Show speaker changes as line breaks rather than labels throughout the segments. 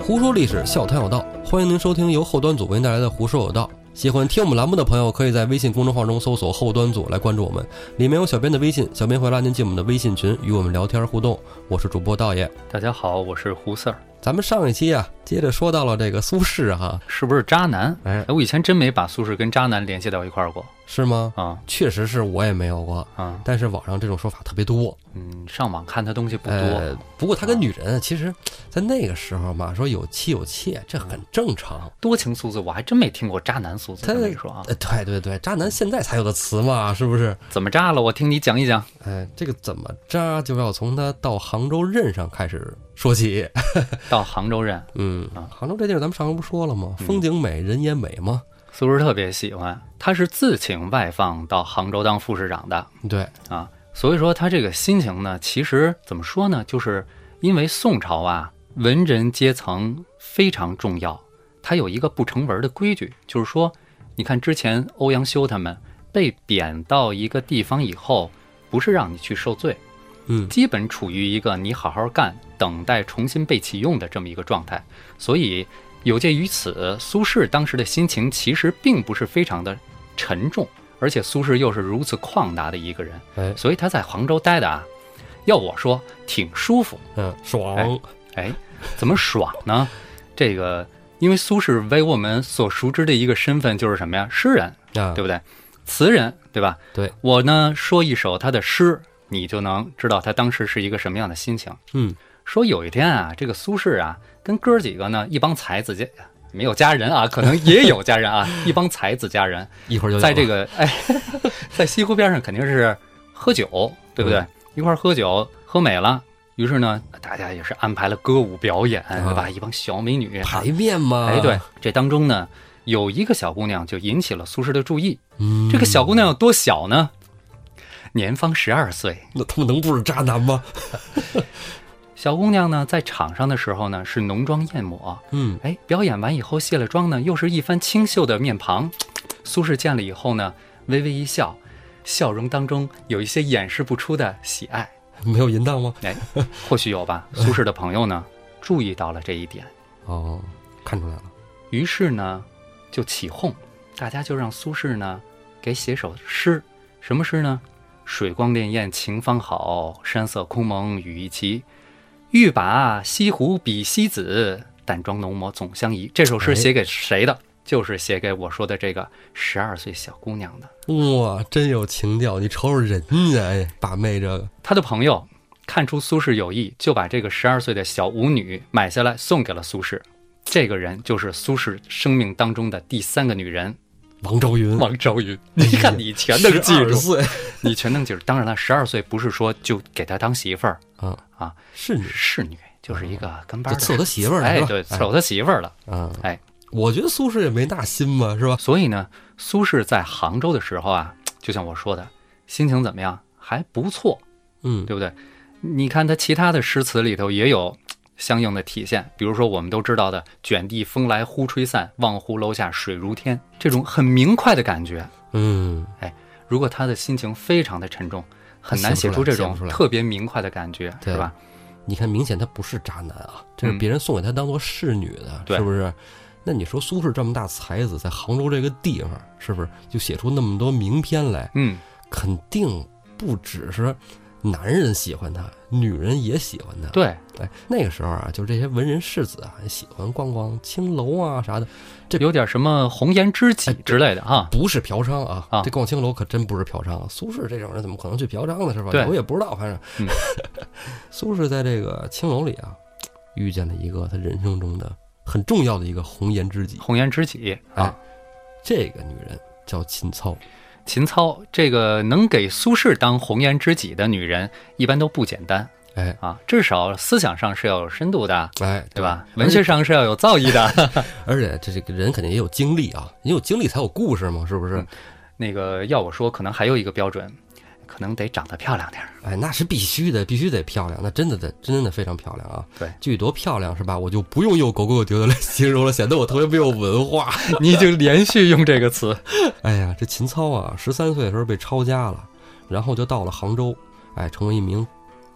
胡说历史，笑谈有道。欢迎您收听由后端组为您带来的《胡说有道》。喜欢听我们栏目的朋友，可以在微信公众号中搜索“后端组”来关注我们，里面有小编的微信，小编会拉您进我们的微信群，与我们聊天互动。我是主播道爷。
大家好，我是胡四儿，
咱们上一期啊，接着说到了这个苏轼哈、
是不是渣男？
哎
哎，我以前真没把苏轼跟渣男联系到一块儿过
是吗？
啊
确实是我也没有过，
啊，
但是网上这种说法特别多。
嗯，上网看他东西不多，
呃，不过他跟女人其实，在那个时候嘛，说有妻有妾，这很正常。
多情苏子我还真没听过渣男苏子。
他
这么一说啊，
呃，对对对，渣男现在才有的词嘛，是不是？
怎么渣了？我听你讲一讲。
哎，这个怎么渣就要从他到杭州任上开始说 起。
到杭州人，
嗯
啊，
杭州这地儿咱们上回不说了吗？
嗯
风景美，人也美嘛。
苏轼特别喜欢，他是自请外放到杭州当副市长的
对，
啊，所以说他这个心情呢，其实怎么说呢，就是因为宋朝啊，文人阶层非常重要，他有一个不成文的规矩，就是说，你看之前欧阳修他们被贬到一个地方以后，不是让你去受罪，
嗯
基本处于一个你好好干，等待重新被启用的这么一个状态。所以有鉴于此，苏轼当时的心情其实并不是非常的沉重，而且苏轼又是如此旷达的一个人，
哎
所以他在杭州待的啊，要我说挺舒服。
嗯，爽。
哎哎，怎么爽呢？ 这个，因为苏轼为我们所熟知的一个身份就是什么呀？诗人。
啊，
对不对？词人，对吧？
对
我呢说一首他的诗，你就能知道他当时是一个什么样的心情。
嗯，
说有一天啊，这个苏轼啊，跟哥儿几个呢，一帮才子家没有家人啊，可能也有家人啊， 一帮才子佳人，
一会儿就
在这
个
个 哎，在西湖边上肯定是喝酒，对不对？
嗯
一块儿喝酒，喝美了。于是呢，大家也是安排了歌舞表演，对吧？一帮小美女，
啊排啊面嘛。
哎，对，，这当中呢，有一个小姑娘就引起了苏轼的注意。
嗯，
这个小姑娘有多小呢？年方十二岁。
那他们能不是渣男吗？
小姑娘呢，在场上的时候呢，是浓妆艳抹，
嗯，
哎，表演完以后卸了妆呢，又是一番清秀的面庞。苏轼见了以后呢，微微一笑，笑容当中有一些掩饰不出的喜爱，
没有淫荡吗？
哎，或许有吧。苏轼的朋友呢，注意到了这一点，
哦，看出来了。
于是呢，就起哄，大家就让苏轼呢给写首诗，什么诗呢？水光潋滟晴方好，山色空蒙雨亦奇。欲把西湖比西子，淡妆浓抹总相宜。这首诗
哎
写给谁的？就是写给我说的这个十二岁小姑娘的。
哇，真有情调！你瞅瞅人家，哎，把妹这个，
他的朋友看出苏轼有意，就把这个十二岁的小舞女买下来送给了苏轼。这个人就是苏轼生命当中的第三个女人
王昭云，
王昭云，你看你全能记
12
住，
岁
你全能记住。当然了，十二岁不是说就给她当媳妇儿，
啊
啊，
是你
侍女就是一个跟班
就伺
儿的，
候他媳妇儿了，
哎
是，吧
对，伺候他媳妇儿了。
啊，
哎，
我觉得苏轼也没那心嘛，是吧？
所以呢，苏轼在杭州的时候啊，就像我说的，心情怎么样？还不错，
嗯，
对不对？你看他其他的诗词里头也有相应的体现，比如说我们都知道的“卷地风来忽吹散，望湖楼下水如天”这种很明快的感觉。
嗯，
如果他的心情非常的沉重，很难
写
写
不出
出
来
这
写不
种
出来
特别明快的感觉，
对
是吧？
你看，明显他不是渣男啊，这是
嗯
别人送给他当做侍女的，
对
是不是？那你说苏轼这么大才子，在杭州这个地方，是不是就写出那么多名篇来？
嗯，
肯定不只是男人喜欢他，女人也喜欢他。
对，
哎，那个时候啊，就是这些文人世子啊，喜欢逛逛青楼啊啥的，
有点什么红颜知
哎
己之类的啊。
不是嫖娼啊。
啊
这逛青楼可真不是嫖娼、啊。苏轼这种人怎么可能去嫖娼呢？是吧？
对
我也不知道，反正、
嗯
苏轼在这个青楼里啊，遇见了一个他人生中的很重要的一个红颜知己。
红颜知己
哎
啊，
这个女人叫秦操，
秦操这个能给苏轼当红颜知己的女人，一般都不简单
哎
啊，至少思想上是要有深度的，
哎，
对吧？文学上是要有造诣的。
而且这这个人肯定也有经历啊，你有经历才有故事嘛，是不是？
嗯那个要我说，可能还有一个标准，可能得长得漂亮点儿。
哎，那是必须的，必须得漂亮，那啊真的得真的非常漂亮啊！
对
具体多漂亮是吧？我就不用用“狗狗丢丢”来形容了，显得我特别没有文化。
你已经连续用这个词，
哎呀，这秦操啊，十三岁的时候被抄家了，然后就到了杭州，哎，成为一名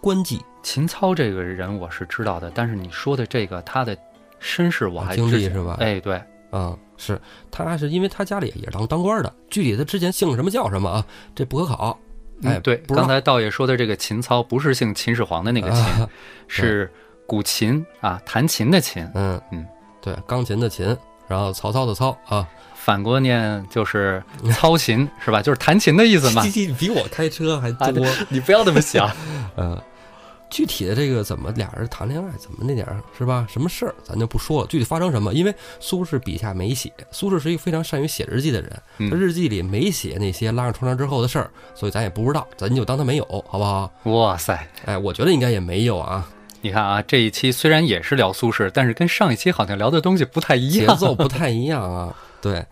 官妓。
秦操这个人我是知道的，但是你说的这个他的绅士我还
啊经
之
历
前
是吧
哎，对，
嗯，是，他是因为他家里也是当当官的，具体他之前姓什么叫什么啊，这不可考。
嗯
哎
对，
不知道
刚才道爷说的这个秦操不是姓秦始皇的那个秦，
啊
是古琴啊，弹琴的琴。
嗯
嗯，
对，钢琴的琴，然后曹操的操啊，
反过念就是操琴，是吧？就是弹琴的意思 嘛。
你比我开车还
啊，对你不要这么想。
嗯，具体的这个怎么俩人谈恋爱，怎么那点儿是吧？什么事儿咱就不说了，具体发生什么？因为苏轼笔下没写，苏轼是一个非常善于写日记的人，
嗯
他日记里没写那些拉上窗帘之后的事儿，所以咱也不知道，咱就当他没有，好不好？
哇塞，
哎，我觉得应该也没有啊，
你看啊，这一期虽然也是聊苏轼，但是跟上一期好像聊的东西不太一
节
样。
奏不太一样啊。对，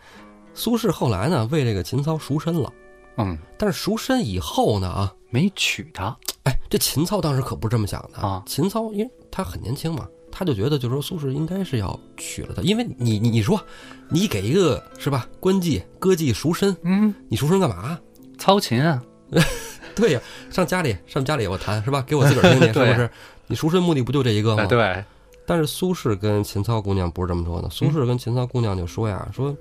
苏轼后来呢为这个秦操赎身了，
嗯，
但是赎身以后呢啊，
没娶她。
哎，这秦操当时可不这么想的
啊
秦操因为他很年轻嘛，他就觉得就说苏轼应该是要娶了她，因为你你你说，你给一个是吧官妓歌妓赎身，
嗯，
你赎身干嘛？
操琴啊，
对呀、上家里上家里我谈是吧？给我自个儿 听听是
对
不是？你赎身目的不就这一个吗
哎？对，
但是苏轼跟秦操姑娘不是这么说的，
嗯
苏轼跟秦操姑娘就说呀，说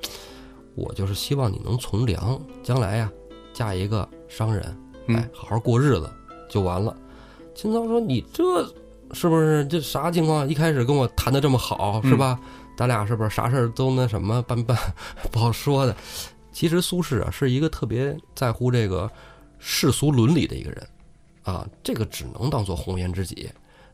我就是希望你能从良，将来呀嫁一个商人，
嗯
哎，好好过日子就完了。秦操说你这是不是这啥情况？一开始跟我谈的这么好是吧？咱俩是不是啥事儿都那什么办办不好说的？其实苏轼啊是一个特别在乎这个世俗伦理的一个人，啊，这个只能当做红颜知己，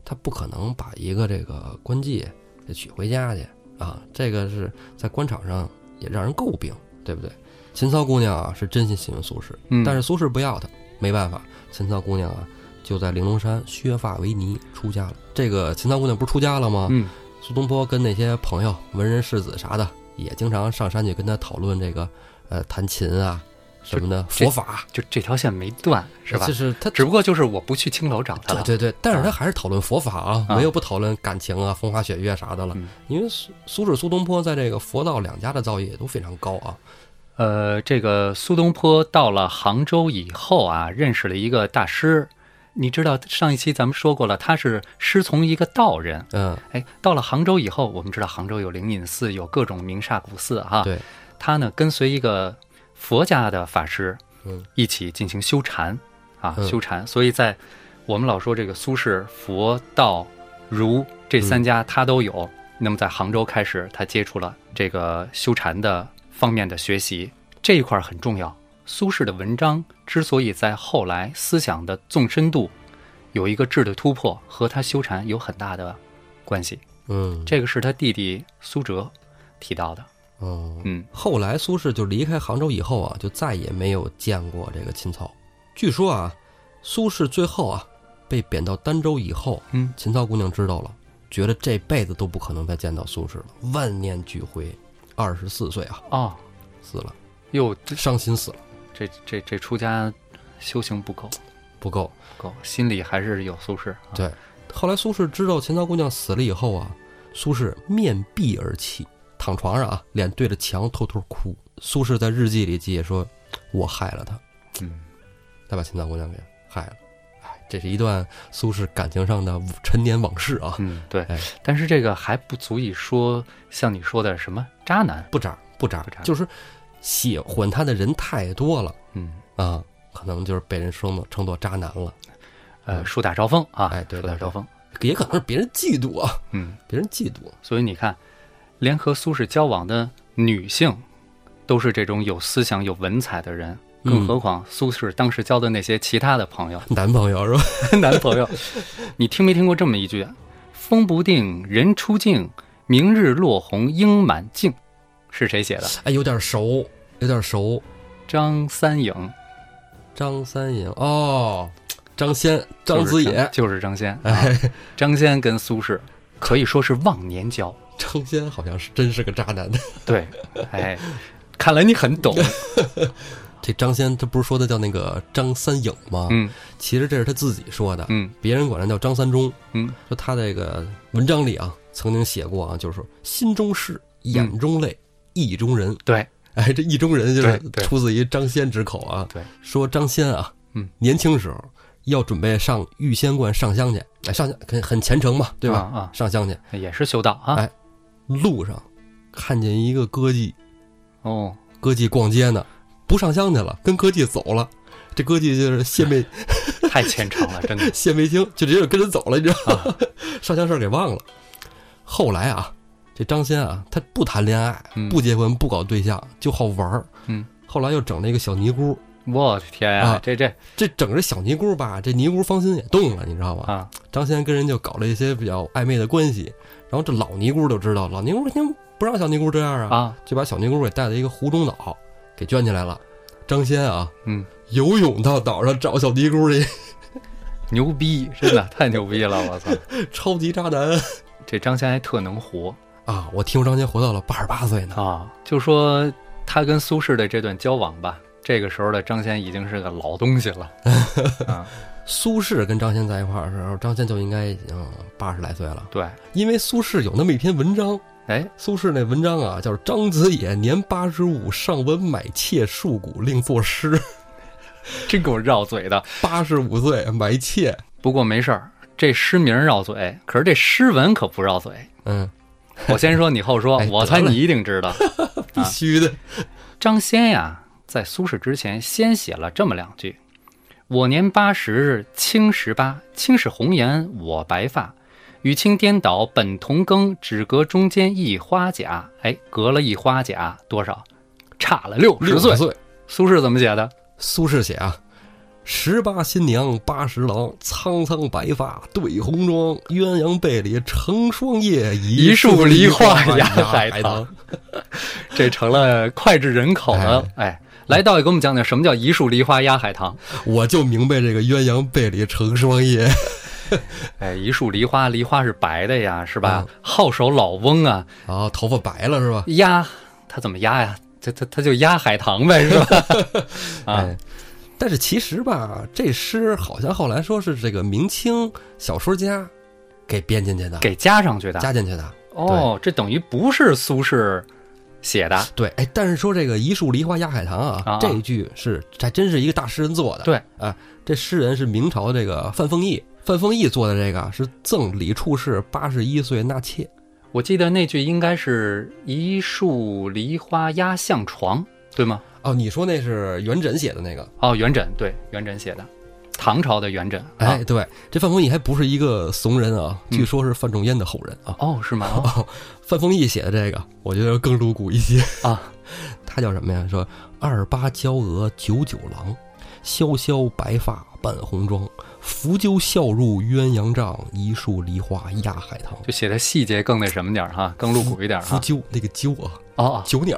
他不可能把一个这个官妓给娶回家去啊，这个是在官场上也让人诟病，对不对？秦操姑娘啊是真心喜欢苏轼，
嗯，
但是苏轼不要她，没办法，秦操姑娘啊就在玲珑山削发为尼出家了。这个秦操姑娘不是出家了吗？
嗯，
苏东坡跟那些朋友、文人世子啥的，也经常上山去跟他讨论这个，呃，弹琴啊什么的
这
佛法，
就这条线没断，是吧
就？是他
只不过就是我不去青楼找她了。
对对对，但是他还是讨论佛法啊，
啊
没有不讨论感情啊、风花雪月啥的了。
嗯
因为苏苏轼、苏东坡在这个佛道两家的造诣也都非常高啊。
呃，这个苏东坡到了杭州以后啊，认识了一个大师。你知道上一期咱们说过了，他是师从一个道人。
嗯，
哎，到了杭州以后，我们知道杭州有灵隐寺，有各种名刹古寺哈、
对，
他呢跟随一个佛家的法师，
嗯，
一起进行修禅啊，
嗯
修禅。所以在我们老说这个苏轼、佛、道、儒这三
嗯
家他都有。那么在杭州开始，他接触了这个修禅的方面的学习，这一块儿很重要。苏轼的文章之所以在后来思想的纵深度有一个质的突破，和他修禅有很大的关系。
嗯，
这个是他弟弟苏辙提到的。
哦，
嗯
后来苏轼就离开杭州以后啊，就再也没有见过这个秦操。据说啊，苏轼最后啊被贬到儋州以后，
嗯，
秦操姑娘知道了，觉得这辈子都不可能再见到苏轼了，万念俱灰。二十四岁啊，
哦，
死了，
哟，这
伤心死了，
这这这出家修行不够，
不够。
不够，心里还是有苏轼。啊
对后来苏轼知道秦操姑娘死了以后啊，苏轼面壁而泣，躺床上啊，脸对着墙偷偷哭。苏轼在日记里记说：“我害了她，
嗯，
他把秦操姑娘给害了。”哎，这是一段苏轼感情上的陈年往事啊，
嗯，对
哎。
但是这个还不足以说像你说的什么渣男。
不渣不渣
不渣，
就是喜欢他的人太多了
嗯，
啊，可能就是被人称作称作渣男了，
呃，
嗯
树大招风啊，
哎对
树大
对
招风。
也可能是别人嫉妒啊，
嗯，
别人嫉妒。
所以你看，连和苏轼交往的女性，都是这种有思想、有文采的人。更
嗯
何况苏轼当时交的那些其他的朋友、
男朋友是吧？
男朋友，你听没听过这么一句？啊风不定，人出境，明日落红应满径，是谁写的？
哎，有点熟，有点熟。
张三颖，
张三颖哦，张先，
就
张
是
子
张
野，
就是张 先。啊
哎，
张先跟苏轼可以说是忘年交。
张先好像是真是个渣男。
对，哎，看来你很懂。
这张先，这不是说的叫那个张三颖吗？
嗯
其实这是他自己说的，
嗯
别人管他叫张三中。
嗯，
说他这个文章里啊，曾经写过啊，就是说心中事，眼中泪，意中人。
对，
哎，这意中人就是
对对
出自于张先之口啊。
对，
说张先啊，
嗯，
年轻时候要准备上玉仙观上香去，哎，上香很很虔诚嘛，对吧？
啊
上香去，
啊，也是修道啊。
哎路上看见一个歌妓，
哦，
歌妓逛街呢，不上香去了，跟歌妓走了。这歌妓就是谢媚
太虔诚了，真 的
谢媚清，就直接就跟人走了，你知道吗？ 上香事儿给忘了。后来啊，这张先啊，他不谈恋爱，
嗯
不结婚，不搞对象，就好玩儿。
嗯，
后来又整了一个小尼姑，
我的天呀、
啊
这这
这整着小尼姑吧，这尼姑芳心也动了，你知道吧？
啊，
张先跟人就搞了一些比较暧昧的关系，然后这老尼姑就知道，老尼姑肯定不让小尼姑这样啊，
啊，
就把小尼姑给带到一个湖中岛，给圈起来了。张先啊，
嗯，
游泳到岛上找小尼姑去，
牛逼，真的太牛逼了，我操！
超级渣男
这张先还特能活
啊！我听说张先活到了八十八岁呢，
啊，就说他跟苏轼的这段交往吧，这个时候的张先已经是个老东西了啊，
苏轼跟张先在一块儿的时候，张先就应该已经八十来岁了，
对，
因为苏轼有那么一篇文章，
哎，
苏轼那文章啊叫《张子野年八十五上文买妾数谷另作诗》，
真给我绕嘴的。
八十五岁买妾，
不过没事儿，这诗名绕嘴，可是这诗文可不绕嘴。
嗯，
我先说，你后说，
哎
我猜你一定知道。
必须的。
张先呀，在苏轼之前先写了这么两句：“我年八十，青十八，青是红颜，我白发。与青颠倒，本同庚，只隔中间一花甲。”哎，隔了一花甲，多少？差了六十岁
60。岁，
苏轼怎么写的？
苏轼写啊：“十八新娘八十郎，苍苍白发对红妆，鸳鸯被里成双夜，
一树梨花压 海
海
棠。”这成了脍炙人口了。哎，来道也给我们讲讲什么叫一树梨花压海棠。
我就明白这个鸳鸯被里成双夜。
哎，一树梨花，梨花是白的呀，是吧？皓首老翁啊，
啊，头发白了是吧？
压他怎么压呀？他他他就压海棠 呗，是吧？啊
哎，但是其实吧，这诗好像后来说是这个明清小说家给编进去的，
给加上去的。
加进去的。
哦，这等于不是苏轼写的。
对，哎，但是说这个“一树梨花压海棠”
啊
啊，这一句是还真是一个大诗人做的。
对，
啊，这诗人是明朝这个范凤义，范凤义做的这个是赠李处士八十一岁纳妾。
我记得那句应该是“一树梨花压象床”，对吗？
哦，你说那是元稹写的那个？
哦，元稹对，元稹写的，唐朝的元稹。啊
哎，，对，这范凤义还不是一个怂人啊，
嗯
据说是范仲淹的后人啊。
哦，是吗？哦
范凤义写的这个，我觉得更露骨一些。
啊，
他叫什么呀？说二八娇娥九九郎，萧萧白发伴红妆，扶鸠笑入鸳鸯帐，一树梨花压海棠。
就写的细节更那什么点儿哈，更露骨一点儿
扶
哈。
鸠那个鸠啊，
哦
九鸟，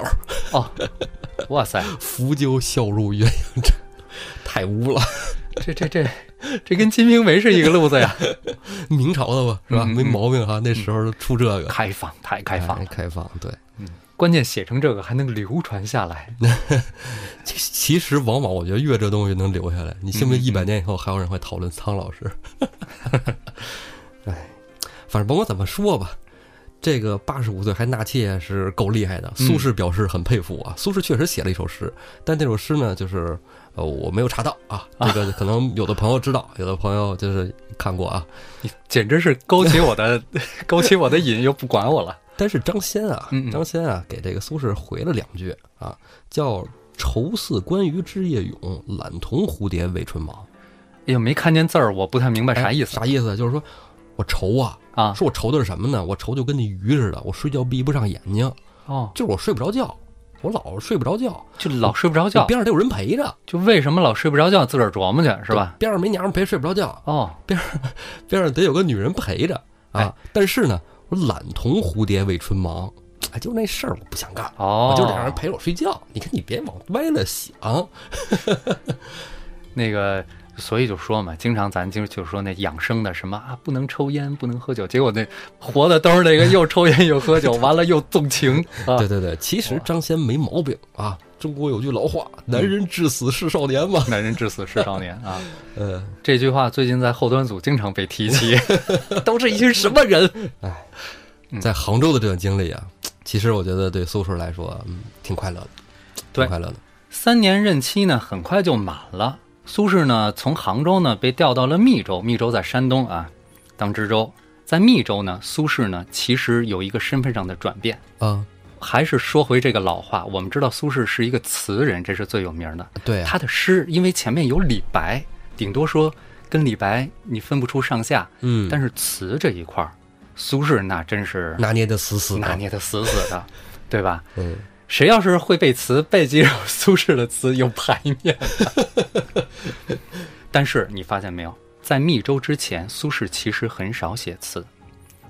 哦，哦哇塞，
扶鸠笑入鸳鸯帐， 太污了。
这这 这这跟《金瓶梅》是一个路子呀，
明朝的吧，是吧？
嗯嗯
没毛病哈、啊那时候出这个
开放太开放
哎
了。
开放对。
关键写成这个还能流传下来，
其其实往往我觉得越这东西能留下来，你
嗯
信不信一百年以后还有人会讨论苍老师？ 哎，反正甭管怎么说吧，这个八十五岁还纳妾是够厉害的。
嗯
苏轼表示很佩服啊，苏轼确实写了一首诗，但这首诗呢，就是呃我没有查到啊，这个可能有的朋友知道，有的朋友就是看过啊。
你简直是勾起我的 勾起我的瘾，又不管我了。
但是张先啊
嗯嗯，
张先啊，给这个苏轼回了两句啊，叫“愁似关于之夜咏，懒同蝴蝶为春忙”。
哎呦，没看见字儿，我不太明白啥意
哎
思
啥意思？就是说我愁啊，
啊。
说我愁的是什么呢？我愁就跟那鱼似的，我睡觉闭不上眼睛，
哦，
就是我睡不着觉，我老睡不着觉，
就老睡不着觉
我，边上得有人陪着，
就为什么老睡不着觉，自个儿琢磨去是吧？
对？边上没娘们陪，睡不着觉，
哦，
边上得有个女人陪着
哎
啊。但是呢，我懒同蝴蝶为春忙，哎，就那事儿我不想干。我，
哦啊
就得让人陪着我睡觉，你看你别往歪了想，
那个，所以就说嘛，经常咱就就说那养生的什么啊，不能抽烟，不能喝酒，结果那活的都是那个又抽烟又喝酒，完了又纵 情啊
对，对对，其实张先没毛病啊。中国有句老话，男人至死是少年嘛。
男人至死是少年啊！
呃，
这句话最近在后端组经常被提起， 都是一些什么人？嗯
在杭州的这段经历啊，其实我觉得对苏轼来说，嗯，挺快乐的，
对
挺快乐的。
三年任期呢，很快就满了。苏轼呢，从杭州呢被调到了密州，密州在山东啊，当知州。在密州呢，苏轼呢其实有一个身份上的转变。
啊，
还是说回这个老话，我们知道苏轼是一个词人，这是最有名的。
对啊，
他的诗，因为前面有李白，顶多说跟李白你分不出上下，
嗯，
但是词这一块儿，苏轼那真是
拿捏的死死
拿
的，
捏的死死的，对吧？
嗯，
谁要是会背词，背几首苏轼的词有排面 了。但是你发现没有，在密州之前，苏轼其实很少写词，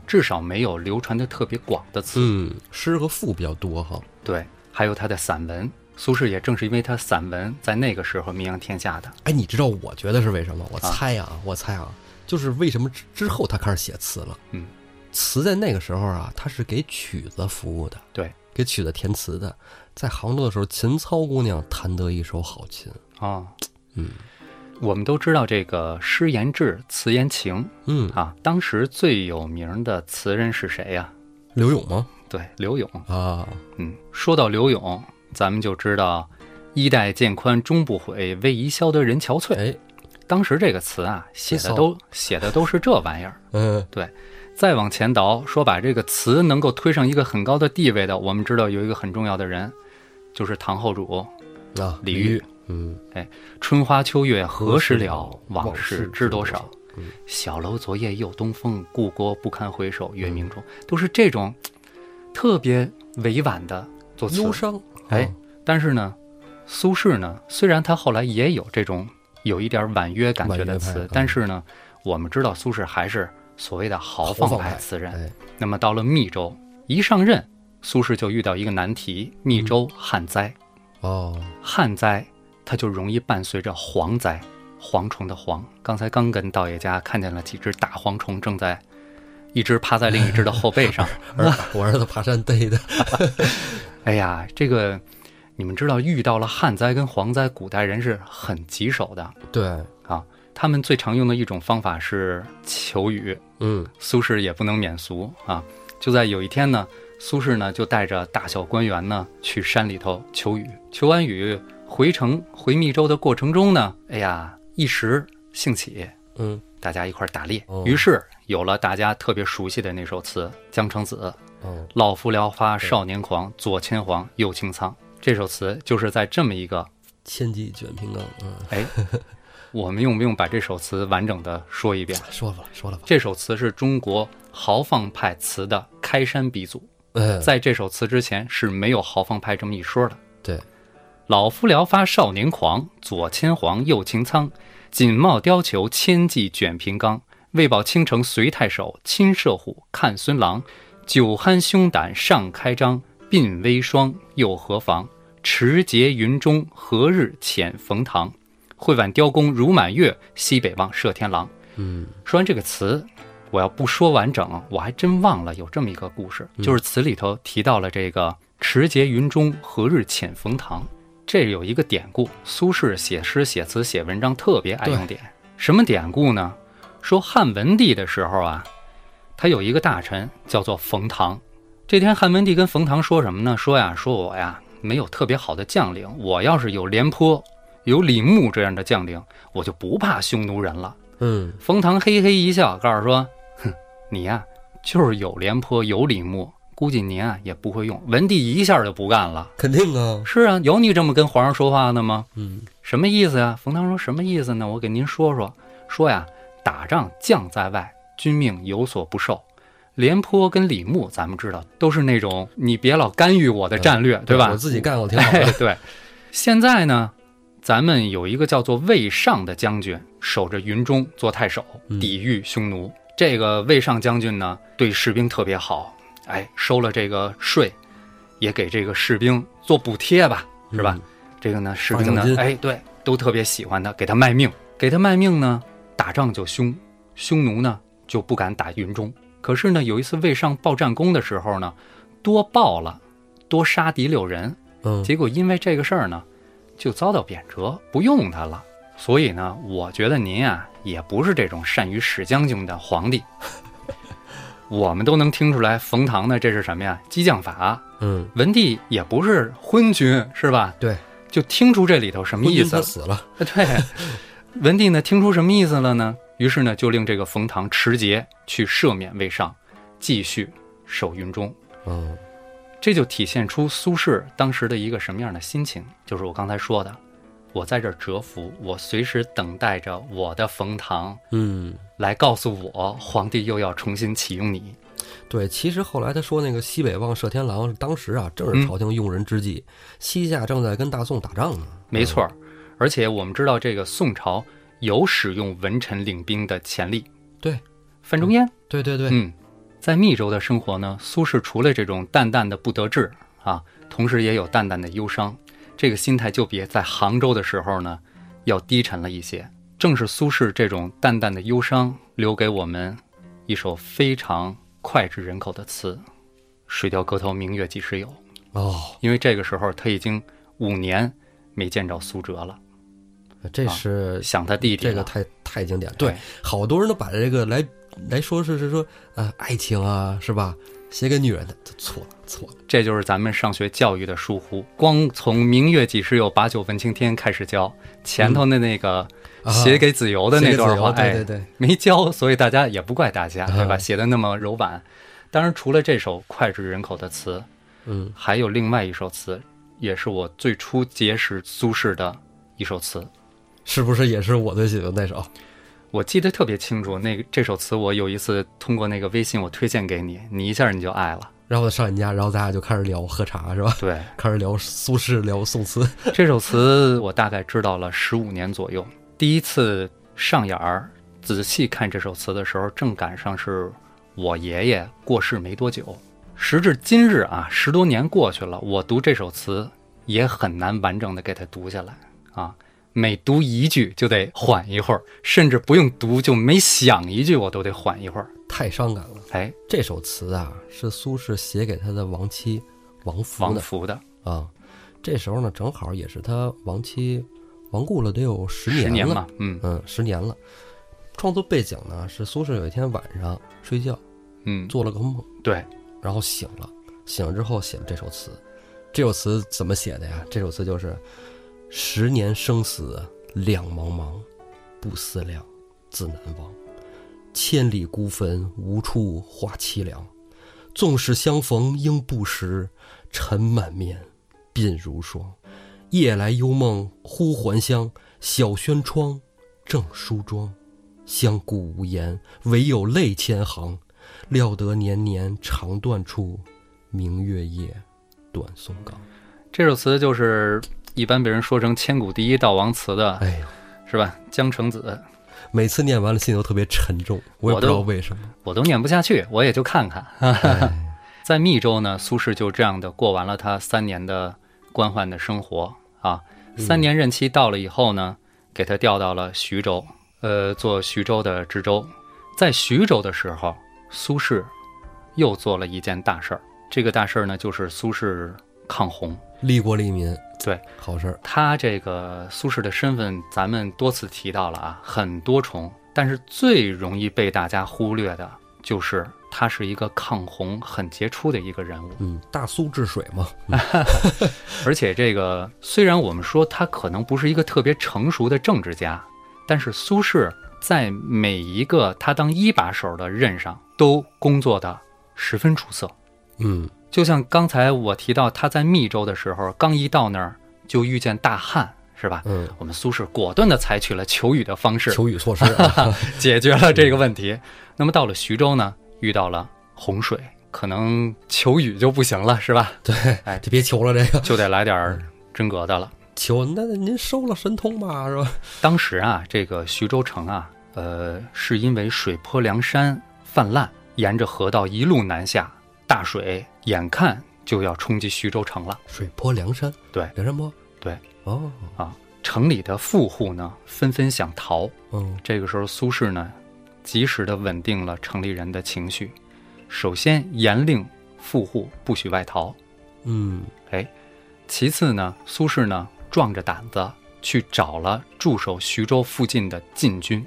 至少没有流传的特别广的词。
嗯，诗和赋比较多哈，
对，还有他的散文。苏轼也正是因为他散文在那个时候名扬天下的。
哎，你知道我觉得是为什么？我猜啊，我猜啊，就是为什么之之后他开始写词了？
嗯，
词在那个时候啊，他是给曲子服务的，
对，
给曲子填词的。在杭州的时候，秦操姑娘弹得一手好琴，
哦，
嗯
我们都知道这个诗言志，词言情
嗯，
啊。当时最有名的词人是谁呀、
刘勇吗？
对，刘永。
啊，
嗯，说到刘永，咱们就知道“衣带渐宽终不悔，为伊消得人憔悴
哎，”。
当时这个词啊，写的都写的都是这玩意儿。
嗯，
再往前倒，说把这个词能够推上一个很高的地位的，我们知道有一个很重要的人，就是唐后主
啊，
李
煜
煜，。
嗯，
春花秋月何时了
何，时了
往事知多
往
少
事知多少嗯？
小楼昨夜又东风，故国不堪回首。月明中，都是这种特别委婉的作词。
忧伤，
哎
啊，
但是呢，苏轼呢，虽然他后来也有这种有一点婉约感觉的
婉约派
词
嗯，
但是呢，我们知道苏轼还是所谓的豪
豪
放
放派
派词人。
哎，
那么到了密州，一上任，苏轼就遇到一个难题：密
嗯
州旱灾，
哦，
旱灾它就容易伴随着蝗灾，蝗虫的蝗。刚才刚跟道爷家看见了几只大蝗虫正在。一只趴在另一只的后背上，
儿我儿子爬山逮的，
哎呀，这个你们知道，遇到了旱灾跟蝗灾，古代人是很棘手的
对，
啊。他们最常用的一种方法是求雨，
嗯，
苏轼也不能免俗啊。就在有一天呢，苏轼呢就带着大小官员呢去山里头求雨，求完雨回城回密州的过程中呢，哎呀，一时兴起，
嗯，
大家一块儿打猎
哦，
于是有了大家特别熟悉的那首词《江城子》。
哦，
老夫聊发少年狂，左牵黄，右青苍。这首词就是在这么一个，
千机卷平冈，嗯，
哎，我们用不用把这首词完整的说一遍？
说了吧，说了吧，
这首词是中国豪放派词的开山鼻祖，
嗯，
在这首词之前是没有豪放派这么一说的。
对，
老夫聊发少年狂，左牵黄，右青苍。锦帽貂裘，千骑卷平冈。为保倾城随太守，亲射虎，看孙郎。酒酣胸胆尚开张，鬓微霜，又何妨？持节云中，何日遣冯唐？会挽雕弓如满月，西北望，射天狼。
嗯，
说完这个词，我要不说完整，我还真忘了有这么一个故事，就是词里头提到了这个“持节云中，何日遣冯唐”，这有一个典故。苏轼写诗、写词、写文章特别爱用典，什么典故呢？说汉文帝的时候啊，他有一个大臣叫做冯唐。这天，汉文帝跟冯唐说什么呢？说呀，说我呀没有特别好的将领，我要是有廉颇、有李牧这样的将领，我就不怕匈奴人了。
嗯，
冯唐嘿嘿一笑，告诉说：“哼，你呀、就是有廉颇，有李牧，估计您啊也不会用。”文帝一下就不干了
肯定啊：“，
是啊，有你这么跟皇上说话的吗？
嗯。
什么意思呀、冯唐说：“什么意思呢？我给您说说，说呀，打仗将在外，军命有所不受。廉颇跟李牧，咱们知道都是那种你别老干预我的战略，对吧？
我自己干我挺好的。
哎，对。现在呢，咱们有一个叫做魏尚的将军，守着云中做太守，
嗯
抵御匈奴。这个魏尚将军呢，对士兵特别好，哎，收了这个税，也给这个士兵做补贴吧，是吧？这个呢，士兵
发
呢
嗯奖，金
哎，对，都特别喜欢他，给他卖命，给他卖命呢，打仗就凶，匈奴呢就不敢打云中。可是呢，有一次魏尚报战功的时候呢，多报了，多杀敌六人，
嗯，
结果因为这个事儿呢，就遭到贬谪，不用他了。所以呢，我觉得您啊，也不是这种善于使将军的皇帝。 我们都能听出来，冯唐呢，这是什么呀？激将法。
嗯，
文帝也不是昏君，是吧？
对，
就听出这里头什么意
他
思啊了。
死了。
对，文帝呢，听出什么意思了呢？于是呢，就令这个冯唐持节去赦免魏尚，继续守云中。哦
嗯
这就体现出苏轼当时的一个什么样的心情，就是我刚才说的，我在这儿蛰伏，我随时等待着我的冯唐
嗯，
来告诉我，皇帝又要重新启用你。
对，其实后来他说那个西北望射天狼，当时啊正
嗯
是朝廷用人之际，西夏正在跟大宋打仗呢。
没错儿，而且我们知道这个宋朝有使用文臣领兵的潜力。
对，
范仲淹，
对对对，
嗯，在密州的生活呢，苏轼除了这种淡淡的不得志啊，同时也有淡淡的忧伤，这个心态就比在杭州的时候呢要低沉了一些。正是苏轼这种淡淡的忧伤，留给我们一首非常脍炙人口的词，《水调歌头·明月几时有》。
哦，
因为这个时候他已经五年没见着苏辙了，
这
啊
是、
想他弟弟
这个
了。
太太经典了。
对，
好多人都把这个来来说是是说啊爱情啊是吧？写给女人的，这错了错了。
这就是咱们上学教育的疏忽。光从“明月几时有，把酒问青天”开始教，前头的那个
啊
写给子由的那段话，
写给子
哎
由对对对，
没教，所以大家也不怪大家，对吧？
啊
写的那么柔婉。当然，除了这首脍炙人口的词，
嗯，
还有另外一首词，也是我最初结识苏轼的一首词。
是不是也是我最喜欢的那首？
我记得特别清楚，那个这首词我有一次通过那个微信我推荐给你，你一下你就爱了。
然后上你家，然后咱俩就开始聊喝茶是吧？
对，
开始聊苏轼，聊宋词。
这首词我大概知道了十五年左右。第一次上眼儿仔细看这首词的时候，正赶上是我爷爷过世没多久。时至今日啊，十多年过去了，我读这首词也很难完整的给它读下来啊。每读一句就得缓一会儿，甚至不用读就每想一句我都得缓一会儿。
太伤感了。
哎，
这首词啊，是苏轼写给他的亡妻王
王
夫的
福的
啊。这时候呢，正好也是他亡妻亡故了，得有十
十
年
年
了。
嘛，嗯
嗯，十年了。创作背景呢是苏轼有一天晚上睡觉
嗯，
做了个梦，
对，
然后醒了，醒了之后写了这首词。这首词怎么写的呀？这首词就是“十年生死两茫茫，不思量，自难忘。千里孤坟，无处话凄凉。纵使相逢应不识，尘满面，鬓如霜。夜来幽梦忽还乡，小轩窗，正梳妆。相顾无言，唯有泪千行。料得年年肠断处，明月夜，短松冈。
这首词就是一般被人说成千古第一悼亡词的
哎呦，
是吧？江城子，
每次念完了心里都特别沉重，我也
我
不知道
都
为什 么。
我都念不下去，我也就看看。
哎
在密州呢，苏轼就这样的过完了他三年的官宦的生活啊。三年任期到了以后呢，给他调到了徐州，呃，做徐州的知州。在徐州的时候，苏轼又做了一件大事儿。这个大事儿呢，就是苏轼抗洪。
利国利民，
对，
好事儿。
他这个苏轼的身份，咱们多次提到了啊，很多重，但是最容易被大家忽略的就是他是一个抗洪很杰出的一个人物。
嗯，大苏治水嘛。
而且这个虽然我们说他可能不是一个特别成熟的政治家，但是苏轼在每一个他当一把手的任上都工作的十分出色。
嗯，
就像刚才我提到他在密州的时候，刚一到那儿就遇见大旱，是吧？
嗯，
我们苏轼果断地采取了求雨的方式，
求雨措施 啊。
解决了这个问题。那么到了徐州呢，遇到了洪水，可能求雨就不行了，是吧？
对
哎，
这别求了，这个
就得来点
嗯
儿真格的了。
求那那您收了神通吧，是吧？
当时啊，这个徐州城啊，呃，是因为水泊梁山泛滥，沿着河道一路南下，大水眼看就要冲击徐州城了。
水泊梁山，
对
梁山泊，
对，
哦，
城里的富户呢，纷纷想逃。
嗯
这个时候，苏轼呢，及时的稳定了城里人的情绪，首先严令富户不许外逃，
嗯，
哎，其次呢，苏轼呢壮着胆子去找了驻守徐州附近的禁军。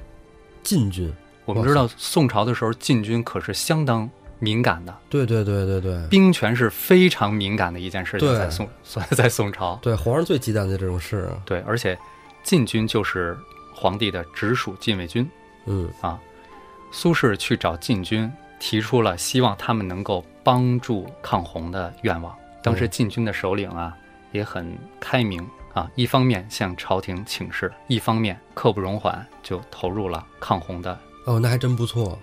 禁军，
我们
哇塞
知道宋朝的时候，禁军可是相当敏感的，
对对对对对
兵权是非常敏感的一件事情，
对
在宋 在宋朝，
对，皇上最忌惮的这种事啊。
对，而且禁军就是皇帝的直属禁卫军，
嗯
啊。苏轼去找晋军，提出了希望他们能够帮助抗洪的愿望。当时晋军的首领啊也很开明啊，一方面向朝廷请示，一方面刻不容缓就投入了抗洪的。
哦，那还真不错。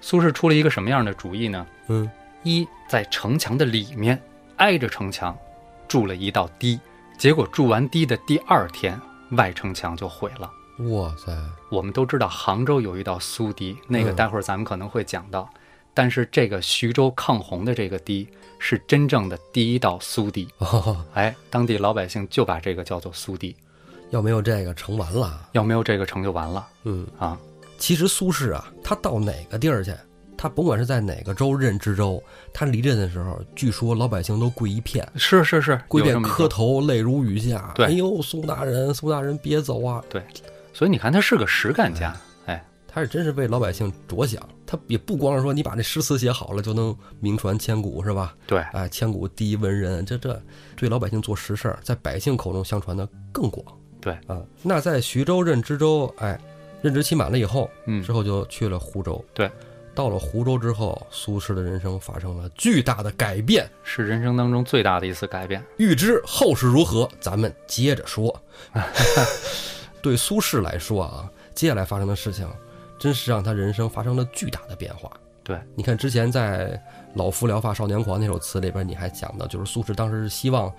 苏轼出了一个什么样的主意呢？
嗯
一在城墙的里面挨着城墙筑了一道堤，结果筑完堤的第二天，外城墙就毁了。
哇塞，
我们都知道杭州有一道苏堤，那个
嗯
待会儿咱们可能会讲到。但是这个徐州抗洪的这个堤是真正的第一道苏堤，
哦，
哎，当地老百姓就把这个叫做苏堤。
要没有这个，成完了。
要没有这个城就完了
嗯，
啊！
其实苏轼啊，他到哪个地儿去，他甭管是在哪个州任知州，他离任的时候，据说老百姓都跪一片，
是是是，
跪
有这
遍
么一
磕
说。
头，泪如雨下。
对
哎呦，苏大人，苏大人别走啊！
所以你看，他是个实干家，哎，
他是真是为老百姓着想，他也不光是说你把这诗词写好了就能名传千古，是吧？
对，
哎，千古第一文人，这这对老百姓做实事儿，在百姓口中相传的更广。
对
啊，那在徐州任知州，哎，任职期满了以后，
嗯
之，后就去了湖州。
对，
到了湖州之后，苏轼的人生发生了巨大的改变。
是人生当中最大的一次改变。
预知后事如何，咱们接着 说。对苏轼来说啊，接下来发生的事情，真是让他人生发生了巨大的变化。
对，
你看之前在《老夫聊发少年狂》那首词里边，你还讲到，就是苏轼当时是希望，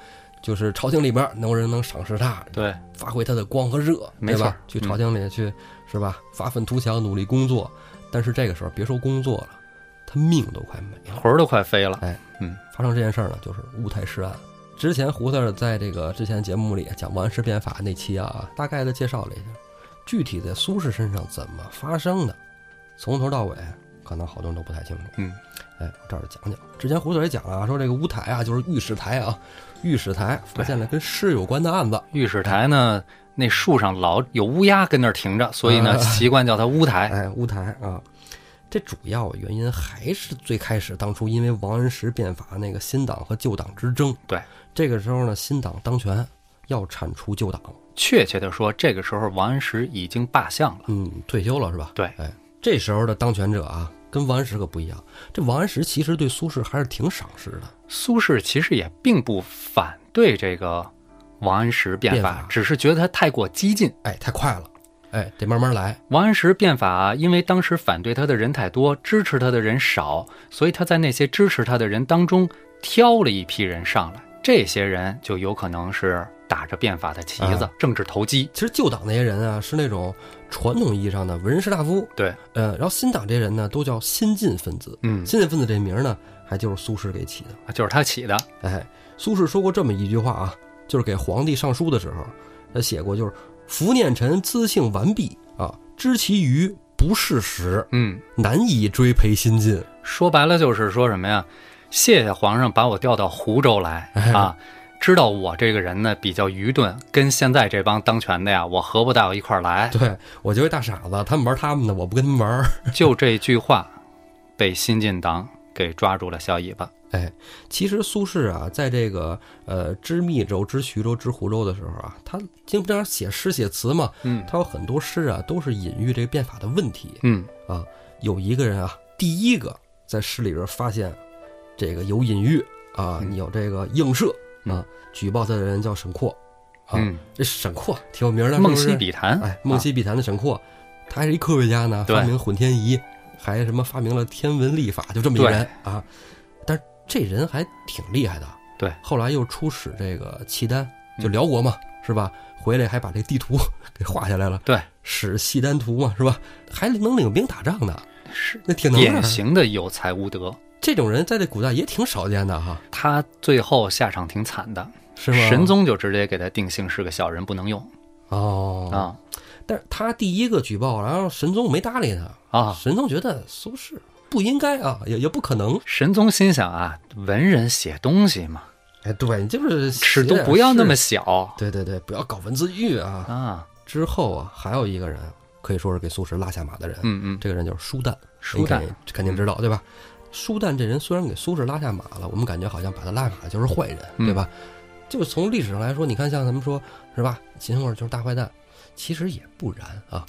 就是朝廷里边能有人能赏识他，
对，
发挥他的光和热，
没
对
错嗯
吧？去朝廷里去、是吧？发愤图强，努力工作。但是这个时候别说工作了，他命都快没了。
魂儿都快飞了。
发生这件事儿呢，就是乌台诗案。之前胡 Sir 在这个之前节目里讲《王氏变法》那期啊，大概的介绍了一下，具体在苏轼身上怎么发生的，从头到尾，可能好多人都不太清楚。
嗯，
哎，我这儿就讲讲。之前胡 Sir 也讲了啊，说这个乌台啊，就是御史台啊，御史台发现了跟诗有关的案子。
御史台呢，那树上老有乌鸦跟那儿停着，所以呢，
啊
习惯叫它乌台。
哎，乌台啊，这主要原因还是最开始当初因为王安石变法那个新党和旧党之争。
对，
这个时候呢，新党当权要铲除旧党，
确切的说，这个时候王安石已经罢相了。
嗯，退休了是吧？
对
哎，这时候的当权者啊，跟王安石可不一样。这王安石其实对苏轼还是挺赏识的，
苏轼其实也并不反对这个王安石变
变
法
法，
只是觉得他太过激进。
哎，太快了，哎，得慢慢来。
王安石变法，因为当时反对他的人太多，支持他的人少，所以他在那些支持他的人当中挑了一批人上来，这些人就有可能是打着变法的旗子，
啊
政治投机。
其实旧党那些人啊，是那种传统意义上的文人士大夫，
对，
呃，然后新党这些人呢，都叫新进分子。
嗯，
新进分子这名儿呢，还就是苏轼给起的。
就是他起的。
哎，苏轼说过这么一句话啊，就是给皇帝上书的时候，他写过，就是“伏念臣资性完璧啊，知其余不适时，
嗯，
难以追培新进。
说白了就是说什么呀？谢谢皇上把我调到湖州来
哎
啊！知道我这个人呢比较愚钝，跟现在这帮当权的呀，我合不到一块儿来。
对我就是一大傻子，他们玩他们的，我不跟他们玩儿。
就这句话，被新进党给抓住了小尾巴。
哎，其实苏轼啊，在这个呃知密州、知徐州、知湖州的时候啊，他经常写诗写词嘛，
嗯
他有很多诗啊，都是隐喻这个变法的问题。
嗯，
啊，有一个人啊，第一个在诗里边发现这个有隐喻啊，
嗯
你有这个映射
嗯
啊，举报他的人叫沈括啊，
嗯
这沈括挺有名的，
梦
是不
溪
是
笔谈，啊
哎，梦溪笔谈的沈括，他还是一科学家呢，
对
发明混天仪，还什么发明了天文历法，就这么一
对
人啊，但是这人还挺厉害的，
对，嗯
后来又出使这个契丹，就辽国嘛，是吧？回来还把这地图 给画下来了，
对，
使契丹图嘛，是吧？还能领兵打仗呢，
是
那挺能啊
典
的。
型的有才无德。
这种人在这古代也挺少见的哈，
他最后下场挺惨的，
是吗？
神宗就直接给他定性是个小人，不能用
哦，
啊
但是他第一个举报，然后神宗没搭理他，
啊！
神宗觉得苏轼不应该啊，也也不可能。
神宗心想啊，文人写东西嘛，
哎，对你就是
尺度
写
不要那么
是
小
对对对，不要搞文字狱啊。
啊。
之后啊，还有一个人可以说是给苏轼拉下马的人，
嗯嗯，
这个人就是舒旦。
书
你
淡
肯肯定知道对吧？舒旦这人虽然给苏轼拉下马了，我们感觉好像把他拉下马就是坏人，
嗯
对吧？就是从历史上来说，你看像咱们说是吧，秦桧就是大坏蛋，其实也不然啊。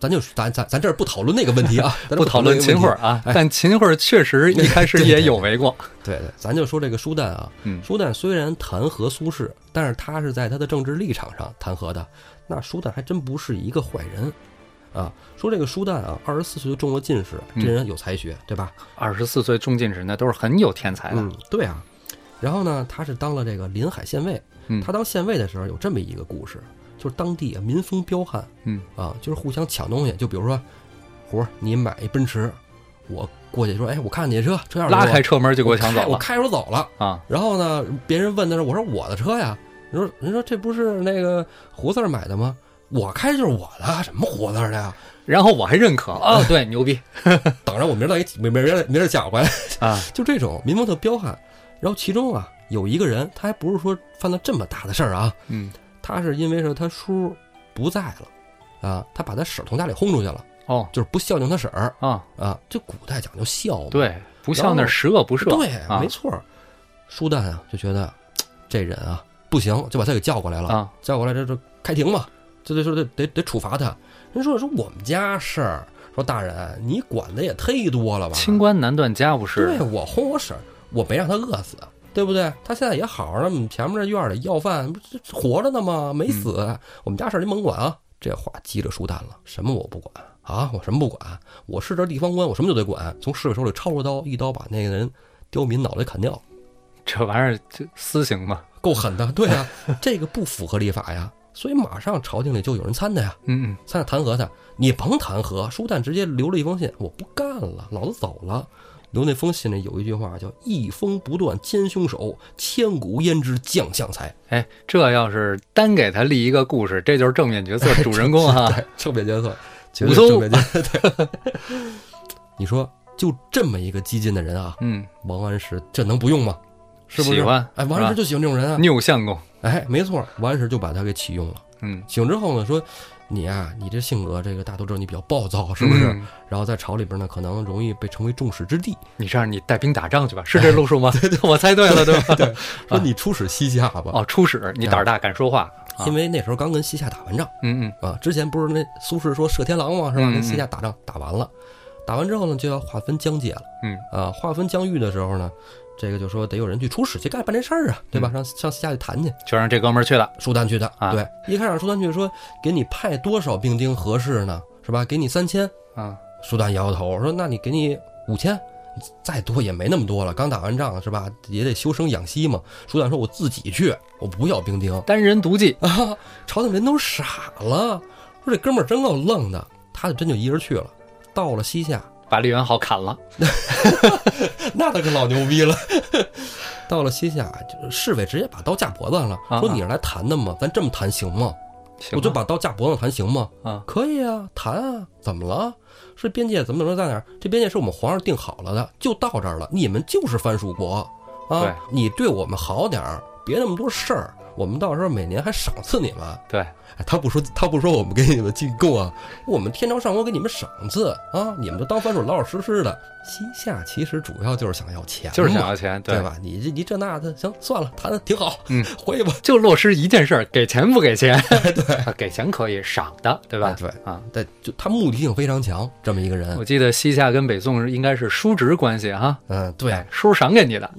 咱就咱咱咱这儿不讨论那个问 题啊，咱这
不讨论
那个问
秦
题
桧儿啊，
哎
但秦桧儿确 实一开始也有为过。
对对，咱就说这个舒旦啊，
嗯
舒旦虽然弹劾苏轼，但是他是在他的政治立场上弹劾的。那舒旦还真不是一个坏人，啊，说这个舒旦啊，二十四岁就中了进士，
嗯
这人有才学，对吧？
二十四岁中进士，那都是很有天才的。
嗯，对啊。然后呢，他是当了这个临海县尉。
嗯
他当县尉的时候有这么一个故事，就是当地啊民风彪悍，
嗯
啊，就是互相抢东西。就比如说，胡儿，你买一奔驰，我过去说，哎，我看你这车，车钥匙给我
拉开车门就给
我
抢走
开我
了
开出走了。
啊！
然后呢，别人问他说：“我说我的车呀。”你说人说这不是那个胡四儿买的吗？我开就是我的，什么胡四儿的呀？
然后我还认可哦，对，牛逼
等着我明儿再给明明儿明儿再抢回来。
啊！
就这种民风特彪悍。然后其中啊有一个人，他还不是说犯了这么大的事儿啊，
嗯，
他是因为是他叔不在了。啊，他把他婶儿从家里轰出去了，
哦
就是不孝敬他婶儿
啊，
啊。这古代讲究孝嘛，
对，不孝那十恶不赦。
对，
啊
没错儿。舒旦啊就觉得这人啊不行，就把他给叫过来了。
啊，
叫过来这这开庭嘛，这这说得得得处罚他。人说说我们家事儿，说大人你管的也忒多了吧？
清官难断家务
对
事。
我轰我婶儿，我没让他饿死，对不对？他现在也好着呢，我们前面这院里要饭，不是活着呢吗？没死，我们家事儿您甭管啊。这话激着舒丹了，什么我不管啊，我什么不管，我是这地方官，我什么都得管。从侍卫手里抄出刀，一刀把那个人刁民脑袋砍掉，
这玩意儿这私刑嘛。
够狠的。对啊， 这个不符合立法呀，所以马上朝廷里就有人参他呀。
嗯嗯，
他弹劾他，你甭弹劾，舒旦直接留了一封信，我不干了，老子走了。留那封信里有一句话叫“一风不断歼凶手，千古焉知将相才
哎，这要是单给他立一个故事，这就是正面角色主人公” 啊。
哎。正面角色，绝
武
对
松
正面角色。对，你说就这么一个激进的人啊，
嗯，
王安石这能不用吗？是不是？
喜欢
哎，王安
是
石
吧
就喜欢这种人啊。
拗相公。
哎，没错，王安石就把他给启用了。
嗯，
启用之后呢，说你啊，你这性格，这个大都知道你比较暴躁，是不是？
嗯
然后在朝里边呢，可能容易被称为众矢之的。
你这样你带兵打仗 去吧，是这路数吗？我猜对 了，对吧？
对，说你出使西夏吧，
哦，出使你胆儿大，敢说话。啊
因为那时候刚跟西夏打完仗
嗯嗯，
啊。之前不是那苏轼说射天狼嘛，是吧？
嗯嗯
跟西夏打仗打完了，打完之后呢，就要划分疆界了。
嗯
啊，划分疆域的时候呢，这个就说得有人去出使去干办这事儿啊，对吧？上上西夏去谈去，
就让这哥们儿去了。
舒丹去的。
嗯啊
对，一开始让舒丹去说给你派多少兵丁合适呢？是吧？给你三千，
啊，
苏丹摇摇头说：“那你给你五千，再多也没那么多了。刚打完仗是吧？也得休生养息嘛。”苏丹说：“我自己去，我不要兵丁。
单人独骑”
啊， 朝廷人都傻了，说这哥们儿真够愣的。他就真就一人去了。到了西夏，
把李元昊砍了。
那他可老牛逼了。 到了西夏，就是侍卫直接把刀架脖子上了，
啊
说：“你是来谈的吗？咱这么谈行吗？
行
我就
吧
把刀架脖子上谈行吗？”
啊，
可以啊，谈啊，怎么了？是边界怎么怎么在哪儿？这边界是我们皇上定好了的，就到这儿了。你们就是藩属国
对
啊，你对我们好点儿，别那么多事儿。我们到时候每年还赏赐你们。
对，
哎，他不说，他不说我们给你们进贡啊，我们天朝上国给你们赏赐啊，你们就当藩属老老实实的。西夏其实主要就是想要钱嘛，
就是想要钱，
对？吧？你这你这那的，行，算了，谈的挺好，
嗯，
回去吧。
就落实一件事儿，给钱不给钱？ 对，给钱可以，赏的，对嗯吧
哎？对
啊，
但就他目的性非常强，这么一个人
我，记得西夏跟北宋是应该是叔侄关系哈，
嗯，对。
哎叔赏给你的，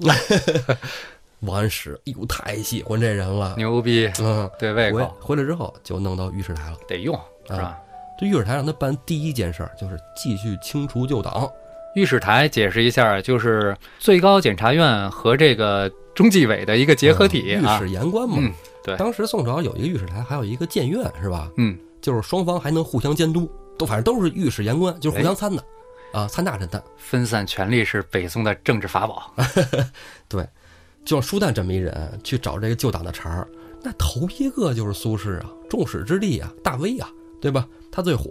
王安石，哎呦，太喜欢这人了。
牛逼，
嗯，
对胃
回
口
回来之后就弄到御史台了。
得用是吧？
这御史台让他办第一件事儿就是继续清除旧党。
御史台解释一下，就是最高检察院和这个中纪委的一个结合体
嗯御
啊
史，言官嘛。
嗯对
当时宋朝有一个御史台，还有一个谏院，是吧？
嗯，
就是双方还能互相监督，都反正都是御史言官，就是互
哎
相参的，啊，参大臣的。
分散权力是北宋的政治法宝，
就像舒旦这么一人去找这个旧党的茬儿，那头一个就是苏轼啊，众矢之的啊，大威啊，对吧？他最火，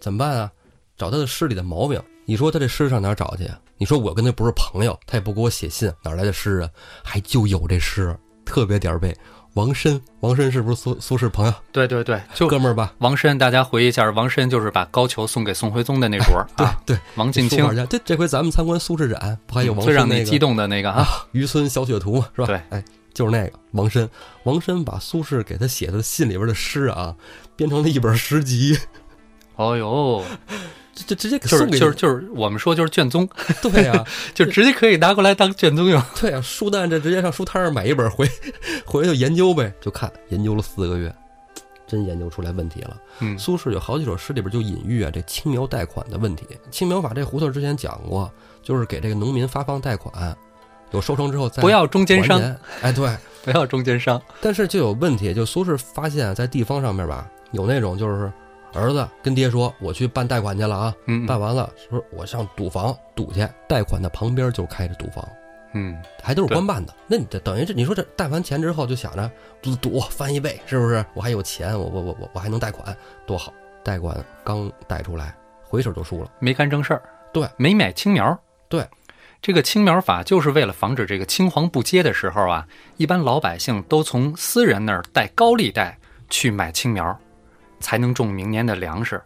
怎么办啊？找他的诗里的毛病。你说他这诗上哪儿找去？啊你说我跟他不是朋友，他也不给我写信，哪儿来的诗啊？还就有这诗，特别点儿背。王申，王申是不是苏苏轼朋友
对对对，就
哥们儿吧？
王申，大家回忆一下，王申就是把高俅送给宋徽宗的那主儿
对
啊，
对，
王进
书
清
法，家这这回咱们参观苏轼展，不还有王申
最让
那
你
个
激动的那个啊，
啊，渔村小雪图嘛，是吧？
对
哎，就是那个王申，王申把苏轼给他写的信里边的诗啊，编成了一本诗集，
哦 呦，
这这直接给
就是
送给
就是就是我们说就是卷宗，
你对呀、
就直接可以拿过来当卷宗用。
对呀、书蛋这直接上书摊儿买一本回回去研究呗，就看研究了四个月，真研究出来问题了。
嗯
苏轼有好几首诗里边就隐喻啊这青苗贷款的问题。青苗法这胡同之前讲过，就是给这个农民发放贷款，有收成之后再
不要中间
还
商，
钱。哎，对，
不要中间商。
但是就有问题，就苏轼发现啊，在地方上面吧，有那种就是儿子跟爹说我去办贷款去了啊，
嗯
办完了说我上赌房赌去，贷款的旁边就开着赌房。
嗯，
还都是官办的，那你这等于这，你说这贷完钱之后就想着赌赌翻一倍，是不是？我还有钱，我我我我我还能贷款，多好！贷款刚贷出来，回手就输了。
没干正事儿，
对，
没买青苗，
对。
这个青苗法就是为了防止这个青黄不接的时候啊，一般老百姓都从私人那儿贷高利贷去买青苗，才能种明年的粮食。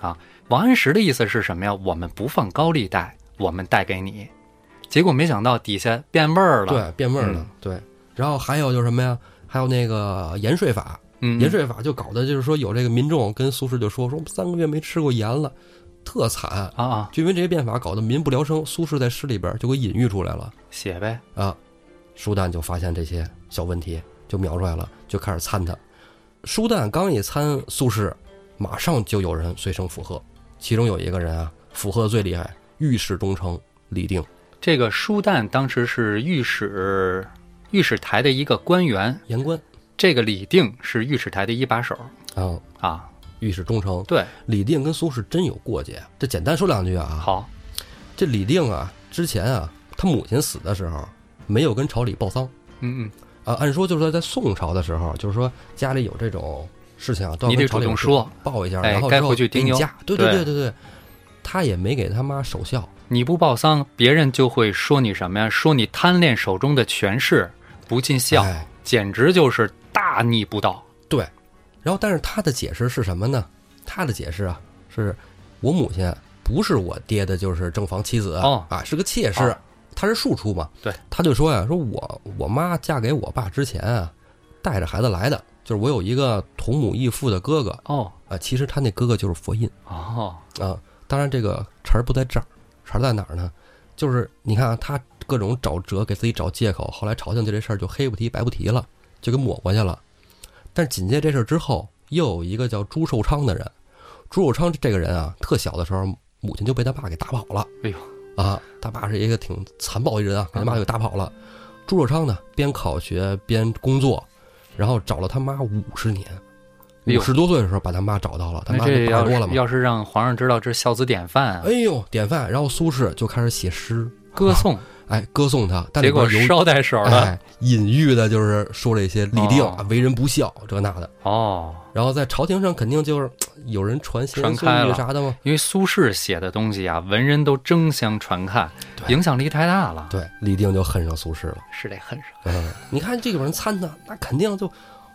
啊，王安石的意思是什么呀？我们不放高利贷，我们贷给你。结果没想到底下变味儿了。
对，变味儿了。
嗯
对，然后还有就是什么呀？还有那个盐税法，
嗯，
盐税法就搞得就是说有这个民众跟苏轼就说说我们三个月没吃过盐了，特惨。
啊啊，
就因为这些变法搞得民不聊生，苏轼在诗里边就给隐喻出来了。
写呗。
啊，舒旦就发现这些小问题，就描出来了，就开始参他。舒旦刚一参苏轼，马上就有人随声附和，其中有一个人啊，附和最厉害，御史中丞李定，
这个舒旦当时是御史御史台的一个官员，
言官
这个李定是御史台的一把手
啊，
啊。
御史中丞
对，
李定跟苏轼真有过节。这简单说两句啊，
好，
这李定啊，之前啊，他母亲死的时候没有跟朝里报丧
嗯
啊，按说就是说在宋朝的时候，就是说家里有这种事情啊，都
嗯，
要
你得
跟朝
主
里
动说，
报一下，
哎
然后
该
之后
回去
给
丁
你
忧
假。对对对
对
对对，他也没给他妈守孝，
你不报丧，别人就会说你什么呀？说你贪恋手中的权势，不尽孝，
哎
简直就是大逆不道。
对。然后，但是他的解释是什么呢？他的解释啊，是我母亲不是我爹的，就是正房妻子、
哦
啊，是个妾室，
哦
她是庶出嘛。
对，
他就说呀、说我我妈嫁给我爸之前啊，带着孩子来的，就是我有一个同母异父的哥哥
哦
啊，其实他那哥哥就是佛印。
哦，
啊，当然这个茬儿不在这儿，茬儿在哪儿呢？就是你看啊，他各种找辙，给自己找借口，后来朝廷对这事儿就黑不提白不提了，就给抹过去了。但是紧接这事儿之后，又有一个叫朱寿昌的人，朱寿昌这个人啊，特小的时候，母亲就被他爸给打跑了。
哎呦，
啊，他爸是一个挺残暴一人啊，给他妈给打跑了。朱寿昌呢，边考学边工作，然后找了他妈五十年，
哎
五
呦
十多岁的时候把他妈找到了，他
那
妈
这
就八
要
十多了
是
嘛。
要是让皇上知道，这是孝子典范啊，
哎呦，典范！然后苏轼就开始写诗，
歌颂，
哎，歌颂他，但里
结
边
果
有
捎带手了。
哎隐喻的，就是说这些李定、啊
哦
为人不孝这那的。
哦，
然后在朝廷上肯定就是嘖有人传闲言
传开
碎语
了
啥的嘛。
因为苏轼写的东西啊，文人都争相传看，
对
影响力太大了，
对，李定就恨上苏轼了。
是得恨上。
嗯，你看这有人参他，那肯定就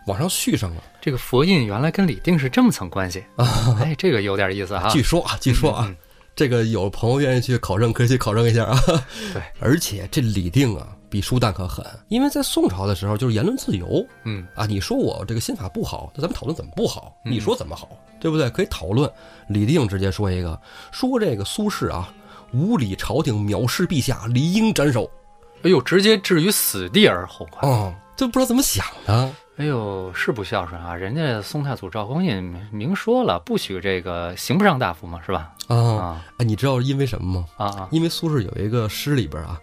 往上续上了。
这个佛印原来跟李定是这么层关系，
啊
哎，这个有点意思 哈。
据说啊，据说啊，
嗯嗯
这个有朋友愿意去考证，可以去考证一下啊。
对，
而且这李定啊，比舒旦可狠，因为在宋朝的时候就是言论自由，
嗯，
啊，你说我这个新法不好，那咱们讨论怎么不好？
嗯
你说怎么好，对不对？可以讨论。李定直接说一个，说这个苏轼啊，无礼朝廷，藐视陛下，理应斩首。
哎呦，直接置于死地而后快。
嗯，这不知道怎么想的。啊
哎呦，是不孝顺啊！人家宋太祖赵匡胤明说了，不许这个刑不上大夫嘛，是吧？
啊，
啊
哎，你知道因为什么吗？
啊啊！
因为苏轼有一个诗里边啊，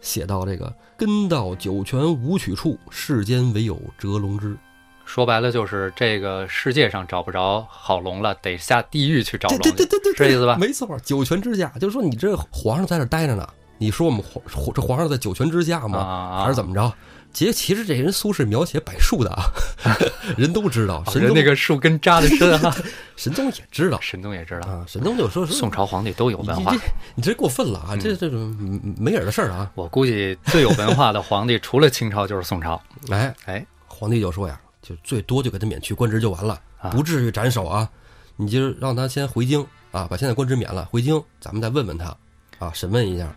写到这个“根到九泉无曲处，世间唯有折龙枝
说白了就是这个世界上找不着好龙了，得下地狱去”。找
对
龙
对对
去。
对对，
是这意思吧
没错，九泉之下，就是说你这皇上在这儿待着呢，你说我们皇皇这皇上在九泉之下
啊
吗？
啊啊！
还是怎么着？其实其实这人苏轼描写柏树的啊， 人都知道，
啊？
神
人
宗、
那个树根扎的深 啊！
神宗也知道
神宗也知道，
啊，神宗就说说
宋朝皇帝都有
你
文
这
化。
你这过分了啊，这这种嗯没影儿的事儿啊，
我估计最有文化的皇帝，除了清朝就是宋朝。
哎，
哎，
皇帝就说呀，就最多就给他免去官职就完了，
啊
不至于斩首啊，你就让他先回京啊，把现在官职免了，回京咱们再问问他啊，审问一下。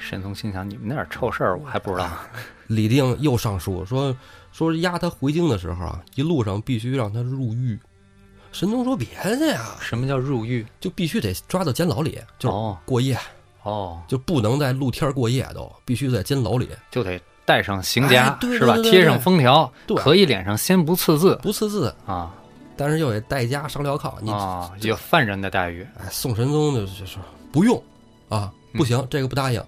沈宗心想：你们那点臭事儿我还不知道。
啊李定又上书说说押他回京的时候啊，一路上必须让他入狱，神农说别的呀，
什么叫入狱？
就必须得抓到监牢里，就
哦
过夜，
哦，
就不能在露天过夜都，必须在监牢里，
就得带上行夹、
哎对对
是吧？
对对
贴上封条，
对
可以脸上先不刺字
不刺字，
啊
但是又得带家上镣铐。你、
啊，有犯人的待遇。
哎，宋神宗就是说不用啊，不行，这个不答应，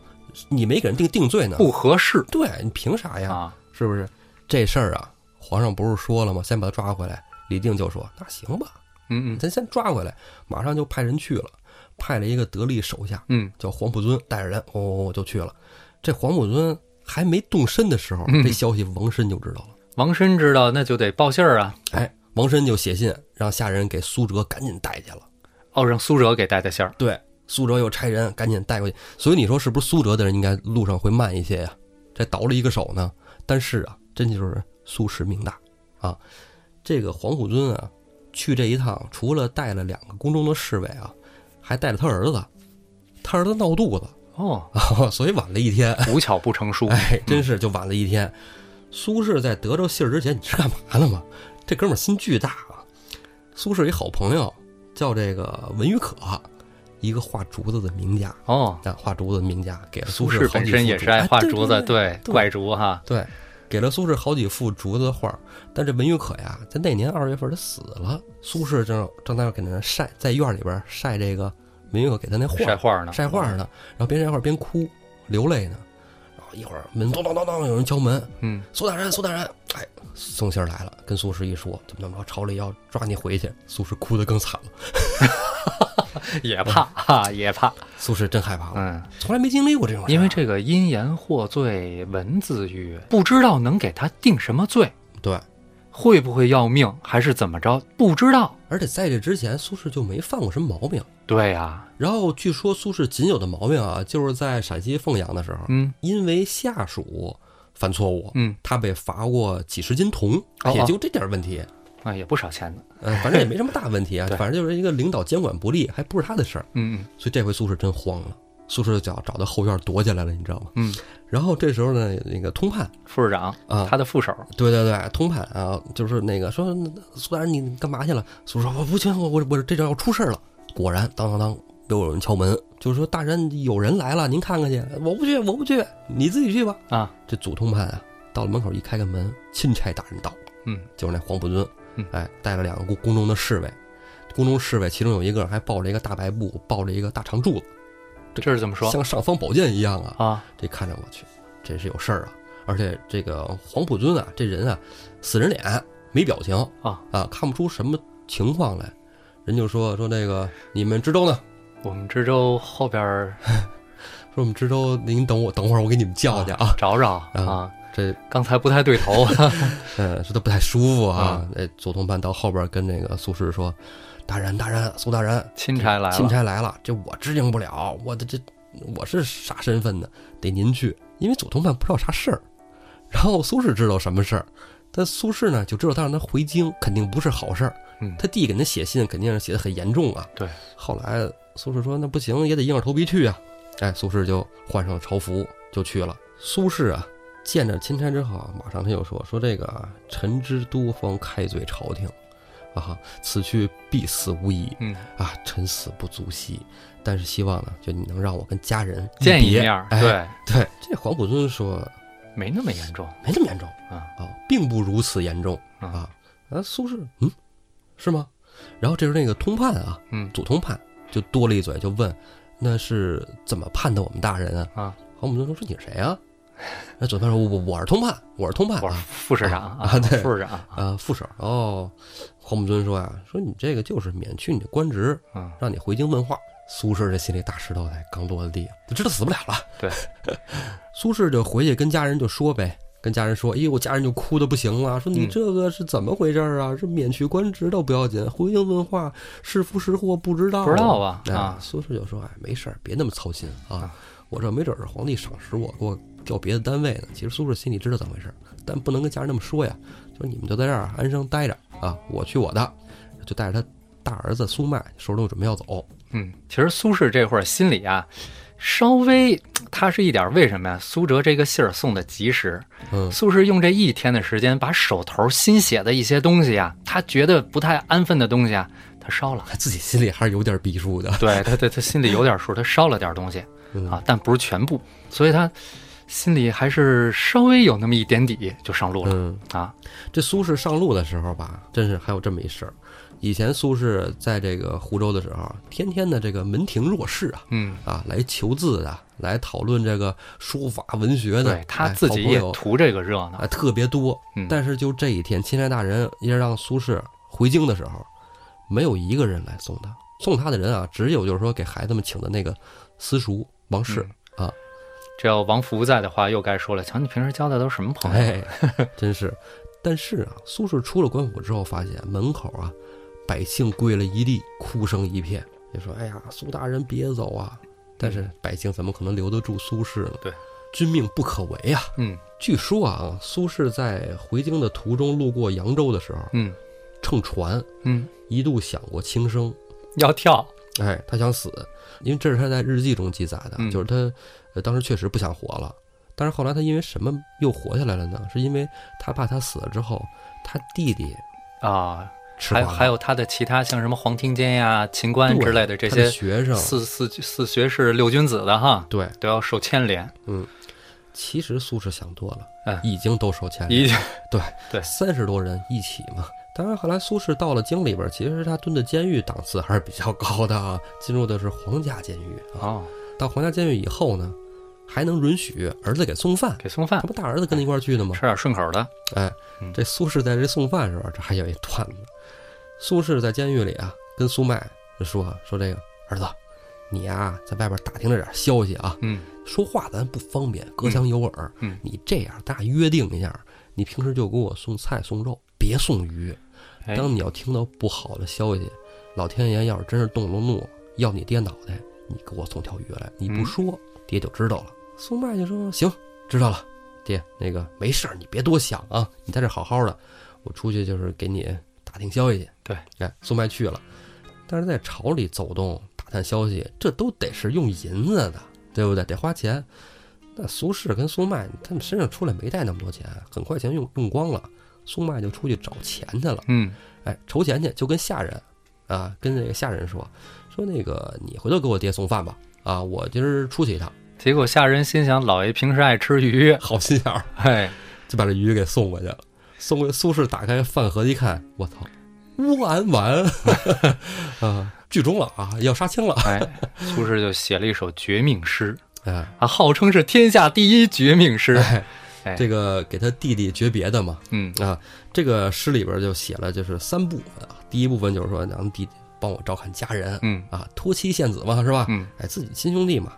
你没给人定定罪呢，
嗯不合适
对你凭啥呀？
啊，
是不是？这事儿啊，皇上不是说了吗？先把他抓回来。李定就说：“那行吧，
嗯嗯
咱先抓回来。”马上就派人去了，派了一个得力手下
嗯，
叫黄埔尊，带着人哦哦哦就去了。这黄埔尊还没动身的时候，
嗯
这消息王申就知道了。
王申知道那就得报信儿啊，
哎，王申就写信让下人给苏辙赶紧带去了。
哦，让苏辙给带带信儿。
对，苏辙又差人赶紧带过去。所以你说是不是苏辙的人应该路上会慢一些呀、这倒了一个手呢。但是啊，真就是苏轼命大啊。这个黄埔尊啊，去这一趟，除了带了两个宫中的侍卫啊，还带了他儿子。他儿子闹肚子，
哦，
所以晚了一天。
无巧不成书。
哎，真是就晚了一天。苏轼在得着信儿之前，你知道干嘛了吗？这哥们儿心巨大啊！苏轼一好朋友叫这个文与可，一个画竹子的名家。
哦，
啊，画竹子名家给了
苏
轼
轼
好
本
几
身
幅
也是爱画竹子，
哎对
对，
对
怪竹哈。
对对给了苏轼好几幅竹子画。但这文与可呀，在那年二月份他死了，苏轼正正在那儿给那晒，在院里边晒这个文与可给他那画，
晒画
啊
呢，
晒画呢，然后边晒画边哭，流泪呢。然后一会儿门咚咚咚咚有人敲门，
嗯，
苏大人，苏大人，哎，送信儿来了，跟苏轼一说，怎么怎么着，朝里要抓你回去。苏轼哭得更惨了，
也怕
嗯
哈，也怕。
苏轼真害怕了，
嗯，
从来没经历过这种事儿，
因为这个因言获罪，文字狱，不知道能给他定什么罪，
对，
会不会要命，还是怎么着，不知道。
而且在这之前，苏轼就没犯过什么毛病。
对呀、
然后据说苏轼仅有的毛病啊，就是在陕西凤阳的时候，
嗯
因为下属犯错误，
嗯，
他被罚过几十斤铜，
哦
也就这点问题，
啊，也不少钱呢。
呃，反正也没什么大问题啊，
对
反正就是一个领导监管不力，还不是他的事儿，
嗯
所以这回苏轼真慌了，苏轼就找找到后院躲起来了，你知道吗？
嗯，
然后这时候呢，那个通判，
嗯，副市长，
啊
他的副手，
对对对，通判啊，就是那个说苏大人你干嘛去了？苏轼说我不行，我我我这就要出事儿了。果然，当当当，又有人敲门，就是说大人有人来了，您看看去。我不去，我不去，你自己去吧。
啊，
这祖通判啊，到了门口一开开门，钦差大人到了，
嗯，
就是那黄埔尊
嗯，
哎，带了两个宫宫中的侍卫，宫中侍卫其中有一个还抱着一个大白布，抱着一个大长柱子，这
这是怎么说
像尚方宝剑一样啊。
啊？
这看着我去，这是有事儿啊！而且这个黄埔尊啊，这人啊，死人脸，没表情
啊
看不出什么情况来。人就说说那个你们知州呢？
我们知州后边儿
说我们知州，您等我等会儿，我给你们叫去啊。
找找
嗯
啊，
这
刚才不太对 头。
呃，说他不太舒服啊。哎，左通判到后边跟那个苏轼说：“大人，大人，苏大人，
钦差来
钦
了，
差来了，这我支应不了，我的这我是啥身份呢？得您去，因为左通判不知道啥事儿，然后苏轼知道什么事儿，但苏轼呢就知道他让他回京肯定不是好事儿，
嗯
他弟给他写信肯定是写的很严重啊。
对，
后来苏轼说那不行，也得硬着头皮去啊，哎，苏轼就换上了朝服就去了。苏轼啊。见着钦差之后啊，马上他就说：“说这个啊臣之多方开罪朝廷，啊哈，此去必死无疑。
嗯，
啊，臣死不足惜，但是希望呢，就你能让我跟家人
见一
别
面儿，
哎、
对，
对，这黄埔尊说
没那么严重
没那么严重
啊。
啊，并不如此严重
嗯
啊。啊，苏轼，嗯，是吗？然后这时候那个通判啊，
嗯
主通判就多了一嘴，就问那是怎么判的我们大人啊？
啊，
黄埔尊说说你是谁啊？ 那主通判说我我是通判，我是通判
我是
啊。
副市长
啊对
副市长啊，
啊，副手哦，黄埔尊说啊，说你这个就是免去你的官职，
嗯，
让你回京问话。苏轼这心里大石头才刚落地，就知道死不了了。
对，
苏轼就回去跟家人就说呗，跟家人说，哎呦，我家人就哭的不行了，说你
嗯
这个是怎么回事儿啊？是免去官职倒不要紧，回京问话是福是祸不知道，
不知道啊
哎
啊
苏轼就说，哎，没事儿，别那么操心啊
啊，
我这没准儿是皇帝赏识我，给我调别的单位呢。其实苏轼心里知道怎么回事儿，但不能跟家人那么说呀，就是你们就在这儿安生待着啊，我去我的，就带着他大儿子苏迈手里就准备要走。
嗯，其实苏轼这会儿心里啊，稍微踏实一点。为什么呀？苏辙这个信儿送的及时，
嗯
苏轼用这一天的时间，把手头新写的一些东西啊，他觉得不太安分的东西啊，他烧了。
他自己心里还是有点逼数 的。
对他，他他心里有点数，他烧了点东西
嗯
啊，但不是全部，所以他心里还是稍微有那么一点底，就上路了
嗯，
啊。
这苏轼上路的时候吧，真是还有这么一事儿。以前苏轼在这个湖州的时候，天天的这个门庭若市啊，
嗯，
啊，来求字的，来讨论这个书法文学的，
对他
哎
自己也
好朋友
图这个热闹
啊，特别多。
嗯
但是就这一天，钦差大人也让苏轼回京的时候，没有一个人来送他。送他的人啊，只有就是说给孩子们请的那个私塾王氏。啊。
嗯这要王福在的话，又该说了，瞧你平时交的都是什么朋友？
哎，真是。但是啊，苏轼出了官府之后，发现门口啊，百姓跪了一地，哭声一片，就说：“哎呀，苏大人别走啊！”但是百姓怎么可能留得住苏轼呢？
对，
君命不可违啊呀、
嗯
据说啊，苏轼在回京的途中路过扬州的时候，
嗯
乘船
嗯，
一度想过轻生，
要跳，
哎，他想死，因为这是他在日记中记载的，
嗯
就是他、呃、当时确实不想活了，但是后来他因为什么又活下来了呢？是因为他怕他死了之后，他弟弟
啊，
吃
还
瓜
有还有他的其他像什么黄庭坚呀、秦观之类的这
他的
些
学生，
四四四学士六君子的哈，
对，
都要受牵连。
其实苏轼想多了，
嗯
已经都收钱了，
已经
三十多人一起嘛。当然，后来苏轼到了京里边，其实他蹲的监狱档次还是比较高的啊，进入的是皇家监狱啊。
哦，
到皇家监狱以后呢，还能允许儿子给送饭，
给送
他
饭，
不大儿子跟他一块儿去的吗
吃？点顺口的。
哎
嗯，
这苏轼在这送饭时候，这还有一段子。苏轼在监狱里啊，跟苏迈就说说这个儿子，你呀、在外边打听着点消息啊，
嗯
说话咱不方便，隔墙有耳。
嗯嗯
你这样，咱俩约定一下，你平时就给我送菜送肉，别送鱼。
哎
当你要听到不好的消息，老天爷要是真是动了怒，要你爹脑袋，你给我送条鱼来。你不
嗯
说，爹就知道了。苏迈就说：“行，知道了，爹，那个没事儿，你别多想啊，你在这好好的，我出去就是给你打听消息去。”
对，
哎，苏迈去了，但是在朝里走动打探消息，这都得是用银子的，对不对？得花钱。那苏轼跟苏迈他们身上出来没带那么多钱，很快钱用用光了，苏迈就出去找钱去了。
嗯
哎，筹钱去，就跟下人啊，跟这个下人说，说那个你回头给我爹送饭吧，啊，我今儿出去一趟，
结果下人心想，老爷平时爱吃鱼，
好心眼儿，
哎，
就把这鱼给送过去了。送过去，苏轼打开饭盒一看，我操，乌丸丸， 啊，剧终了啊，要杀青了，
哎，苏轼就写了一首绝命诗
哎，
啊，号称是天下第一绝命诗。
哎
哎
这个给他弟弟诀别的嘛，
嗯
啊，这个诗里边就写了就是三部分啊，第一部分就是说让弟弟帮我照看家人，
嗯
啊，托妻献子嘛，是吧？
嗯，
哎，自己亲兄弟嘛。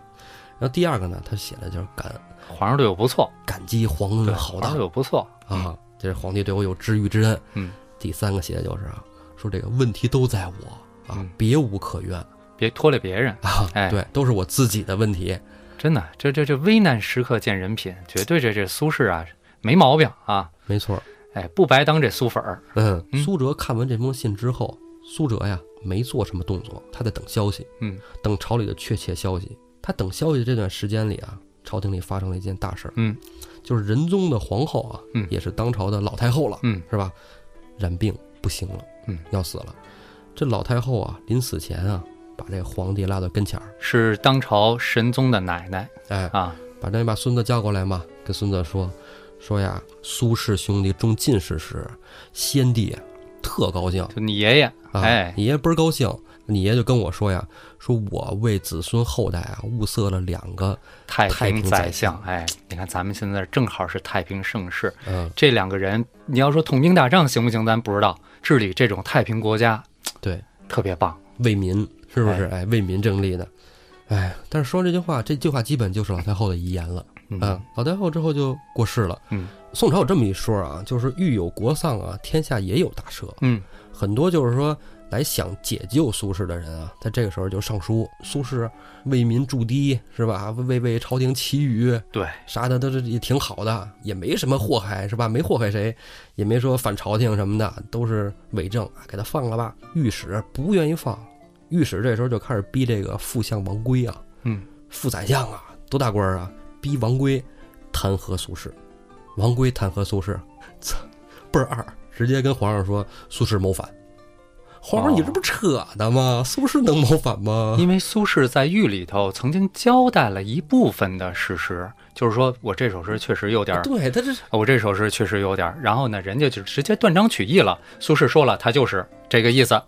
然后第二个呢，他写的就是感
皇上对我不错，
感激皇
对，
恩浩
皇上
荡
对我不错。
啊，这是皇帝对我有知遇之恩。
嗯，
第三个写的就是啊，说这个问题都在我啊
嗯，
别无可怨
别拖累别人，
啊
哎，
对，都是我自己的问题。
真的，这这这危难时刻见人品，绝对这这苏轼啊没毛病啊，
没错，
哎，不白当这苏粉儿。
嗯，
嗯
苏辙看完这封信之后，苏辙呀没做什么动作，他在等消息，
嗯，
等朝里的确切消息。他等消息这段时间里啊，朝廷里发生了一件大事儿，
嗯，
就是仁宗的皇后啊，
嗯
也是当朝的老太后了，
嗯，
是吧？染病不行了，
嗯，
要死了。这老太后啊，临死前啊，把这皇帝拉到跟前儿，
是当朝神宗的奶奶
哎，
啊，
把这把孙子叫过来嘛，跟孙子说，说呀，苏氏兄弟中进士时，先帝啊特高兴，
就你爷爷。
啊，
哎
你爷倍儿高兴，你爷就跟我说呀，说我为子孙后代啊物色了两个，
太
太
平
平
宰
宰
相，哎，你看咱们现在正好是太平盛世，
嗯，
这两个人，你要说统兵打仗行不行，咱不知道。治理这种太平国家
对，
特别棒，
为民是不是？哎，为民争利的，哎，但是说这句话，这句话基本就是老太后的遗言了。
嗯
啊，老太后之后就过世了。
嗯，
宋朝有这么一说啊，就是欲有国丧啊，天下也有大赦。
嗯
很多就是说来想解救苏轼的人啊，在这个时候就上书，苏轼为民筑堤是吧？为为朝廷祈雨，
对，
啥的，都是也挺好的，也没什么祸害是吧？没祸害谁，也没说反朝廷什么的，都是伪证啊，给他放了吧。御史不愿意放，御史这时候就开始逼这个副相王圭啊，
嗯，
副宰相啊，多大官儿啊，逼王圭弹劾苏轼。王圭弹劾苏轼，操，倍儿二，直接跟皇上说苏轼谋反。皇上，你这不扯的吗？苏轼能谋反吗？
因为苏轼在狱里头曾经交代了一部分的事实，就是说我这首诗确实有点儿，
对他这是
我这首诗确实有点儿。然后呢，人家就直接断章取义了。苏轼说了，他就是这个意思。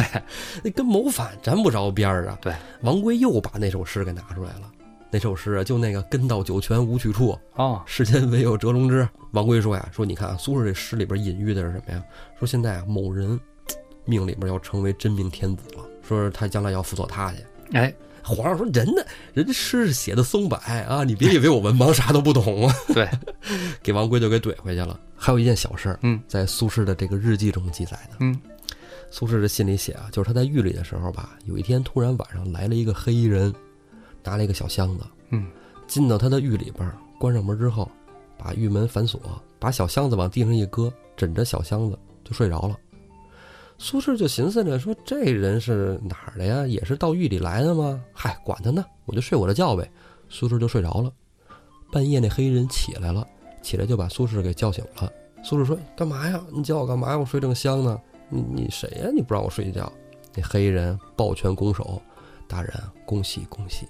那跟谋反沾不着边儿啊。
对，
王圭又把那首诗给拿出来了。那首诗啊，就那个“根到九泉无去处，
哦，
世间唯有折中之。”王圭说呀，说你看啊，苏轼这诗里边隐喻的是什么呀？说现在啊，某人嘖命里边要成为真命天子了，说是他将来要辅佐他去。
哎，
皇上说：“人呢，人家诗是写的松柏啊，你别以为我文盲啥都不懂啊。”
对，
给王圭就给怼回去了。还有一件小事儿，
嗯，
在苏轼的这个日记中记载的，
嗯，
苏轼的信里写啊，就是他在狱里的时候吧，有一天突然晚上来了一个黑衣人，拿了一个小箱子，
嗯，
进到他的狱里边儿，关上门之后，把狱门反锁，把小箱子往地上一搁，枕着小箱子就睡着了。苏轼就寻思着说：“这人是哪儿的呀？也是到狱里来的吗？嗨，管他呢，我就睡我的觉呗。”苏轼就睡着了。半夜那黑衣人起来了，起来就把苏轼给叫醒了。苏轼说：“干嘛呀？你叫我干嘛呀？我睡正香呢。你你谁呀？你不让我睡觉？”那黑衣人抱拳拱手：“大人，恭喜恭喜！”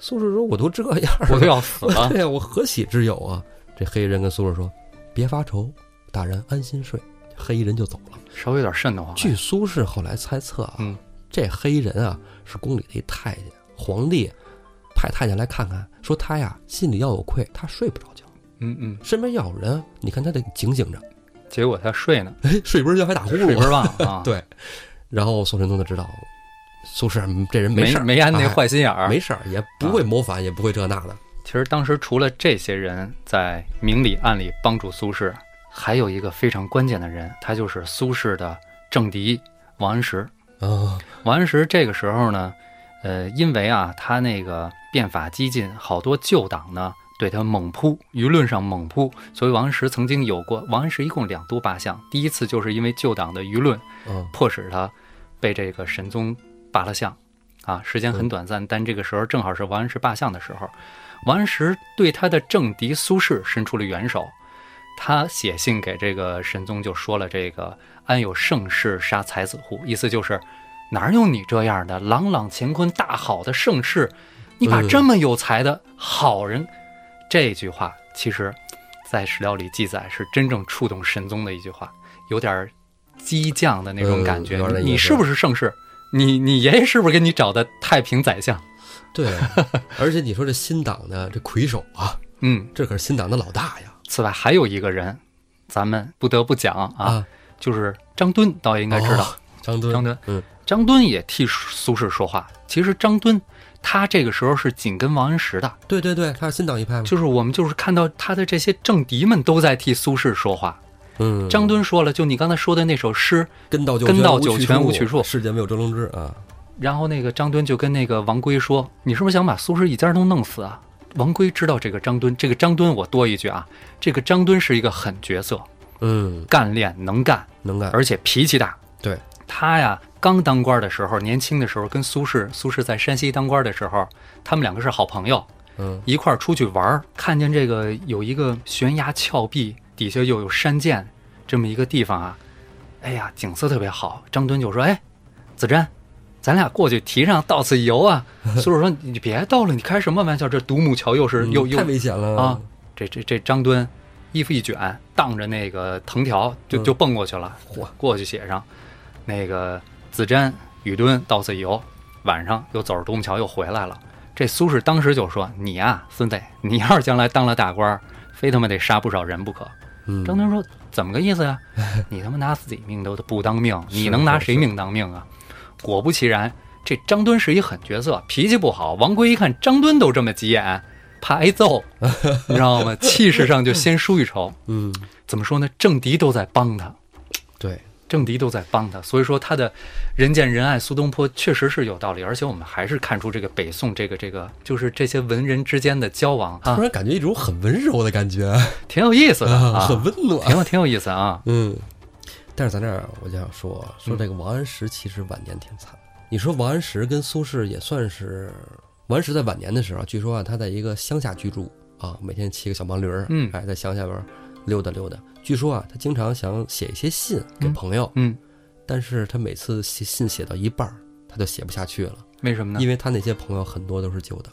苏轼说：“我都这样了，
我都要死
我
了。
对呀、我何喜之有啊？这黑衣人跟苏轼说：“别发愁，大人安心睡。”黑衣人就走了。
稍微有点瘆得慌。
据苏轼后来猜测啊，
嗯
这黑衣人啊是宫里的一太监，皇帝派太监来看看，说他呀心里要有愧，他睡不着觉，
嗯嗯，
身边要有人，你看他得警醒着，
结果他睡呢，
哎，睡不着觉还打呼
睡
噜。
不。忘啊
对，然后宋神宗就知道苏轼这人
没
事儿，
没安那
哎
坏心眼儿。
没事儿，也不会谋反，也不会这那的。
其实当时除了这些人在明里暗里帮助苏轼，还有一个非常关键的人，他就是苏轼的政敌王安石。
啊，
王安石这个时候呢，呃，因为啊，他那个变法激进，好多旧党呢对他猛扑，舆论上猛扑，所以王安石曾经有过，王安石一共两度罢相，第一次就是因为旧党的舆论
嗯，
迫使他被这个神宗罢了相，啊，时间很短暂，但这个时候正好是王安石罢相的时候，王安石对他的政敌苏轼伸出了援手，他写信给这个神宗就说了这个“安有盛世杀才子乎”，意思就是哪有你这样的朗朗乾坤大好的盛世，你把
嗯
这么有才的好人，这句话其实，在史料里记载是真正触动神宗的一句话，有点儿激将的那种感觉。
嗯有点儿那意思
你是不是盛世？你你爷爷是不是给你找的太平宰相？
对， 而且你说这新党的这魁首啊，
嗯，
这可是新党的老大呀
此外还有一个人，咱们不得不讲啊，
啊，
就是张敦，导演应该知道。
哦张敦，
张敦，
嗯，
张敦也替苏轼说话。其实张敦他这个时候是紧跟王安石的，
对对对，他是新党一派嘛，
就是我们就是看到他的这些政敌们都在替苏轼说话。
嗯，
张敦说了，就你刚才说的那首诗，
跟到九
跟到
无
九
去
泉无去处
世间没有周龙之啊，
然后那个张敦就跟那个王圭说：“你是不是想把苏轼一家都弄死啊？”王圭知道这个张敦，这个张敦我多一句啊，这个张敦是一个狠角色，
嗯，
干练能干，
能干，
而且脾气大。
对，
他呀，刚当官的时候，年轻的时候跟苏轼，苏轼在山西当官的时候，他们两个是好朋友，
嗯
一块儿出去玩儿，看见这个有一个悬崖峭壁，底下又有山涧，这么一个地方啊，哎呀，景色特别好。张敦就说：“哎，子瞻，咱俩过去提上到此一游啊。”苏轼说：“你别逗了，你开什么玩笑？这独木桥又是
嗯
又又
太危险了
啊！”这这这张敦衣服一卷，荡着那个藤条就
嗯
就蹦过去了，
嚯
过去写上那个子瞻、雨敦到此一游，晚上又走着独木桥又回来了。这苏轼当时就说：“你呀、孙子，你要是将来当了大官儿，非他妈得杀不少人不可。”
嗯
张敦说：“怎么个意思 呀、你他妈拿自己命都不当命，你能拿谁命当命啊？”果不其然，这张敦是一狠角色，脾气不好。王圭一看张敦都这么急眼，怕挨 揍，你知道吗？气势上就先输一筹。
嗯，
怎么说呢？政敌都在帮他，
对，
政敌都在帮他，所以说他的人见人爱苏东坡确实是有道理，而且我们还是看出这个北宋这个这个就是这些文人之间的交往啊
突，然感觉一种很温柔的感觉，
挺有意思的
啊
啊
很，温暖，
挺有挺有意思啊。
嗯。但是咱这儿啊我就想说，说这个王安石其实晚年挺惨的。你说王安石跟苏轼也算是完石在晚年的时候，据说啊，他在一个乡下居住啊，每天骑个小毛驴儿，
嗯
哎，在乡下边儿溜达溜达。据说啊，他经常想写一些信给朋友，
嗯，
但是他每次写信写到一半儿，他就写不下去了，
为什么呢？
因为他那些朋友很多都是旧党，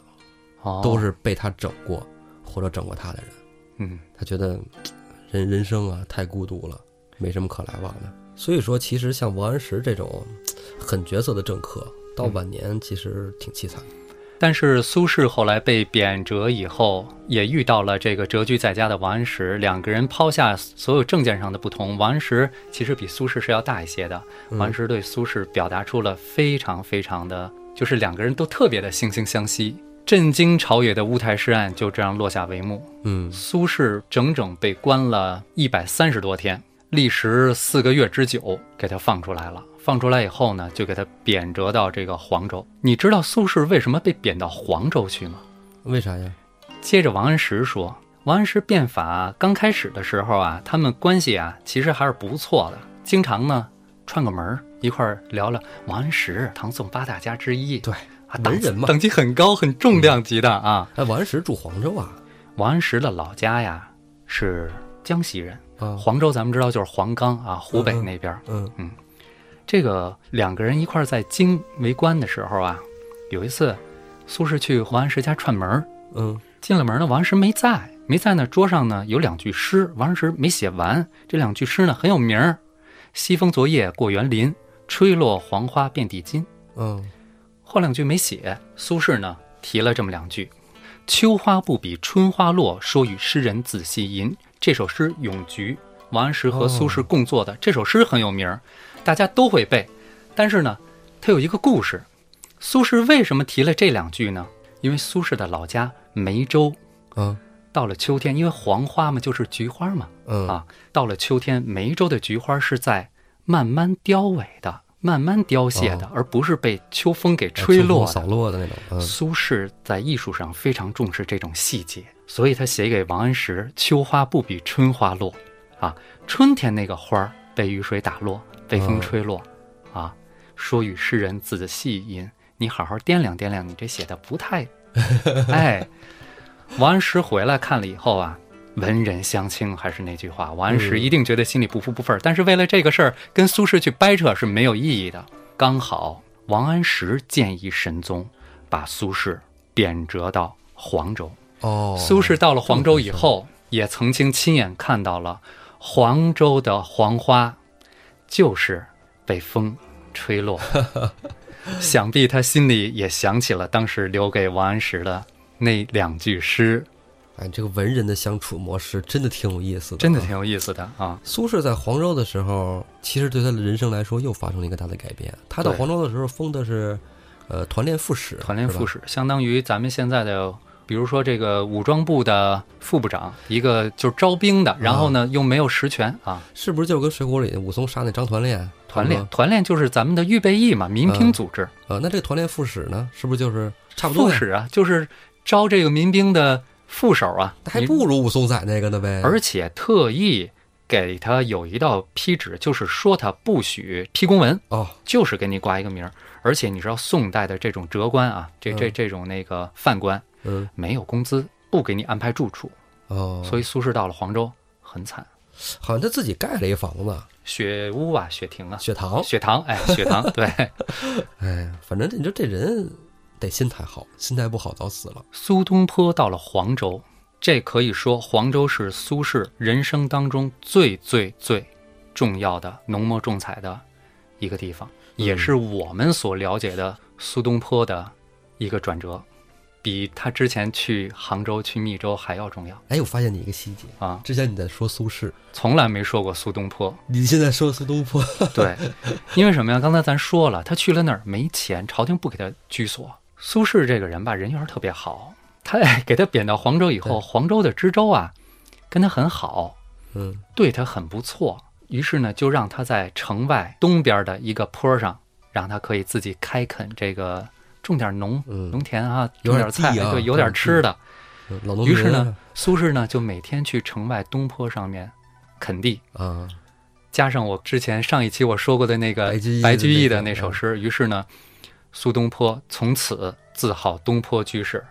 嗯哦，
都是被他整过或者整过他的人。
嗯
他觉得人人生啊太孤独了，没什么可来往的。所以说，其实像王安石这种狠角色的政客，到晚年其实挺凄惨的。
但是苏轼后来被贬谪以后，也遇到了这个谪居在家的王安石，两个人抛下所有政见上的不同，王安石其实比苏轼是要大一些的。王安石对苏轼表达出了非常非常的，就是两个人都特别的惺惺相惜。震惊朝野的乌台诗案就这样落下帷幕。
嗯
苏轼整整被关了一百三十多天，历时四个月之久，给他放出来了。放出来以后呢，就给他贬谪到这个黄州。你知道苏轼为什么被贬到黄州去吗？
嗯为啥呀？
接着王安石说，王安石变法刚开始的时候啊，他们关系啊其实还是不错的，经常呢串个门儿一块儿聊聊王安石，唐宋八大家之一，
对，
啊，档
文
次
人嘛
等级很高，很重量级的啊。
哎，王安石住黄州啊？
王安石的老家呀是江西人，
啊，
黄州咱们知道就是黄冈啊，湖北那边儿。
嗯
这个两个人一块儿在京为官的时候啊，有一次，苏轼去王安石家串门儿，
嗯
进了门呢，王安石没在，没在呢，桌上呢有两句诗，王安石没写完，这两句诗呢很有名儿：“西风昨夜过园林，吹落黄花遍地金。”
嗯，
后两句没写，苏轼呢提了这么两句：“秋花不比春花落，说与诗人子细吟。”这首诗咏菊，王安石和苏轼共作的、这首诗很有名儿，大家都会背。但是呢，它有一个故事。苏轼为什么提了这两句呢？因为苏轼的老家梅州，
啊
到了秋天，因为黄花嘛就是菊花嘛，
嗯
啊，到了秋天，梅州的菊花是在慢慢凋萎的、慢慢凋谢的，而不是被秋风给吹落
哦哎秋风
的。
扫落的那种。嗯
苏轼在艺术上非常重视这种细节，所以他写给王安石“秋花不比春花落”，啊，春天那个花儿被雨水打落，被风
嗯
吹落，啊，说与诗人仔细吟，你好好掂量掂量，你这写的不太， 哎，王安石回来看了以后啊。文人相轻，还是那句话，王安石一定觉得心里不服不忿儿，但是为了这个事儿跟苏轼去掰扯是没有意义的。刚好王安石建议神宗把苏轼贬谪到黄州。
哦，
苏轼到了黄州以后，也曾经亲眼看到了黄州的黄花，就是被风吹落。想必他心里也想起了当时留给王安石的那两句诗，
哎，这个文人的相处模式真的挺有意思的，
真的挺
啊。
有意思的啊。
苏轼在黄州的时候，其实对他的人生来说又发生了一个大的改变。他到
对
黄州的时候封的是，呃，团练副使，
团练
是吧
副使相当于咱们现在的，比如说这个武装部的副部长，一个就是招兵的，然后呢又没有实权啊。
是不是就跟《水浒》里武松杀那张团练？
团
差
练
不多，
团练就是咱们的预备役嘛，民兵
嗯
组织。
呃，那这个团练副使呢，是不是就是差不多
副
呀？
使啊，就是招这个民兵的副手啊，
那还
你
不如武松仔那个呢呗。
而且特意给他有一道批旨，就是说他不许批公文，
哦，
就是给你挂一个名儿。而且你知道宋代的这种谪官啊，这这
嗯
这种那个犯官
嗯，
没有工资，不给你安排住处，
哦，
所
以
以苏轼到了黄州很惨，
好像他自己盖了一房子，
雪屋啊，雪亭啊，
血堂。
雪堂，哎，雪堂，对。
哎呀，反正这你说这人得心态好，心态不好早死了。
苏东坡到了黄州，这可以说黄州是苏轼人生当中最最最重要的浓墨重彩的一个地方，也是我们所了解的苏东坡的一个转折，比他之前去杭州、去密州还要重要
哎，我发现你一个细节，
啊！
之前你在说苏轼，
从来没说过苏东坡，
你现在说苏东 坡，
对，因为什么呀？刚才咱说了，他去了那儿没钱，朝廷不给他居所。苏轼这个人吧，人缘儿特别好，他给他贬到黄州以
对
后，黄州的知州啊，跟他很好，
嗯，
对他很不错。于是呢，就让他在城外东边的一个坡上，让他可以自己开垦这个种点农、
嗯
农田啊，
有
种
点
点菜，
地啊
对，有点
种
吃的。
嗯老农民
于
啊。
是呢，苏轼呢就每天去城外东坡上面垦地，
啊，
加上我之前上一期我说过的那个
白居易的
白居易的
那
那
首
首诗，于是呢，苏东坡从此自号东坡居士。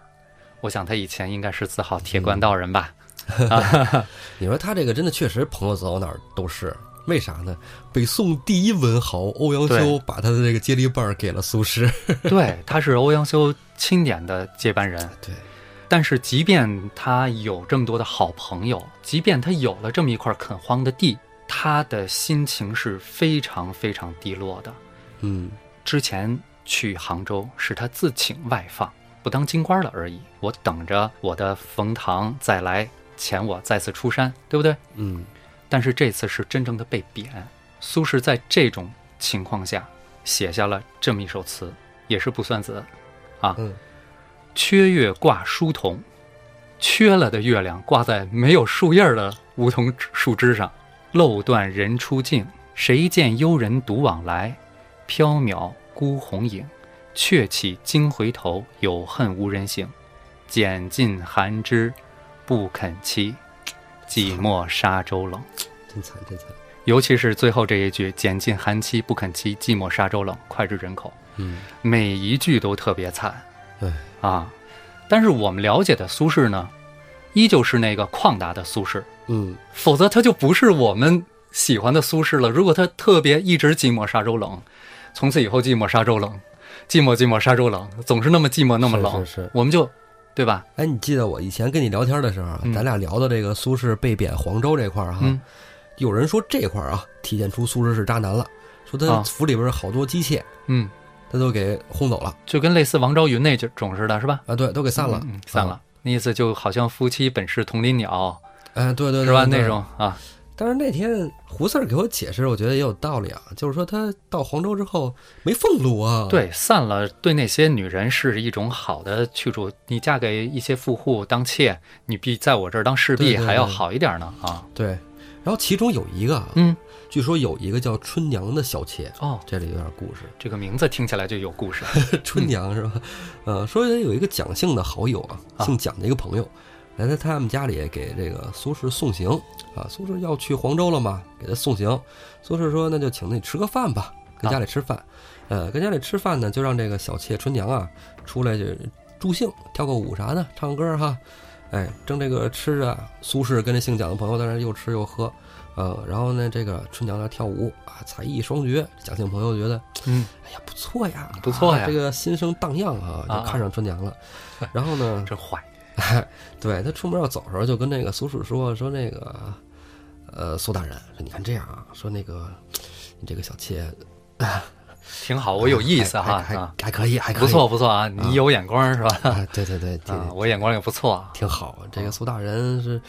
我想他以前应该是自号铁观道人吧？ 啊，
你说他这个真的确实朋友走到哪儿都是，为啥呢？北宋第一文豪欧阳修
对
把他的这个接力棒儿给了苏轼。
对，他是欧阳修钦点的接班人。
对，
但是，即便他有这么多的好朋友，即便他有了这么一块垦荒的地，他的心情是非常非常低落的。
嗯，
之前去杭州是他自请外放，不当京官了而已。我等着我的冯唐再来遣我再次出山，对不对？
嗯，
但是这次是真正的被贬。苏轼在这种情况下写下了这么一首词，也是《卜算子》啊，
嗯
缺月挂疏桐，缺了的月亮挂在没有树叶儿的梧桐树枝上，漏断人出境，谁见幽人独往来？缥缈孤鸿影，鹊起惊回头，有恨无人省。拣尽寒枝不肯栖，寂寞沙洲冷。
真惨，真惨。
尤其是最后这一句“拣尽寒妻不肯栖，寂寞沙洲冷，脍炙人口”，
嗯，
每一句都特别惨
对，
啊。但是我们了解的苏轼呢，依旧是那个旷达的苏轼，
嗯，
否则他就不是我们喜欢的苏轼了。如果他特别一直寂寞沙洲冷，从此以后寂寞沙洲冷，寂寞寂寞沙洲冷，总是那么寂寞那么
是
冷，
是是
我们就对吧？
哎，你记得我以前跟你聊天的时候啊，
嗯
咱俩聊的这个苏轼被贬黄州这块儿哈，
嗯
有人说这块儿啊，体现出苏轼是渣男了，说他
啊
府里边好多姬妾，
嗯，
他都给轰走了
就跟类似王昭云那种似的，是吧？
啊，对，都给散了，
嗯嗯散了。那意思就好像夫妻本是同林鸟，
哎，对对对，
嗯是吧？
对
那。种啊，
但是那天胡四儿给我解释，我觉得也有道理啊，就是说他到黄州之后没俸禄啊，，
对，散了对那些女人是一种好的去处。你嫁给一些富户当妾，你比在我这儿当侍
对
婢
对对
还要好一点呢啊。
对，然后其中有一个，啊，
嗯，
据说有一个叫春娘的小妾，
哦，
这里有点故事。
这个名字听起来就有 故事。
春娘是吧？呃，说有一个蒋姓的好友啊，
啊
姓蒋的一个朋友，来在他们家里给这个苏轼送行啊。苏轼要去黄州了嘛，给他送行。苏轼说：“那就请你吃个饭吧，跟家里吃饭。呃，跟家里吃饭呢，就让这个小妾春娘啊出来就助兴，跳个舞啥的，唱歌儿哈。哎，正这个吃着，苏轼跟这姓蒋的朋友在那儿又吃又喝，呃，然后呢，这个春娘在那儿跳舞啊，才艺双绝。蒋姓朋友觉得
嗯，
哎呀，不错呀，
不错呀
啊这个心生荡漾啊，
啊
就看上春娘 了。然后呢，
真坏。
对他出门要走的时候，就跟那个苏轼说说那个，呃，苏大人，说你看这样啊，说那个你这个小妾
挺好，啊我有意思
还
哈
还
啊，
还可以，还可以，
不错不错啊，你有眼光是吧？
啊，对对对，挺
啊，我眼光也不错啊。
挺好。这个苏大人是，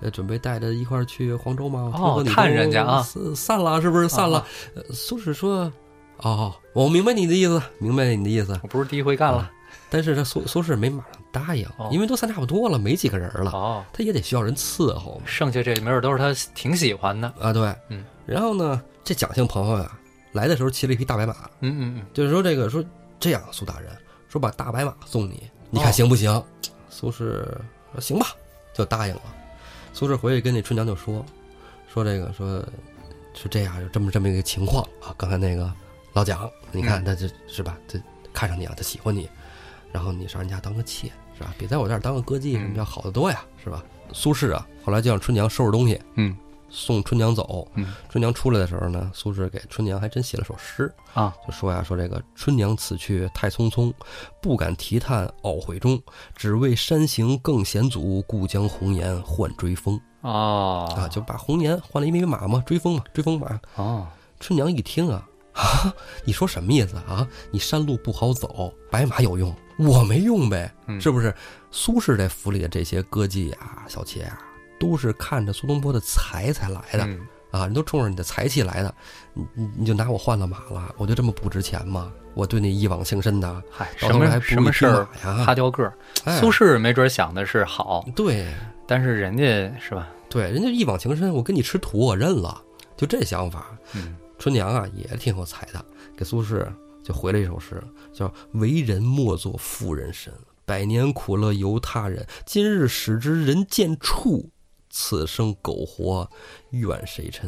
呃，准备带着一块儿去黄州吗？
哦
听说你都
看人家啊啊
散散了是不是？散了。呃苏轼说，哦，我明白你的意思，明白你的意思。
我不是第一回干了。
但是这苏苏轼没马上答应
哦，
因为都散差不多了，没几个人了，
哦，
他也得需要人伺候嘛。
剩下这没准都是他挺喜欢的。
啊，对，
嗯。
然后呢，这蒋姓朋友呀，来的时候骑了一匹大白马，
嗯嗯嗯，
就是说这个说这样，苏大人说把大白马送你，你看
哦
行不行？苏轼说行吧，就答应了。苏轼回去跟那春娘就说，说这个说是这样，有这么这么一个情况啊。刚才那个老蒋，你看
嗯
他这是吧？他看上你了，他喜欢你，然后你上人家当个妾是吧？比在我这儿当个歌妓什么
嗯
要好得多呀，是吧？苏轼啊，后来就让春娘收拾东西，
嗯，
送春娘走。
嗯
春娘出来的时候呢，苏轼给春娘还真写了首诗，
啊，
就说呀，说这个春娘此去太匆匆，不敢提叹懊悔中，只为山行更险阻，故将红颜换追风啊，
哦
就把红颜换了一匹马嘛，追风嘛，追风马。
哦，
春娘一听啊，啊，你说什么意思啊？你山路不好走，白马有用，我没用呗，
嗯
是不是？苏轼这府里的这些歌妓啊、小妾啊，都是看着苏东坡的才才来的。
嗯
啊，人都冲着你的才气来的，你你你就拿我换了马了，我就这么不值钱吗？我对你一往情深的，
嗨，
到
什
头来还
么
不
什么事儿啊
如一匹马呀
哈雕个儿？
哎
苏轼没准想的是好，
对
但是人家是吧？
对，人家一往情深，我跟你吃土，我认了，就这想法。
嗯，
春娘啊，也挺有才的，给苏轼就回了一首诗，叫“为人莫作妇人身，百年苦乐由他人。今日使之人间畜，此生苟活怨谁嗔？”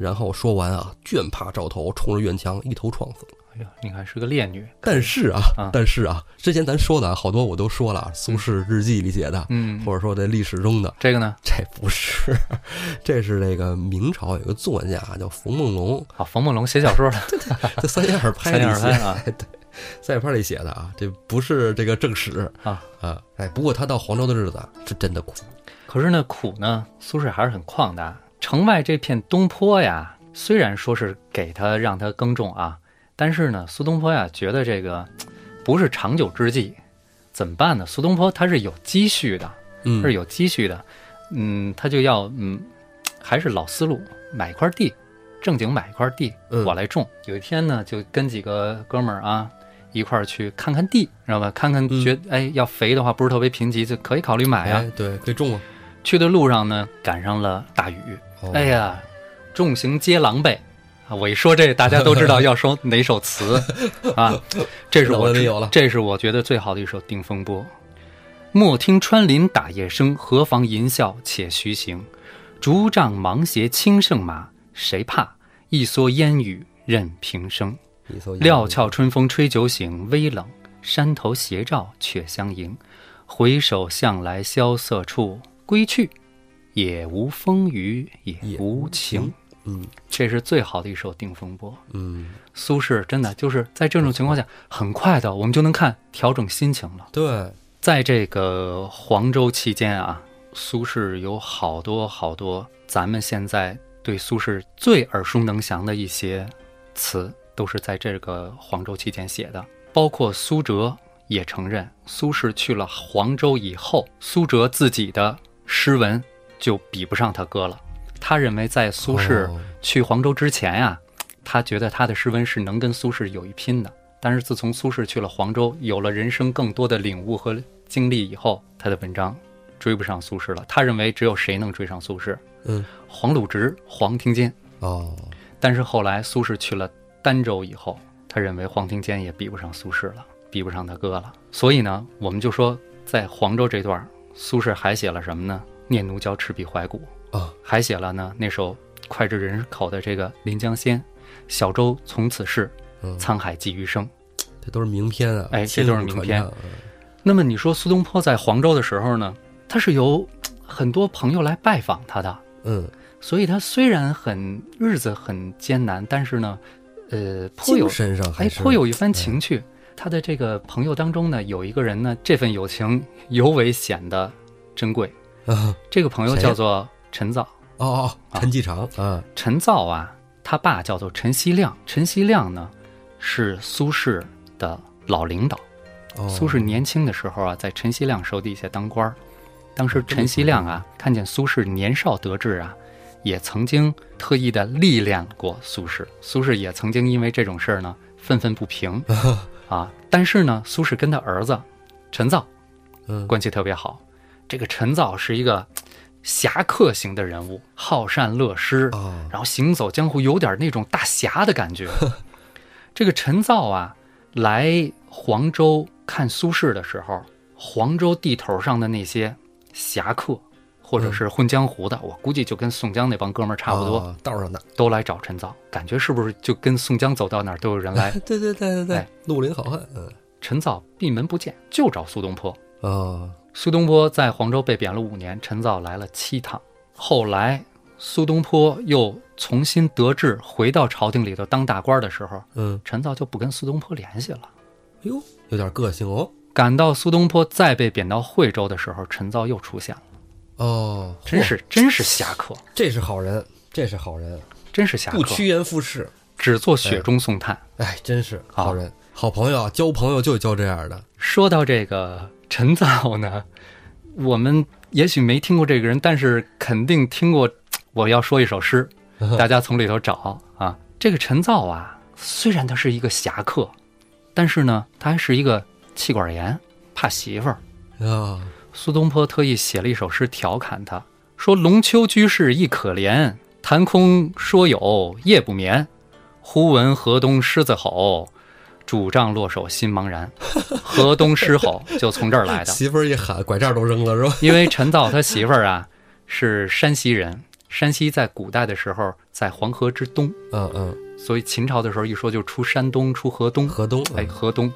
然后说完啊，倦怕照头，冲着院墙一头撞死。
哎呦你看是个烈女，
但是啊
啊，
但是啊，之前咱说的啊，好多我都说了啊，苏轼日记里写的，
嗯，
或者说在历史中的，
这个呢，
这不是， 这是那个明朝有个作家啊叫冯梦龙，
啊，冯梦龙写小说的，
在三言 二拍
三
里
言二
写
拍啊，
对，三言二拍里写的啊，这不是这个正史
啊
啊，哎，不过他到黄州的日子啊是真的苦，
可是呢，苦呢，苏轼还是很旷达。城外这片东坡呀，虽然说是给他让他耕种啊，但是呢，苏东坡呀觉得这个嘖不是长久之计，怎么办呢？苏东坡他是有积蓄的，
嗯，
是有积蓄的，嗯，他就要嗯，还是老思路，买一块地，正经买一块地，
嗯
我来种。有一天呢，就跟几个哥们儿啊一块儿去看看地，知道吧？看看
嗯
觉得、哎，要肥的话不是特别贫瘠，就可以考虑买啊
哎。，对，可以种啊，
去的路上呢，赶上了大雨，
哦
哎，呀，众行皆狼狈啊！我一说这，大家都知道要说哪 首词啊。这是
脑
我
子里
知
有了
这是我觉得最好的一首《定风波》。莫听穿林打叶声，何妨吟啸且徐行。竹杖芒鞋轻胜马，谁怕？一蓑烟雨任平生。
一艘一
料
艘
峭春风吹酒醒，微冷，山头斜照却相迎。回首向来萧瑟处，归去，也无风雨也
也
无晴。，
嗯
这是最好的一首《定风波》。
嗯，
苏轼真的就是在这种情况下，很快的我们就能看调整心情了。
对，
在这个黄州期间啊，苏轼有好多好多咱们现在对苏轼最耳熟能详的一些词，都是在这个黄州期间写的。包括苏辙也承认，苏轼去了黄州以后，苏辙自己的诗文就比不上他哥了。他认为，在苏轼
哦
去黄州之前呀、他觉得他的诗文是能跟苏轼有一拼的。但是自从苏轼去了黄州，有了人生更多的领悟和经历以后，他的文章追不上苏轼了。他认为只有谁能追上苏轼？
嗯，
黄鲁直、黄庭坚。
哦，
但是后来苏轼去了儋州以后，他认为黄庭坚也比不上苏轼了，比不上他哥了。所以呢，我们就说，在黄州这段儿，苏轼还写了什么呢？念奴娇，赤壁怀古
啊，
还写了呢那首脍炙人口的这个《临江仙》，小舟从此逝，
嗯
沧海寄余生。
这都是名篇啊，
哎这
千
都是
古
名
传
篇
唱啊，
那么你说苏东坡在黄州的时候呢，他是由很多朋友来拜访他的，
嗯，
所以他虽然很日子很艰难，但是呢，呃，颇有
精神上还
哎，
是
颇有一番情趣。他的这个朋友当中呢，有一个人呢，这份友情尤为显得珍贵。
啊，
这个朋友
谁呀
叫做陈造，
哦哦，陈继常啊，
陈造啊，他爸叫做陈希亮，陈希亮呢是苏轼的老领导。
哦
苏轼年轻的时候啊，在陈希亮手底下当官儿。当时陈希亮啊，看见苏轼年少得志啊，也曾经特意的历练过苏轼。苏轼也曾经因为这种事儿呢，愤愤不平啊。但是呢，苏轼跟他儿子陈造
嗯
关系特别好。这个陈造是一个侠客型的人物，好善乐施，
啊，
然后行走江湖有点那种大侠的感觉。这个陈造啊，来黄州看苏轼的时候，黄州地头上的那些侠客或者是混江湖的，我估计就跟宋江那帮哥们儿差不多，
啊，道上的，
都来找陈造，感觉是不是就跟宋江走到哪儿都有人来？
对对对对对
哎，
绿林好汉，嗯
陈造闭门不见，就找苏东坡。
啊，
苏东坡在黄州被贬了五年，陈造来了七趟。后来苏东坡又重新得志，回到朝廷里头当大官的时候，
嗯，
陈造就不跟苏东坡联系了。
哟，有点个性哦，
赶到苏东坡再被贬到惠州的时候，陈造又出现了，
哦，嚯
真是真是侠客，
这是好人，这是好人，
真是侠客
不，趋炎附势，
只做雪中送炭。
哎，真是好人，好朋友啊，交朋友就交这样的，
说到这个陈造呢， 我们也许没听过这个人，但是肯定听过。我要说一首诗，大家从里头找啊。这个陈造啊，虽然他是一个侠客，但是呢，他还是一个气管炎，怕媳妇儿。
啊，
苏东坡特意写了一首诗调侃他，说：“龙丘居士亦可怜，谈空说有夜不眠。忽闻河东狮子吼，拄杖落手心茫然。”河东狮吼就从这儿来的，
媳妇儿一喊，拐杖都扔了是吧？
因为陈造他媳妇儿啊是山西人，山西在古代的时候在黄河之东，
嗯嗯，
所以秦朝的时候一说就出山东、出河东。
河东，
哎，
嗯，
河东，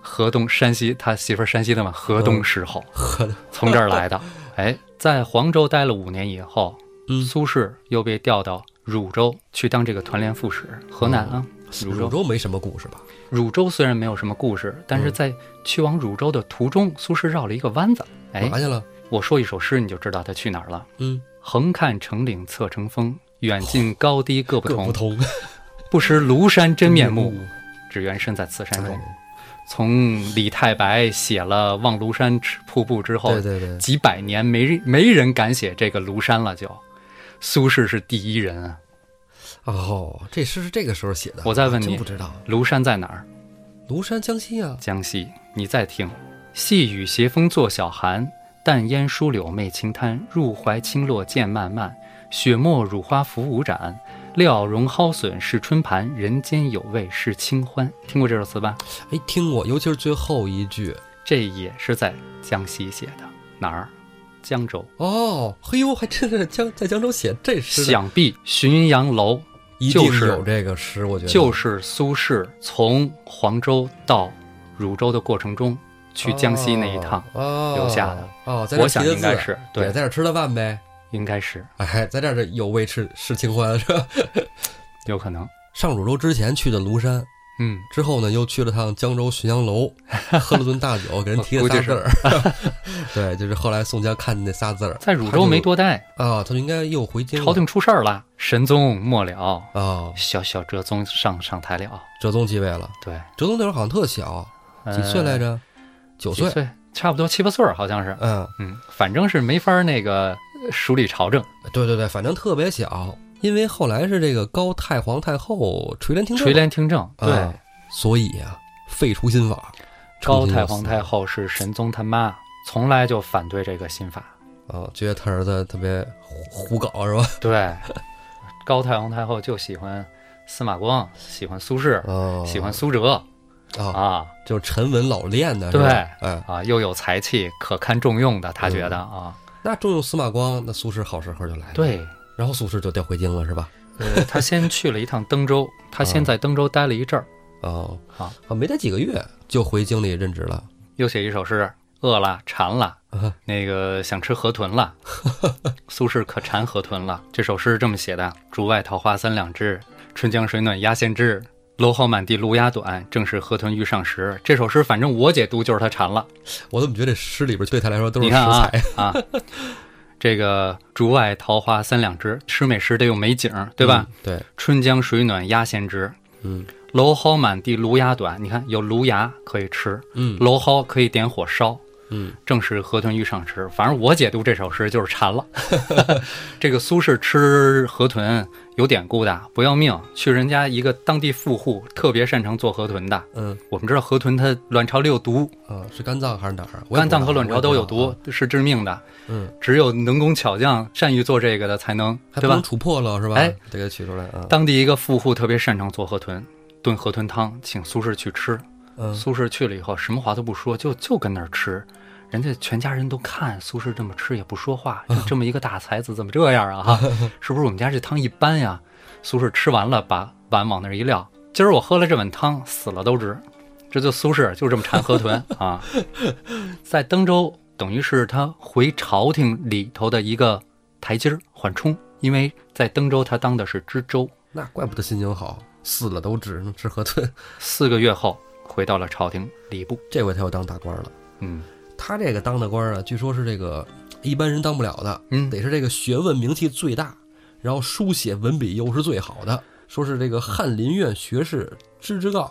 河东，山西，他媳妇儿山西的嘛，河
嗯
东狮吼
河 东，
从这儿来的。哎，在黄州待了五年以后，
嗯
苏轼又被调到汝州去当这个团练副使，河南啊。汝
汝
州，
州没什么故事吧？
汝州虽然没有什么故事，但是在去往汝州的途中，苏轼绕了一个弯子。哎，
嘛去了？
我说一首诗，你就知道他去哪儿了。
嗯，
横看成岭侧成峰，远近高低各不
各
同。
不同，
不识庐山 真面目，只缘身在此山中。从李太白写了《望庐山瀑布》之后
对，对对，
几百年没人没人敢写这个庐山了就，苏轼是第一人啊。
哦，这诗是这个时候写的，
我再问
还真
你
不知道，
庐山在哪儿？
庐山江西啊，
江西。你再听，细雨斜风作晓寒，淡烟疏柳媚晴滩。入怀清洛渐漫漫，雪沫乳花浮舞展。料容蒿笋是春盘，人间有味是清欢。听过这首词吧？
哎，听过，尤其是最后一句，
这也是在江西写的，哪儿？江州。
哦，嘿呦，还真是江在江州写这诗呢，
想必浔阳楼
一定
就是
有这个诗，我觉得
就是苏轼从黄州到汝州的过程中去江西那一趟，
哦
留下的
哦，在这
我
儿
想
提的
应该
字
是
也
对，
在这儿吃的饭呗，
应该是
哎，在这儿有味吃吃清欢是吧？
有可能。
上汝州之前去的庐山，
嗯，
之后呢又去了趟江州浔阳楼，喝了顿大酒，给人提了仨字儿。 对，就是后来宋江看见那仨字儿，
在汝州没多待，
啊，他就应该又回京了
朝廷出事儿了，神宗末了，
啊，
小小哲宗上上台了。
哲宗继位了。
对，
哲宗那会儿好像特小，
呃
几岁来？着？九
哎几
岁。
岁，差不多七八岁儿，好像是。
嗯，
嗯，反正是没法儿那个梳理朝政，
对对对，反正特别小。因为后来是这个高太皇太后垂帘听政，
垂帘听政。对，
啊所以啊，废除新法。
高太皇太后是神宗他妈，从来就反对这个新法。
啊，觉得他儿子特别胡胡搞是吧？
对，高太皇太后就喜欢司马光，喜欢苏轼，
啊，
喜欢苏辙
啊，
啊
就是沉稳老练的，是吧
对
哎，
啊，又有才气，可堪重用的，他觉得啊，
那重用司马光，那苏轼好时候就来了。，
对，
然后苏轼就调回京了，是吧？
呃，他先去了一趟登州，他先在登州待了一阵儿，
哦，
啊，
没待几个月就回京里任职了。
又写一首诗，饿了馋了
啊。
那个想吃河豚 了，苏轼可馋河豚了。这首诗是这么写的：竹外桃花三两枝，春江水暖鸭先知。蒌蒿满地芦芽短，正是河豚欲上时。这首诗反正我解读就是他馋了。
我怎么觉得这诗里边对他来说都是
你
食
看啊
材？
啊，这个竹外桃花三两枝，吃美食得有美景，对吧？
嗯？对，
春江水暖鸭先知，
嗯
蒌蒿满地芦芽短。你看有芦芽可以吃，
嗯
蒌蒿可以点火烧，
嗯，
正是河豚欲上时。反正我解读这首诗就是馋了。 这个苏轼吃河豚有典故的，不要命，去人家一个当地富户，特别擅长做河豚的。
嗯
我们知道河豚它卵巢里有毒，
啊，是肝脏还是哪儿？我也不
肝
知道
脏和卵巢都有毒。
我也不知道啊，
是致命的。
嗯，
只有能工巧匠善于做这个的才能，
还不
对
能
吧？
杵破了是吧？
哎，
得给它取出来啊。
当地一个富户特别擅长做河豚，炖河豚汤，请苏轼去吃。
嗯
苏轼去了以后，什么话都不说，就就跟那儿吃。人家全家人都看苏轼这么吃，也不说话，就这么一个大才子怎么这样啊？ 哈，是不是我们家这汤一般呀？苏轼吃完了，把碗往那儿一撂，今儿我喝了这碗汤，死了都值。这就苏轼就这么馋河豚啊， 在登州等于是他回朝廷里头的一个台阶儿缓冲，因为在登州他当的是知州。
那怪不得心情好，死了都值，能吃河豚。
四个月后回到了朝廷礼部，
这回他又当大官了。
嗯
他这个当的官啊，据说是这个一般人当不了的，
嗯，
得是这个学问名气最大，然后书写文笔又是最好的，说是这个翰林院学士知之诰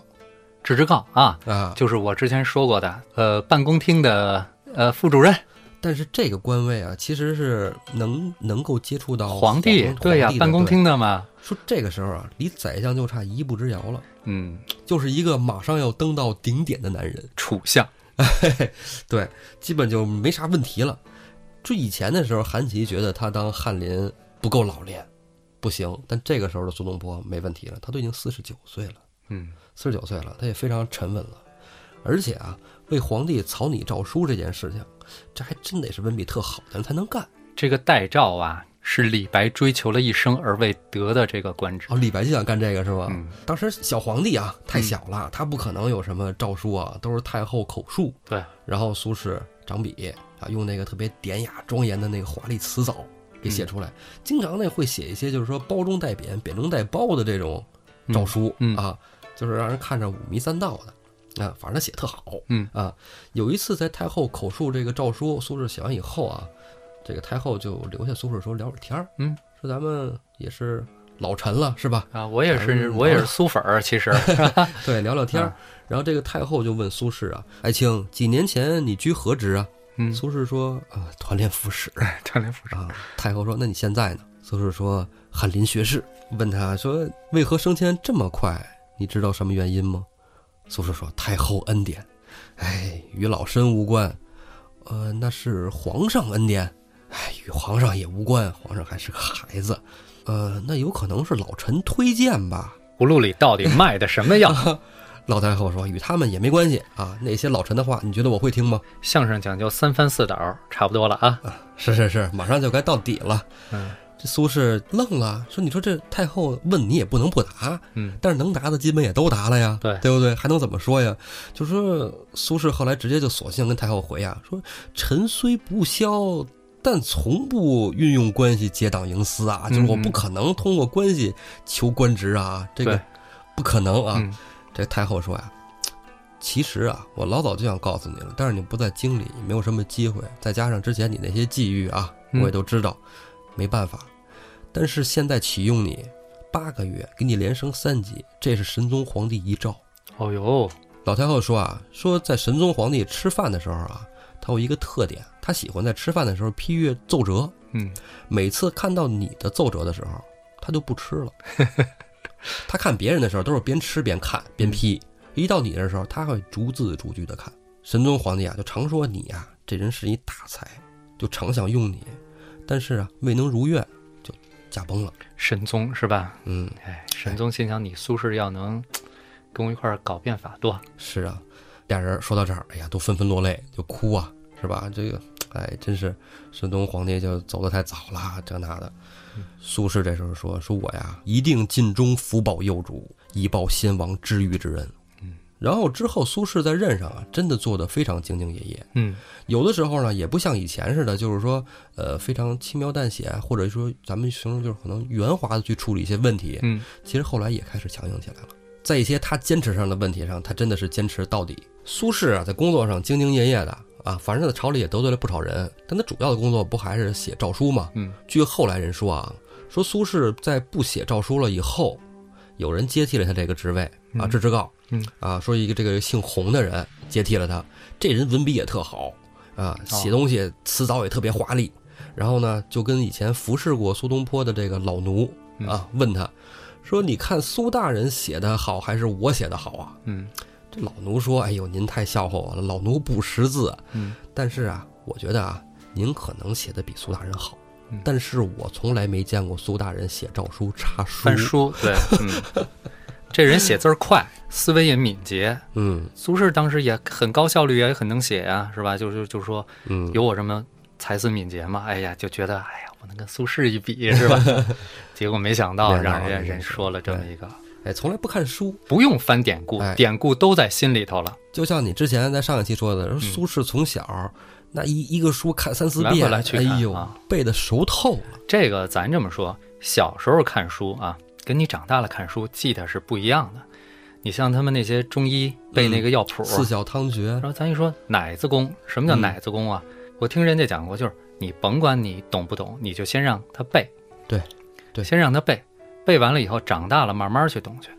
置之告啊，
啊。
就是我之前说过的，呃，办公厅的呃副主任，
但是这个官位啊，其实是能能够接触到
皇帝，
哦皇
对呀、
皇帝的
办公厅的嘛，
对说这个时候啊，离宰相就差一步之遥了，
嗯，
就是一个马上要登到顶点的男人，
楚相，
对，基本就没啥问题了。就以前的时候，韩琦觉得他当翰林不够老练，不行。但这个时候的苏东坡没问题了，他都已经四十九岁了。
嗯，
四十九岁了，他也非常沉稳了，而且啊，为皇帝草拟诏书这件事情，这还真得是文笔特好的人才能干。
这个代诏啊，是李白追求了一生而未得的这个官职。
哦，李白就想干这个是吧？
嗯，
当时小皇帝啊太小了，他不可能有什么诏书啊，都是太后口述，
对，
然后苏轼掌笔啊，用那个特别典雅庄严的那个华丽辞藻给
嗯
写出来。经常呢会写一些就是说包中带贬、贬中带包的这种诏书、
嗯嗯
啊，就是让人看着五迷三道的啊，反正他写特好。
嗯
啊，有一次在太后口述这个诏书，苏轼写完以后啊，这个太后就留下苏轼说聊会儿天儿，
嗯，
说咱们也是老臣了是吧？
啊，我也是，
嗯
我也是苏粉儿，其实，
对，聊聊
啊
天儿。然后这个太后就问苏轼啊，爱卿，几年前你居何职啊？
嗯，
苏轼说啊，团练副使
张连福是，
啊。太后说，那你现在呢？苏轼说，翰林学士。问他说，为何升迁这么快？你知道什么原因吗？苏轼说，太后恩典，哎，与老身无关。呃，那是皇上恩典，哎，与皇上也无关，皇上还是个孩子。呃，那有可能是老臣推荐吧？
葫芦里到底卖的什么药？
老太后说：“与他们也没关系啊，那些老臣的话，你觉得我会听吗
相声讲究三翻四倒，差不多了啊。？”
是是是，马上就该到底了。
嗯
这苏轼愣了，说：“你说这太后问你也不能不答，
嗯
但是能答的基本也都答了呀，
对
对不对？还能怎么说呀？”就说苏轼后来直接就索性跟太后回呀，啊说：“臣虽不肖，但从不运用关系结党营私啊，就是我
嗯
不可能通过关系求官职啊，这个
对
不可能啊。
嗯
这太后说呀、其实啊，我老早就想告诉你了，但是你不在京里，没有什么机会，再加上之前你那些际遇啊，我
嗯
也都知道，没办法。但是现在启用你八个月，给你连升三级，这是神宗皇帝遗诏。
哦呦，
老太后说啊，说在神宗皇帝吃饭的时候啊，他有一个特点，他喜欢在吃饭的时候批阅奏折。
嗯，
每次看到你的奏折的时候，他就不吃了。他看别人的时候都是边吃边看边批，一到你的时候，他会逐字逐句的看。神宗皇帝啊，就常说你啊，这人是一大才，就常想用你，但是啊，未能如愿，就驾崩了。
神宗是吧？
嗯，
哎，神宗心想你苏轼要能跟我一块儿搞变法多，
是啊，俩人说到这儿，哎呀，都纷纷落泪，就哭啊，是吧？这个，哎，真是神宗皇帝就走得太早了，这那的。苏轼这时候说：“说我呀，一定尽忠福保幼主，以报先王知遇之恩。”
嗯，
然后之后，苏轼在任上啊，真的做得非常兢兢业业。
嗯
有的时候呢，也不像以前似的，就是说，呃，非常轻描淡写，啊或者说咱们形容就是可能圆滑的去处理一些问题。
嗯
其实后来也开始强硬起来了。在一些他坚持上的问题上，他真的是坚持到底。苏轼啊，在工作上兢兢业业的啊，反正在朝里也得罪了不少人，但他主要的工作不还是写诏书吗？
嗯，
据后来人说啊，说苏轼在不写诏书了以后，有人接替了他这个职位啊，
嗯
致知告，
嗯
啊，说一个这个姓洪的人接替了他，这人文笔也特好啊，写
哦
东西辞藻也特别华丽，然后呢，就跟以前服侍过苏东坡的这个老奴
嗯
啊，问他说：“你看苏大人写的好还是我写的好啊
嗯？”
这老奴说：“哎呦，您太笑话我了，老奴不识字，
嗯
但是啊，我觉得啊，您可能写的比苏大人好
嗯，
但是我从来没见过苏大人写诏书查书
翻。书对， 嗯，这人写字儿快，思维也敏捷。
嗯
苏轼当时也很高效率，也很能写呀、是吧？就就就说
嗯，
有我这么才思敏捷嘛，哎呀，就觉得哎呀，我能跟苏轼一 比是吧？结果没想到
没想到
让人
没
家
想
人
到
说了这么一个，
哎，从来不看书，
不用翻典故
哎，
典故都在心里头了，
就像你之前在上一期说的，说
嗯
苏轼从小那一一个书看三四
来
遍，
回来去看
哎呦
啊，
背的熟透了。
这个咱这么说，小时候看书啊，跟你长大了看书记得是不一样的。你像他们那些中医背
嗯
那个药谱，
四小汤诀
然，后咱一说奶子功，什么
嗯
叫奶子功啊？我听人家讲过，就是你甭管你懂不懂，你就先让他背，
对，对
先让他背，背完了以后长大了慢慢去懂去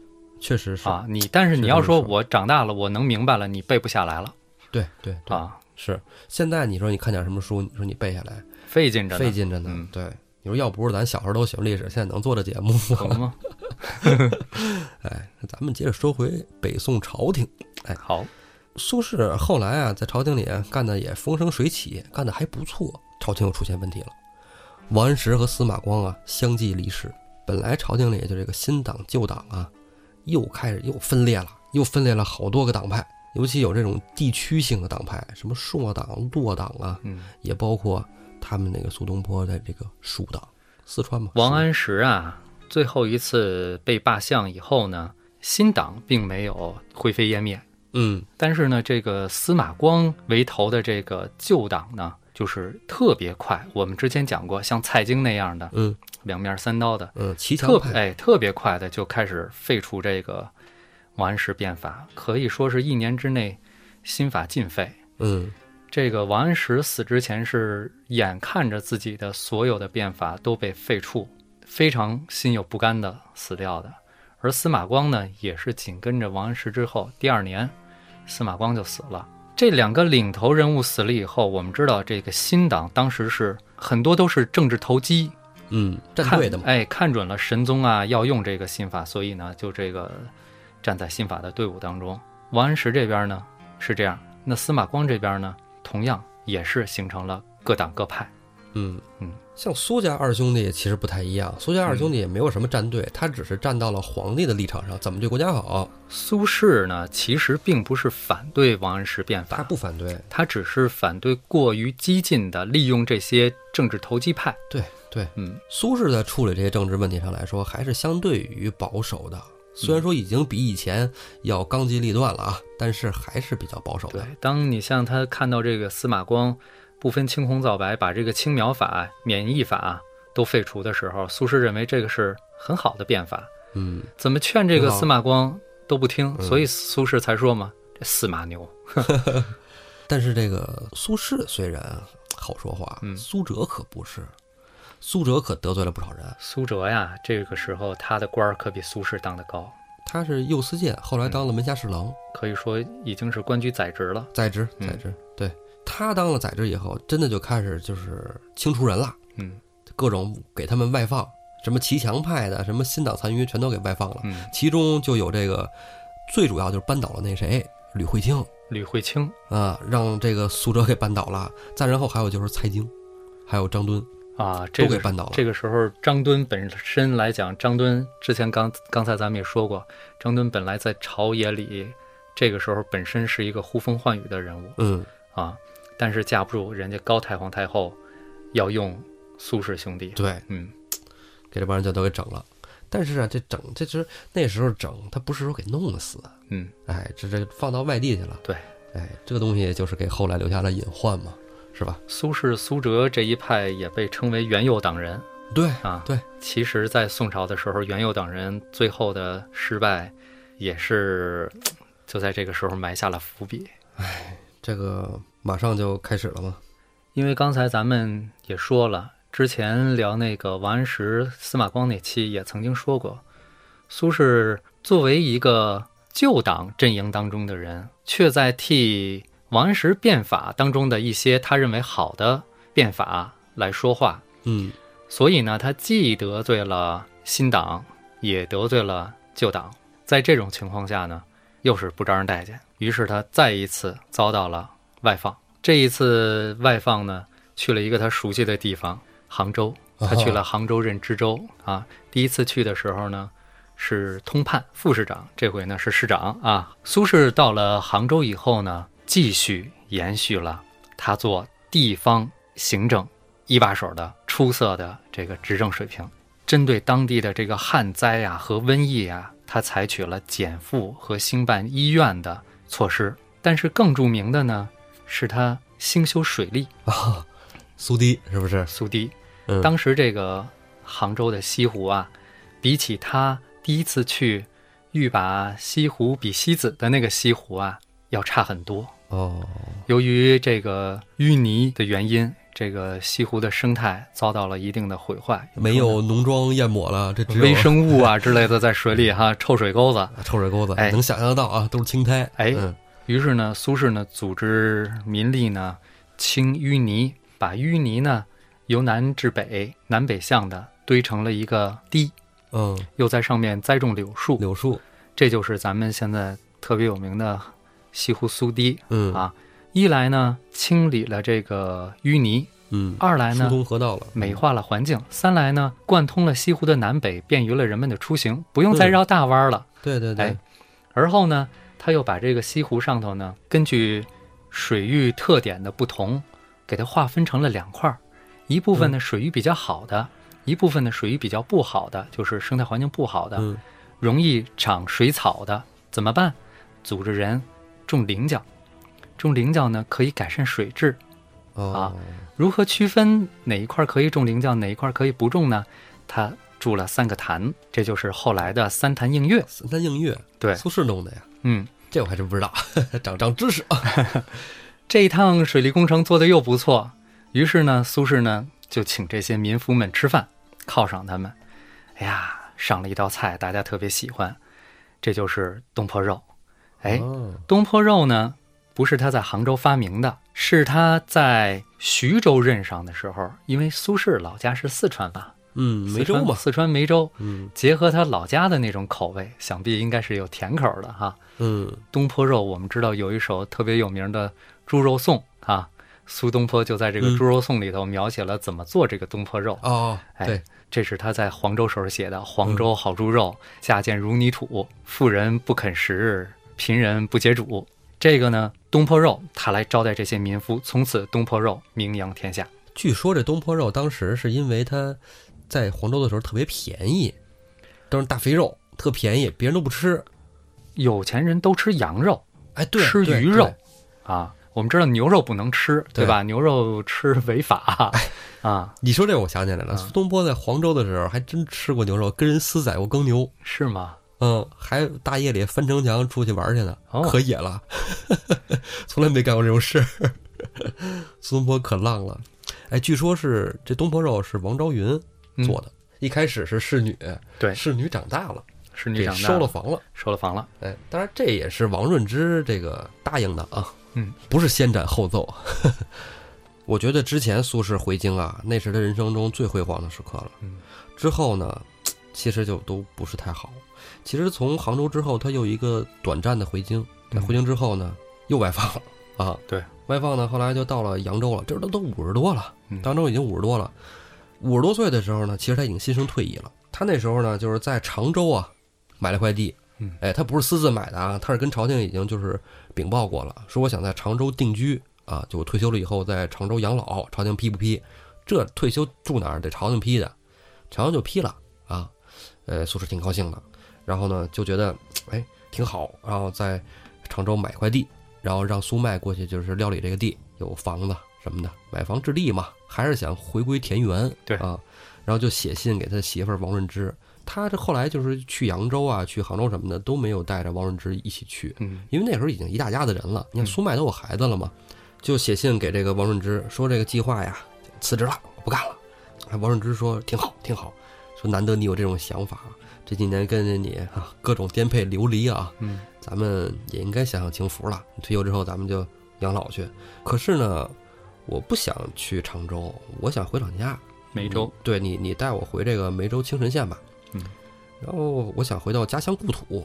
确实是，
啊。你但是
是
你要
这么
说
说
我长大了，我能明白了，你背不下来了
对对对，
啊，
是。现在你说你看点什么书，你说你背下来，
费劲着呢，
费劲着呢。
嗯
对，你说要不是咱小时候都喜欢历史，现在能做这节目
可
吗？
不吗？
哎，那咱们接着说回北宋朝廷。
好，
苏轼后来啊，在朝廷里干的也风生水起，干的还不错。朝廷又出现问题了，王安石和司马光啊相继离世。本来朝廷里就这个新党旧党啊，又开始又分裂了，又分裂了好多个党派，尤其有这种地区性的党派，什么朔党、洛党啊，
嗯，
也包括他们那个苏东坡的这个蜀党。四川嘛。
王安石啊，最后一次被罢相以后呢，新党并没有灰飞烟灭，
嗯
但是呢，这个司马光为头的这个旧党呢，就是特别快。我们之前讲过，像蔡京那样的
嗯
两面三刀的，
嗯，齐
特
强派
哎特别快的就开始废除这个王安石变法，可以说是一年之内新法尽废。
嗯
这个王安石死之前是眼看着自己的所有的变法都被废黜，非常心有不甘的死掉的。而司马光呢，也是紧跟着王安石之后，第二年司马光就死了。这两个领头人物死了以后，我们知道这个新党当时是很多都是政治投机，
嗯，站
看
队的嘛，
哎，看准了神宗啊要用这个新法，所以呢，就这个站在新法的队伍当中。王安石这边呢是这样，那司马光这边呢，同样也是形成了各党各派。
嗯
嗯。
像苏家二兄弟其实不太一样，苏家二兄弟也没有什么站队，他只是站到了皇帝的立场上，怎么对国家好，
苏轼呢，其实并不是反对王安石变
他
法，
不反对。
他只是反对过于激进的利用这些政治投机派。
对对，
嗯，
苏轼在处理这些政治问题上来说，还是相对于保守的。虽然说已经比以前要纲纪立断了啊，但是还是比较保守
对
的。，
当你像他看到这个司马光不分青红皂白把这个青苗法、免役法都废除的时候，苏轼认为这个是很好的变法，
嗯，
怎么劝这个
挺好
司马光都不听，
嗯
所以苏轼才说嘛，这司马牛。
但是这个苏轼虽然好说话，
嗯
苏辙可不是，苏辙可得罪了不少人。
苏辙呀，这个时候他的官儿可比苏轼当得高，
他是右司谏，后来
嗯
当了门下侍郎，
可以说已经是官居宰执了。
宰执，
嗯
宰执。对他当了宰执以后，真的就开始就是清除人了，
嗯
各种给他们外放，什么骑墙派的，什么新党残余，全都给外放了。
嗯，
其中就有这个，最主要就是扳倒了那谁吕惠卿
吕惠卿
啊，让这个苏辙给扳倒了。再然后还有就是蔡京，还有张敦
啊，这
都
个
给扳倒了。
这个时候，张敦本身来讲，张敦之前刚刚才咱们也说过，张敦本来在朝野里，这个时候本身是一个呼风唤雨的人物
嗯，
啊，但是架不住人家高太皇太后要用苏氏兄弟，
对，
嗯，
给这帮人就都给整了。但是啊，这整这其实那时候整，他不是说给弄死，
嗯，
哎，这这放到外地去了。
对，
哎，这个东西就是给后来留下了隐患嘛，是吧？
苏轼、苏辙这一派也被称为元佑党人
对，
啊。
对，
其实，在宋朝的时候，元佑党人最后的失败，也是就在这个时候埋下了伏笔。
这个马上就开始了嘛。
因为刚才咱们也说了，之前聊那个王安石、司马光那期也曾经说过，苏轼作为一个旧党阵营当中的人，却在替王安石变法当中的一些他认为好的变法来说话，
嗯
所以呢，他既得罪了新党，也得罪了旧党。在这种情况下呢，又是不招人待见，于是他再一次遭到了外放。这一次外放呢，去了一个他熟悉的地方——杭州。他去了杭州任知州啊。第一次去的时候呢，是通判、副市长，这回呢是市长啊。苏轼到了杭州以后呢，继续延续了他做地方行政一把手的出色的这个执政水平。针对当地的这个旱灾呀、和瘟疫呀、他采取了减负和兴办医院的措施。但是更著名的呢，是他兴修水利。
啊，苏堤是不是？
苏堤
嗯。
当时这个杭州的西湖啊，比起他第一次去欲把西湖比西子的那个西湖啊，要差很多。
哦，
由于这个淤泥的原因，这个西湖的生态遭到了一定的毁坏，
没有农庄淹没了，这只有啊
微生物啊之类的在水里哈臭水沟子。
臭水沟子，
哎
能想象得到啊，都是青苔。
哎
嗯
于是呢，苏轼呢组织民力呢清淤泥，把淤泥呢由南至北、南北向的堆成了一个堤。
嗯，
又在上面栽种柳树，
柳树，
这就是咱们现在特别有名的西湖苏堤
嗯
啊。一来呢，清理了这个淤泥；
嗯，
二来
疏
呢，
通河道了，
美化了环境；三来呢，贯通了西湖的南北，便于了人们的出行，不用再
嗯
绕大弯了。
对对对
哎，而后呢，他又把这个西湖上头呢，根据水域特点的不同，给它划分成了两块儿，一部分呢水域比较好的，一部分呢属于比较不好的，就是生态环境不好的，
嗯
容易长水草的，怎么办？组织人种菱角，种菱角呢可以改善水质。
哦，
如何区分哪一块可以种菱角，哪一块可以不种呢？他筑了三个坛，这就是后来的三坛映月。
三山映月，
对
苏轼弄的呀，
嗯，
这我还真不知道， 长长知识啊。
这一趟水利工程做得又不错，于是呢，苏轼呢就请这些民夫们吃饭，犒赏他们。哎呀，上了一道菜，大家特别喜欢，这就是东坡肉。哎，
哦
东坡肉呢，不是他在杭州发明的，是他在徐州任上的时候，因为苏轼老家是四川吧，
嗯，梅州
四川
嘛，
四川梅州，
嗯
结合他老家的那种口味，想必应该是有甜口的哈。
嗯，
东坡肉，我们知道有一首特别有名的猪肉颂啊，苏东坡就在这个
嗯
猪肉颂里头描写了怎么做这个东坡肉。
哦，
哎
对，
这是他在黄州时候写的：“
嗯
黄州好猪肉，下贱如泥土，富人不肯食，贫人不解煮。”这个呢，东坡肉他来招待这些民夫，从此东坡肉名扬天下。
据说这东坡肉当时是因为它在黄州的时候特别便宜，都是大肥肉，特便宜，别人都不吃。
有钱人都吃羊肉，
哎，对，
吃
对
鱼肉，啊。我们知道牛肉不能吃，对
对
吧？牛肉吃 违法啊，
你说这我想起来了，
嗯
苏东坡在黄州的时候还真吃过牛肉，跟人私宰过耕牛，
是吗？
嗯，还大夜里翻城墙出去玩去呢，
哦
可野了， 从来没干过这种事儿。苏东坡可浪了，哎，据说是这东坡肉是王昭云
嗯
做的，一开始是侍女，
对
侍女长大了，
是你长
给
大
收了房了。
收了房了，
哎，当然这也是王润之这个答应的啊，
嗯，
不是先斩后奏。 我觉得之前苏轼回京啊，那是他人生中最辉煌的时刻了。
嗯，
之后呢，其实就都不是太好。其实从杭州之后，他又一个短暂的回京，在
嗯
回京之后呢，又外放了啊。
对，
外放呢，后来就到了扬州了，这都都五十多了
嗯，
扬州已经五十多了。五十多岁的时候呢，其实他已经心生退意了。他那时候呢，就是在常州啊，买了块地
嗯，
哎，他不是私自买的啊，他是跟朝廷已经就是禀报过了，说我想在常州定居啊，就我退休了以后在常州养老，朝廷批不批？这退休住哪儿得朝廷批的，朝廷就批了啊。呃，苏轼挺高兴的，然后呢就觉得哎挺好，然后在常州买块地，然后让苏迈过去就是料理这个地，有房子什么的，买房置地嘛，还是想回归田园。
对
啊，然后就写信给他媳妇儿王润之，他这后来就是去扬州啊，去杭州什么的都没有带着王润之一起去，
嗯
因为那时候已经一大家子人了，你看
嗯
苏迈都有孩子了嘛，就写信给这个王润之说这个计划呀辞职了，我不干了。哎，王润之说挺好，挺好，说难得你有这种想法，这几年跟着你啊各种颠沛流离啊，
嗯，
咱们也应该享享清福了。退休之后咱们就养老去。可是呢，我不想去常州，我想回老家。
梅州
嗯，对你，你带我回这个梅州青神县吧。
嗯，
然后我想回到家乡故土。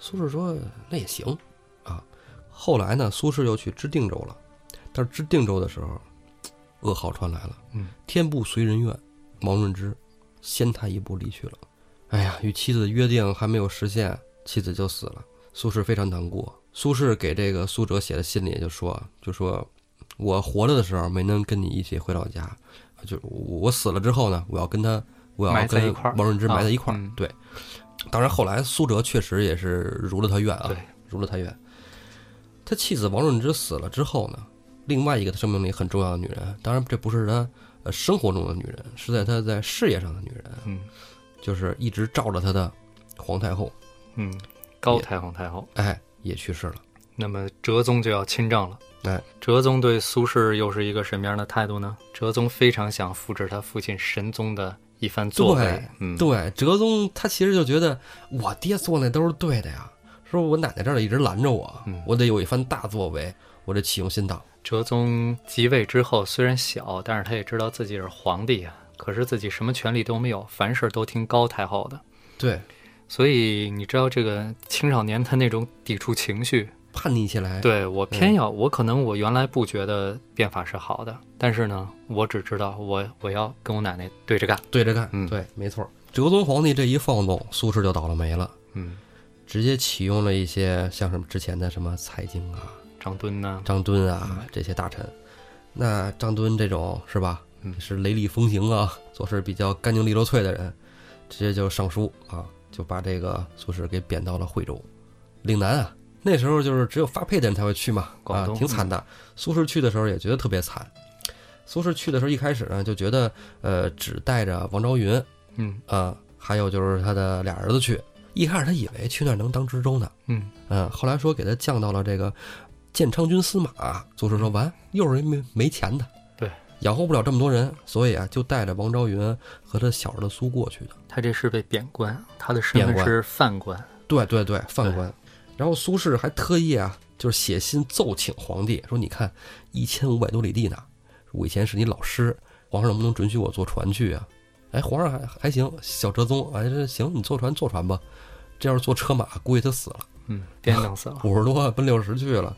苏轼说那也行啊。后来呢，苏轼又去知定州了，但是知定州的时候，噩耗传来了。
嗯，
天不随人愿，王润之先他一步离去了。哎呀，与妻子的约定还没有实现，妻子就死了。苏轼非常难过。苏轼给这个苏辙写的信里就说，就说我活着的时候没能跟你一起回老家，就是我我死了之后呢，我要跟他，我要
埋在
跟
一块儿
王润之埋在一块
啊嗯
对，当然后来苏辙确实也是如了他愿啊
对，
如了他愿。他妻子王润之死了之后呢，另外一个他生命里很重要的女人，当然这不是他呃生活中的女人，是在他在事业上的女人，
嗯
就是一直罩着他的皇太后，
嗯，高太皇太后，
哎，也去世了。
那么哲宗就要亲政了。
哎，
哲宗对苏轼又是一个什么样的态度呢？哲宗非常想复制他父亲神宗的一番作为
对，
嗯，
对，哲宗他其实就觉得我爹做那都是对的呀，说我奶奶这儿一直拦着我，
嗯
我得有一番大作为，我得启用新党。
哲宗即位之后，虽然小，但是他也知道自己是皇帝啊，可是自己什么权利都没有，凡事都听高太后的。
对，
所以你知道这个青少年他那种抵触情绪，
叛逆起来。，
对我偏要，我可能我原来不觉得变法是好的，但是呢，我只知道我我要跟我奶奶对着干。
对着干。
嗯
对，没错。哲宗皇帝这一放纵，苏轼就倒了霉了，
嗯，
直接启用了一些像什么之前的什么蔡京啊、
张敦呢？嗯
张敦啊这些大臣。那张敦这种是吧？
嗯
是雷厉风行啊，做事比较干净利落脆的人，直接就上书啊，就把这个苏轼给贬到了惠州。岭南啊，那时候就是只有发配的人才会去嘛，
广
啊，
东
挺惨的。苏轼去的时候也觉得特别惨。苏轼去的时候一开始呢，就觉得呃，只带着王朝云
嗯
啊，还有就是他的俩儿子去。一开始他以为去那儿能当知州呢，
嗯，
嗯，后来说给他降到了这个建昌军司马。祖师说完，又是一没没钱的，
对，
养活不了这么多人，所以啊，就带着王朝云和他小儿子苏过去的。
他这是被贬官，他的身份
贬官
是犯官。
对对对，犯官。然后苏轼还特意啊，就是写信奏请皇帝说：“你看，一千五百多里地呢，我以前是你老师，皇上能不能准许我坐船去啊？”哎，皇上还还行，小哲宗哎这行，你坐船坐船吧，这要是坐车马，估计他死了。
嗯，颠等死了。
五十多奔六十去了，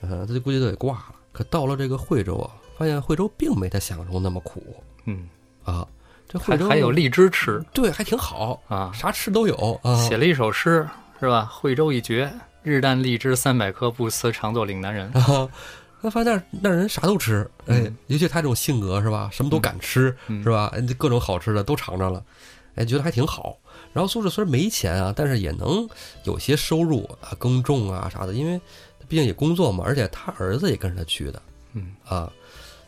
呃，他就估计就得挂了。可到了这个惠州啊，发现惠州并没他想象中那么苦
嗯，
啊，这惠
还
州
还有荔枝吃
对还挺好，
啊，
啥吃都有啊。
写了一首诗是吧？惠州一绝，日啖荔枝三百颗，不辞常作岭南人。
然后他发现那儿那儿人啥都吃，哎
嗯，
尤其他这种性格是吧，什么都敢吃
嗯
是吧？哎这各种好吃的都尝着了，哎，觉得还挺好。然后苏轼虽然没钱啊，但是也能有些收入啊，耕种啊啥的，因为他毕竟也工作嘛，而且他儿子也跟着他去的。
嗯
啊，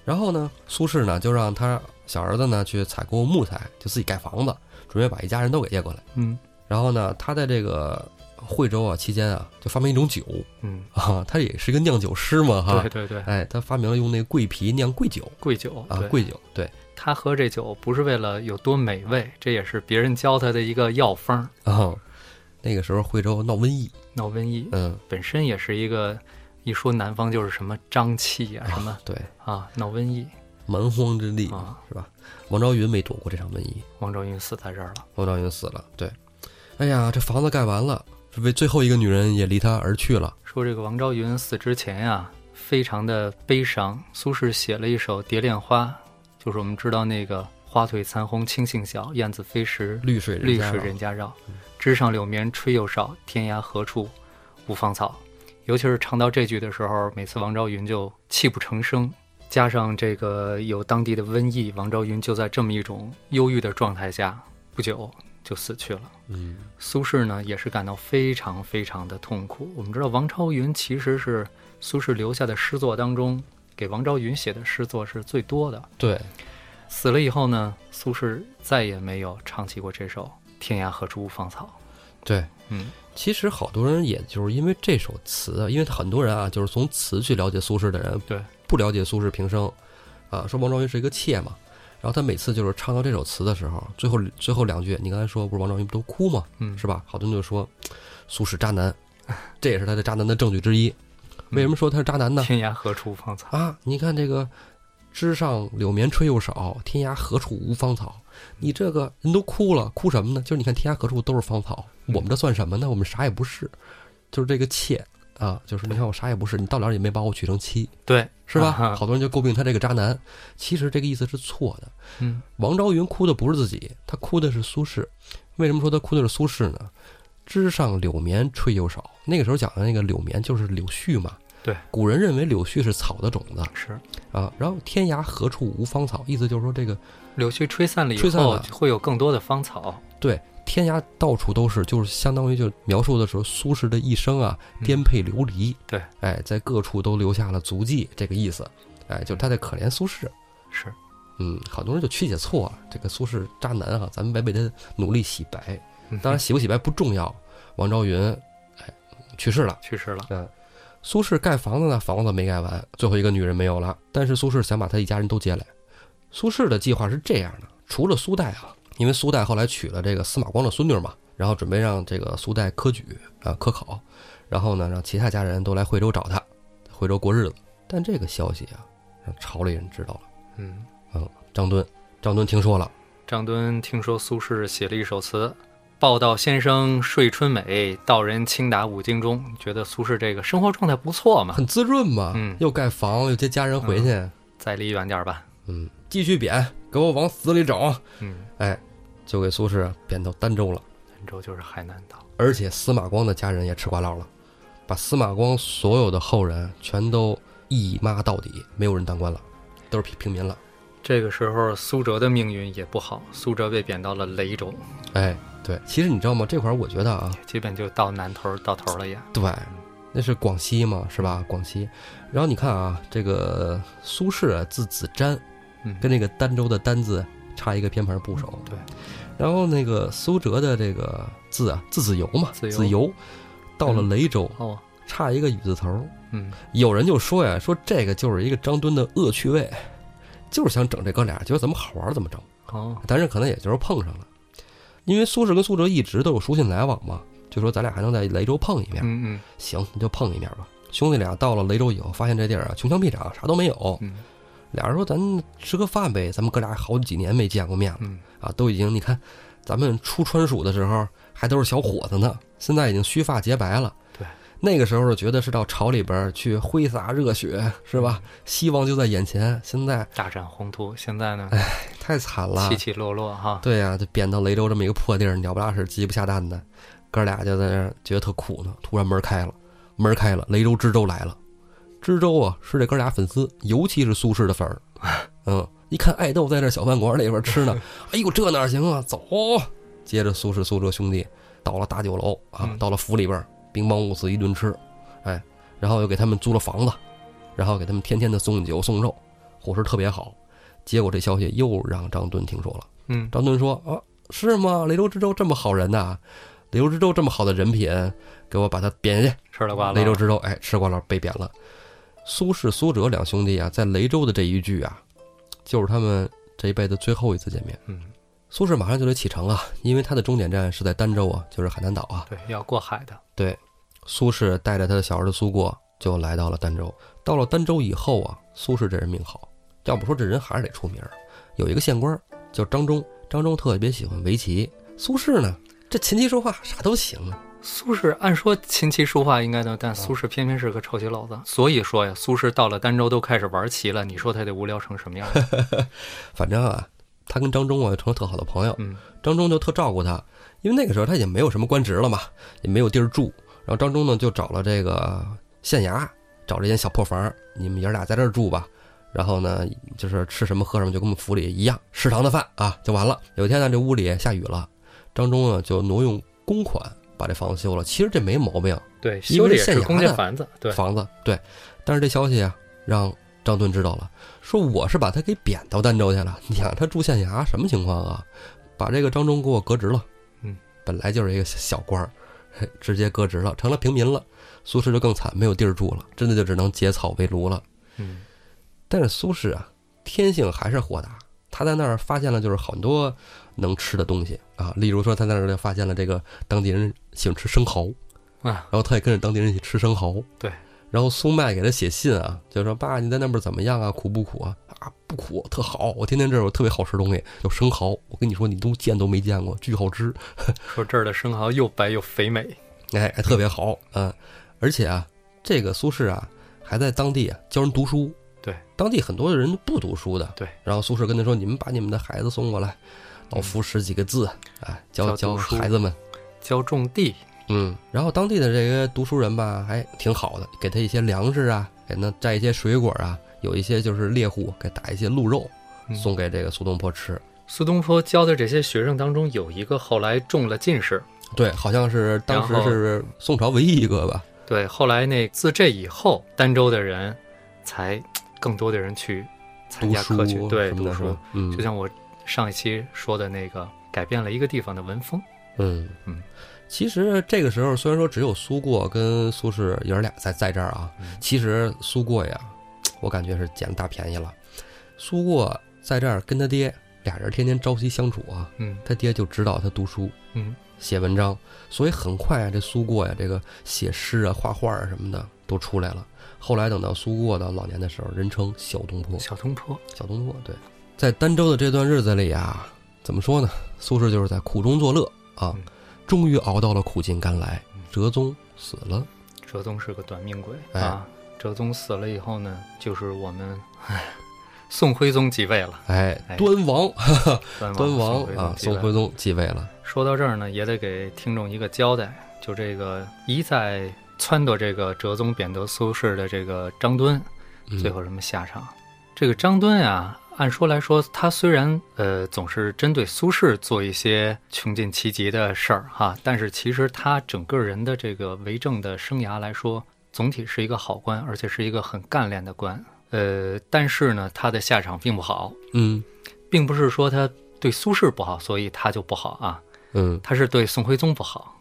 然后呢，苏轼呢就让他小儿子呢去采购木材，就自己盖房子，准备把一家人都给接过来。
嗯
然后呢，他在这个惠州啊期间啊，就发明一种酒
嗯，
啊，他也是一个酿酒师嘛哈
对，对对，
哎，他发明了用那个桂皮酿桂酒
贵酒
啊，
对
桂酒对
他喝这酒不是为了有多美味，这也是别人教他的一个药方儿。
啊。那个时候惠州闹瘟疫，
闹瘟疫
嗯，
本身也是一个，一说南方就是什么瘴气呀、什么
对，
啊，闹瘟疫
蛮荒之地
啊。
是吧？王朝云没躲过这场瘟疫，
王昭云死在这儿了，
王朝云死了，对。哎呀，这房子盖完了，这为最后一个女人也离他而去了。
说这个王昭云死之前呀、非常的悲伤。苏轼写了一首《蝶恋花》，就是我们知道那个“花腿残红青杏小，燕子飞时
绿水人
绿
家嗯
水
了
人家绕，枝上柳绵吹又少，天涯何处无芳草。尤其是唱到这句的时候，每次王昭云就泣不成声。加上这个有当地的瘟疫，王昭云就在这么一种忧郁的状态下，不久就死去了。
嗯，
苏轼呢也是感到非常非常的痛苦。我们知道王朝云其实是苏轼留下的诗作当中，给王朝云写的诗作是最多的。
对，
死了以后呢，苏轼再也没有唱起过这首《天涯何处无芳草》。
对，
嗯，
其实好多人也就是因为这首词啊，因为很多人啊，就是从词去了解苏轼的人，
对，
不了解苏轼平生，啊，说王朝云是一个妾嘛，然后他每次就是唱到这首词的时候，最后最后两句，你刚才说不是王朝云不都哭吗？
嗯，
是吧？好多人就说苏轼渣男，这也是他的渣男的证据之一。为什么说他是渣男呢？
天涯何处无芳 草？
啊，你看这个“枝上柳绵吹又少，天涯何处无芳草”，你这个人都哭了，哭什么呢？就是你看天涯何处都是芳草，我们这算什么呢？我们啥也不是，就是这个妾啊，就是你看我啥也不是，你到了也没把我娶成妻，
对，
是吧？
啊哈
好多人就诟病他这个渣男，其实这个意思是错的。
嗯
王朝云哭的不是自己，他哭的是苏轼。为什么说他哭的是苏轼呢？枝上柳绵吹又少，那个时候讲的那个柳绵就是柳絮嘛。
对，
古人认为柳絮是草的种子，
是。
啊，然后天涯何处无芳草，意思就是说这个
柳絮吹散了以
吹散
后，
了
会有更多的芳草。
对天涯到处都是，就是相当于就描述的时候，苏轼的一生啊，颠沛流离，
嗯对，
哎，在各处都留下了足迹，这个意思，哎，就是他在可怜苏轼，
是，
嗯，好多人就曲解错了，这个苏轼渣男啊，咱们得为他努力洗白，
嗯
当然洗不洗白不重要，王朝云，哎，去世了。
去世了。
嗯，苏轼盖房子呢，房子没盖完，最后一个女人没有了。但是苏轼想把他一家人都接来。苏轼的计划是这样的：除了苏代啊，因为苏代后来娶了这个司马光的孙女嘛，然后准备让这个苏代科举啊科考，然后呢让其他家人都来惠州找他，惠州过日子。但这个消息啊，让朝里人知道了。
嗯，
张敦，张敦听说了，
张敦听说苏轼写了一首词，报道先生睡春美，道人轻达五经中，觉得苏轼这个生活状态不错嘛，
很滋润嘛，
嗯
又盖房又接家人回去，嗯
再离远点儿吧。
继续贬，给我往死里整，
嗯，
哎，就给苏轼贬到儋州了。
兰州就是海南岛。
而且司马光的家人也吃瓜落了，把司马光所有的后人全都一妈到底，没有人当官了，都是平平民了。
这个时候，苏辙的命运也不好，苏辙被贬到了雷州，
哎，对，其实你知道吗？这块儿我觉得啊，
基本就到南头到头了也。
对，那是广西嘛，是吧？广西。然后你看啊，这个苏轼啊，字子瞻，
嗯，
跟那个儋州的儋字差一个偏旁部首。
对。
然后那个苏辙的这个字啊，字子由嘛，
子由
子由，到了雷州，
哦，
差一个雨字头儿。
嗯，
有人就说呀，说这个就是一个张敦的恶趣味，就是想整这哥俩，觉得怎么好玩儿怎么整。
哦，
但是可能也就是碰上了，因为苏轼跟苏辙一直都有书信来往嘛，就说咱俩还能在雷州碰一面。
嗯
行，那就碰一面吧。兄弟俩到了雷州以后，发现这地儿啊穷乡僻壤，啥都没有
嗯。嗯
俩人说：“咱吃个饭呗，咱们哥俩好几年没见过面了
嗯，
啊，都已经你看，咱们初川蜀的时候还都是小伙子呢，现在已经须发洁白了。
对，
那个时候觉得是到朝里边去挥洒热血，是吧？希望就在眼前，现在
大展宏图。现在呢，
太惨哎了
起，起落落哈。
对呀、就贬到雷州这么一个破地儿，鸟不拉屎，鸡不下蛋的，哥俩就在那儿觉得特苦呢。突然门开了，门开了，雷州知州来了。知州啊，是这哥俩粉丝，尤其是苏轼的粉儿。嗯，一看爱豆在这小饭馆里边吃呢， 哎呦，这哪行啊？走，接着苏轼、苏辙兄弟到了大酒楼啊，
嗯
到了府里边，兵帮五子一顿吃，哎，然后又给他们租了房子，然后给他们天天的送酒送肉，伙食特别好。结果这消息又让张敦听说了。
嗯
张敦说：“啊，是吗？雷州知州这么好人呐、雷州知州这么好的人品，给我把他贬下去。
吃了瓜了。
雷州知州，哎，吃瓜了，被贬了。苏轼、苏辙两兄弟啊，在雷州的这一聚啊，就是他们这一辈子最后一次见面。
嗯，
苏轼马上就得启程啊，因为他的终点站是在儋州啊，就是海南岛啊。
对，要过海的。
对，苏轼带着他的小儿子苏过就来到了儋州。到了儋州以后啊，苏轼这人命好，要不说这人还是得出名儿。有一个县官儿叫张忠，张忠特别喜欢围棋。苏轼呢，这琴棋书画啥都行啊。
苏轼按说琴棋书画应该能，
嗯
但苏轼偏偏是个臭棋篓子。所以说呀，苏轼到了儋州都开始玩棋了，你说他得无聊成什么样？
反正啊，他跟张忠啊成了特好的朋友，
嗯
张忠就特照顾他，因为那个时候他也没有什么官职了嘛，也没有地儿住。然后张忠呢就找了这个县衙，找了一间小破房儿，你们爷儿俩在这儿住吧。然后呢，就是吃什么喝什么就跟我们府里一样，食堂的饭啊就完了。有一天呢，这屋里下雨了，张忠呢就挪用公款把这房子修了。其实这没毛病，
对，
因为
修的也
县
是
衙
弓箭
的
房子。对，
房子对。但是这消息啊，让张敦知道了，说我是把他给贬到儋州去了。你想他住县衙什么情况啊？把这个张忠给我革职了，
嗯，
本来就是一个小官儿， 嘿直接革职了，成了平民了。苏轼就更惨，没有地儿住了，真的就只能结草为奴了。
嗯
但是苏轼啊，天性还是豁达。他在那儿发现了就是很多能吃的东西啊，例如说他在那儿就发现了这个当地人喜欢吃生蚝，
啊，
然后他也跟着当地人一起吃生蚝。
对，
然后苏麦给他写信啊，就说爸你在那边怎么样啊，苦不苦啊？啊不苦，特好，我天天这儿有特别好吃的东西，有生蚝，我跟你说你都见都没见过，巨好吃，
说这儿的生蚝又白又肥美。
哎，特别好，嗯，而且啊，这个苏轼啊还在当地啊教人读书，
对，
当地很多人不读书的，
对，嗯
然后苏轼跟他说你们把你们的孩子送过来，老夫识几个字，哎，教
教
教
读书
孩子们。
教种地，
嗯，然后当地的这些读书人吧，还挺好的，给他一些粮食啊，给他摘一些水果啊，有一些就是猎户给打一些鹿肉
嗯
送给这个苏东坡吃。
苏东坡教的这些学生当中，有一个后来中了进士。
对，好像是当时
然后
是宋朝唯一一个吧。
对，后来那自这以后，儋州的人才更多的人去参
读
加
书
科举，对，
什么
读
的是
书
吧。？嗯，
就像我上一期说的那个，改变了一个地方的文风。
嗯
嗯，
其实这个时候虽然说只有苏过跟苏轼爷儿俩在在这儿啊，
嗯
其实苏过呀，我感觉是捡了大便宜了。苏过在这儿跟他爹俩人天天朝夕相处啊，
嗯
他爹就指导他读书。
嗯，
写文章，所以很快啊，这苏过呀、这个写诗啊、画画啊什么的都出来了。后来等到苏过到老年的时候，人称小东坡，
小东坡，
小东坡。对，在儋州的这段日子里啊，怎么说呢？苏轼就是在苦中作乐啊
嗯，
终于熬到了苦尽甘来
嗯。
哲宗死了，
哲宗是个短命鬼、
哎
啊。哲宗死了以后呢，就是我们 宋徽宗继位了，
哎
哎，
端王，
端
端王
宋徽
啊
宗，继位
宋徽宗继位了。
说到这儿呢，也得给听众一个交代，就这个一再撺掇这个哲宗贬谪苏轼的这个张敦，
嗯
最后什么下场？这个张敦啊，按说来说，他虽然呃总是针对苏轼做一些穷尽其极的事儿哈，但是其实他整个人的这个为政的生涯来说，总体是一个好官，而且是一个很干练的官。呃，但是呢，他的下场并不好，
嗯
并不是说他对苏轼不好，所以他就不好啊，
嗯
他是对宋徽宗不好。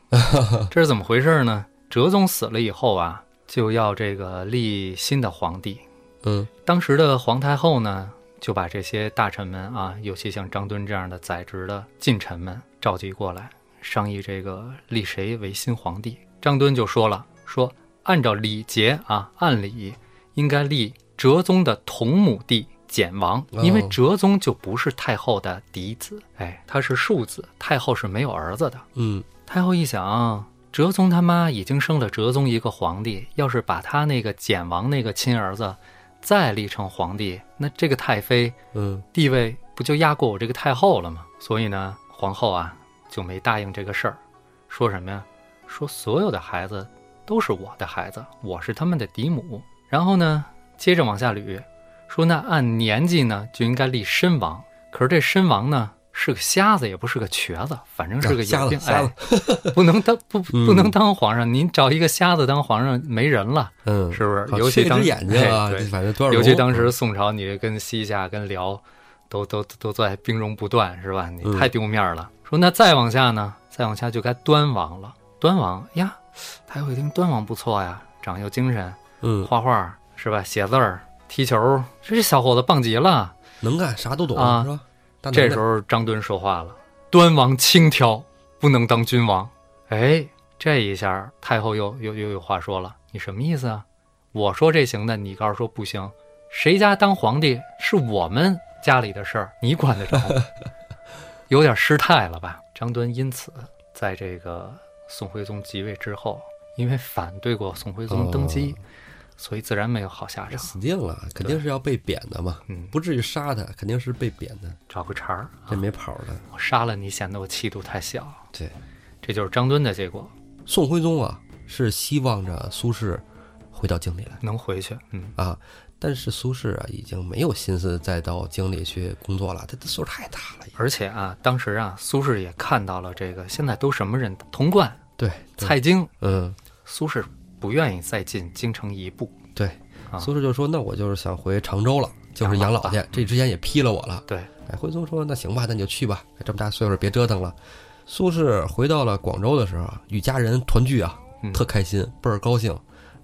这是怎么回事呢？哲宗死了以后啊，就要这个立新的皇帝，
嗯
当时的皇太后呢，就把这些大臣们啊，尤其像张敦这样的宰执的近臣们召集过来，商议这个立谁为新皇帝。张敦就说了，说按照礼节啊，按理应该立哲宗的同母弟简王，
哦
因为哲宗就不是太后的嫡子，哎，他是庶子，太后是没有儿子的。
嗯
太后一想，哲宗他妈已经生了哲宗一个皇帝，要是把他那个简王那个亲儿子再立成皇帝，那这个太妃
嗯
地位不就压过我这个太后了吗？所以呢，皇后啊就没答应这个事儿，说什么呀？说所有的孩子都是我的孩子，我是他们的嫡母。然后呢，接着往下捋，说那按年纪呢就应该立身王，可是这身王呢是个瞎子，也不是个瘸子，反正是个
啊瞎
有
了
病，
瞎
哎
了，
不能当不不
嗯
能当皇上，您找一个瞎子当皇上没人了。
嗯，
是不是
好
尤其
缺一
当
只眼睛啊
哎，对
反正多少嗯
尤其当时
荣
宋朝，你跟西夏、跟辽，都都都在兵戎不断，是吧？
嗯
你太丢面儿了。说那再往下呢？再往下就该端王了。端王呀，太后一听端王不错呀，长又精神，
嗯
画画是吧？写字儿、踢球，这小伙子棒极了。
能干啥都懂
啊
是吧？大
这
男的
时候张敦说话了：“端王轻佻，不能当君王。”哎，这一下太后又又又有话说了：“你什么意思啊？我说这行的，你告诉说不行。谁家当皇帝是我们家里的事儿，你管得着吗？ 有点失态了吧？”张敦因此在这个宋徽宗即位之后，因为反对过宋徽宗登
哦
基，所以自然没有好下场。
死定了，肯定是要被贬的嘛，
嗯，
不至于杀他，肯定是被贬的，
找个茬儿，啊
这没跑的。
我杀了你，显得我气度太小。
对，
这就是张敦的结果，
宋徽宗啊，是希望着苏轼回到京里来
能回去。嗯，
啊，但是苏轼啊，已经没有心思再到京里去工作了，他他岁数太大了。
而且啊，当时啊，苏轼也看到了这个，现在都什么人？童贯、
对，对
蔡京，
嗯，
苏轼不愿意再进京城一步。
对，
啊
苏轼就说：“那我就是想回常州了，就是养
养老
老去。这之前也批了我了。
对，”
哎，徽宗说：“那行吧，那你就去吧，这么大岁数，别折腾了。”苏轼回到了广州的时候啊，与家人团聚啊，
嗯
特开心，倍儿高兴。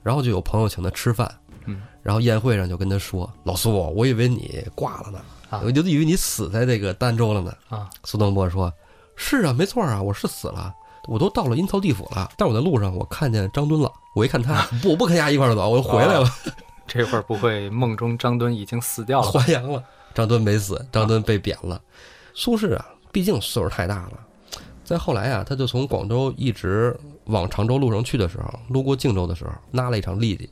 然后就有朋友请他吃饭，
嗯，
然后宴会上就跟他说：“老苏，我以为你挂了呢，
啊
我就以为你死在这个儋州了呢。”
啊，
苏东坡说：“是啊，没错啊，我是死了，我都到了阴曹地府了。但我在路上我看见张敦了，我一看 他，不，我不跟他一块儿走，我就回来了。”
这会儿不会梦中张敦已经死掉了 吧？
还阳了。啊张敦没死，张敦被贬了。苏轼啊，毕竟岁数太大了。再后来啊，他就从广州一直往常州路上去的时候，路过靖州的时候，拉了一场痢疾，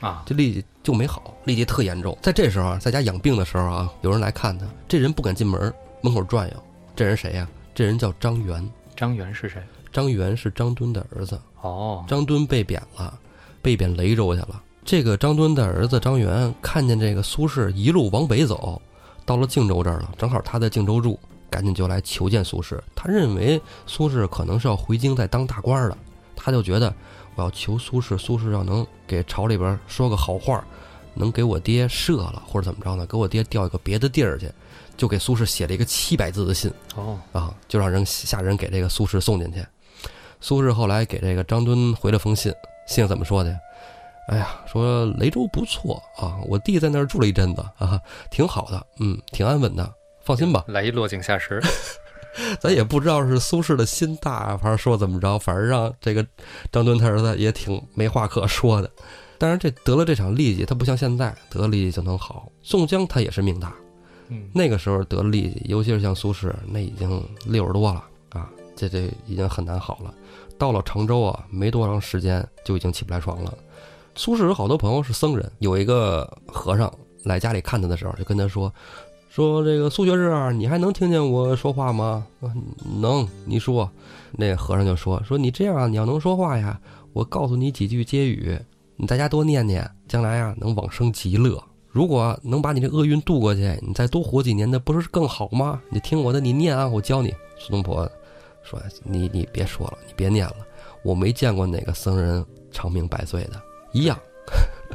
啊，
这痢疾就没好，痢疾特严重。在这时候啊，在家养病的时候啊，有人来看他，这人不敢进门，门口转悠。这人谁呀、这人叫张元，
张元是谁？
张元是张敦的儿子。
哦，
张敦被贬了，被贬雷州去了。这个张敦的儿子张元看见这个苏轼一路往北走，到了靖州这儿了，正好他在靖州住，赶紧就来求见苏轼。他认为苏轼可能是要回京再当大官了，他就觉得我要求苏轼，苏轼要能给朝里边说个好话，能给我爹赦了，或者怎么着呢，给我爹调一个别的地儿去，就给苏轼写了一个七百字的信。
哦，
啊，就让人下人给这个苏轼送进去。苏轼后来给这个张敦回了封信，信上怎么说的呀？哎呀，说雷州不错啊，我弟在那儿住了一阵子啊，挺好的，嗯，挺安稳的，放心吧。
来一落井下石。
咱也不知道是苏轼的心大啊，还是说怎么着，反正让这个张敦他儿子也挺没话可说的。当然，这得了这场痢疾，他不像现在得了痢疾就能好。宋江他也是命大，
嗯，
那个时候得了痢疾，尤其是像苏轼，那已经六十多了啊，这这已经很难好了。到了常州啊，没多长时间就已经起不来床了。苏轼有好多朋友是僧人，有一个和尚来家里看他的时候，就跟他说：“说这个苏学士啊，你还能听见我说话吗？”啊能，你说。那和尚就说：“说你这样啊，你要能说话呀，我告诉你几句接语，你在家多念念，将来啊能往生极乐。”如果啊能把你这厄运渡过去，你再多活几年，那不是更好吗？你听我的，你念啊，我教你。”苏东坡说：“你你别说了，你别念了，我没见过哪个僧人长命百岁的，一样，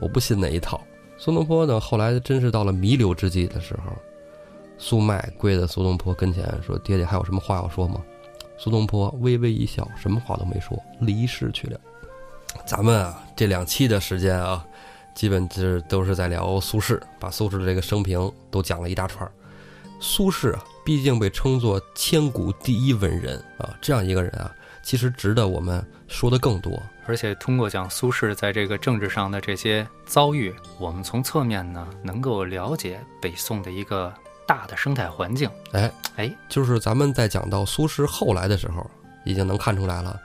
我不信那一套。”苏东坡呢，后来真是到了弥留之际的时候，苏迈跪在苏东坡跟前说：“爹爹，还有什么话要说吗？”苏东坡微微一笑，什么话都没说，离世去了。咱们啊，这两期的时间啊，基本就是都是在聊苏轼，把苏轼的这个生平都讲了一大串儿。苏轼啊，毕竟被称作千古第一文人啊，这样一个人啊，其实值得我们说的更多。
而且通过讲苏轼在这个政治上的这些遭遇，我们从侧面呢能够了解北宋的一个大的生态环境。
哎，
哎，
就是咱们在讲到苏轼后来的时候，已经能看出来了，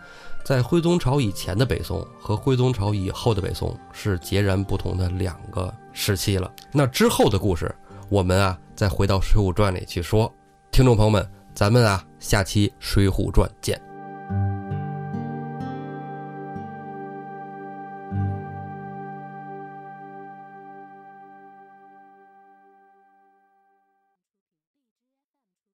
在徽宗朝以前的北宋和徽宗朝以后的北宋是截然不同的两个时期了。那之后的故事，我们啊再回到《水浒传》里去说。听众朋友们，咱们啊下期《水浒传》见。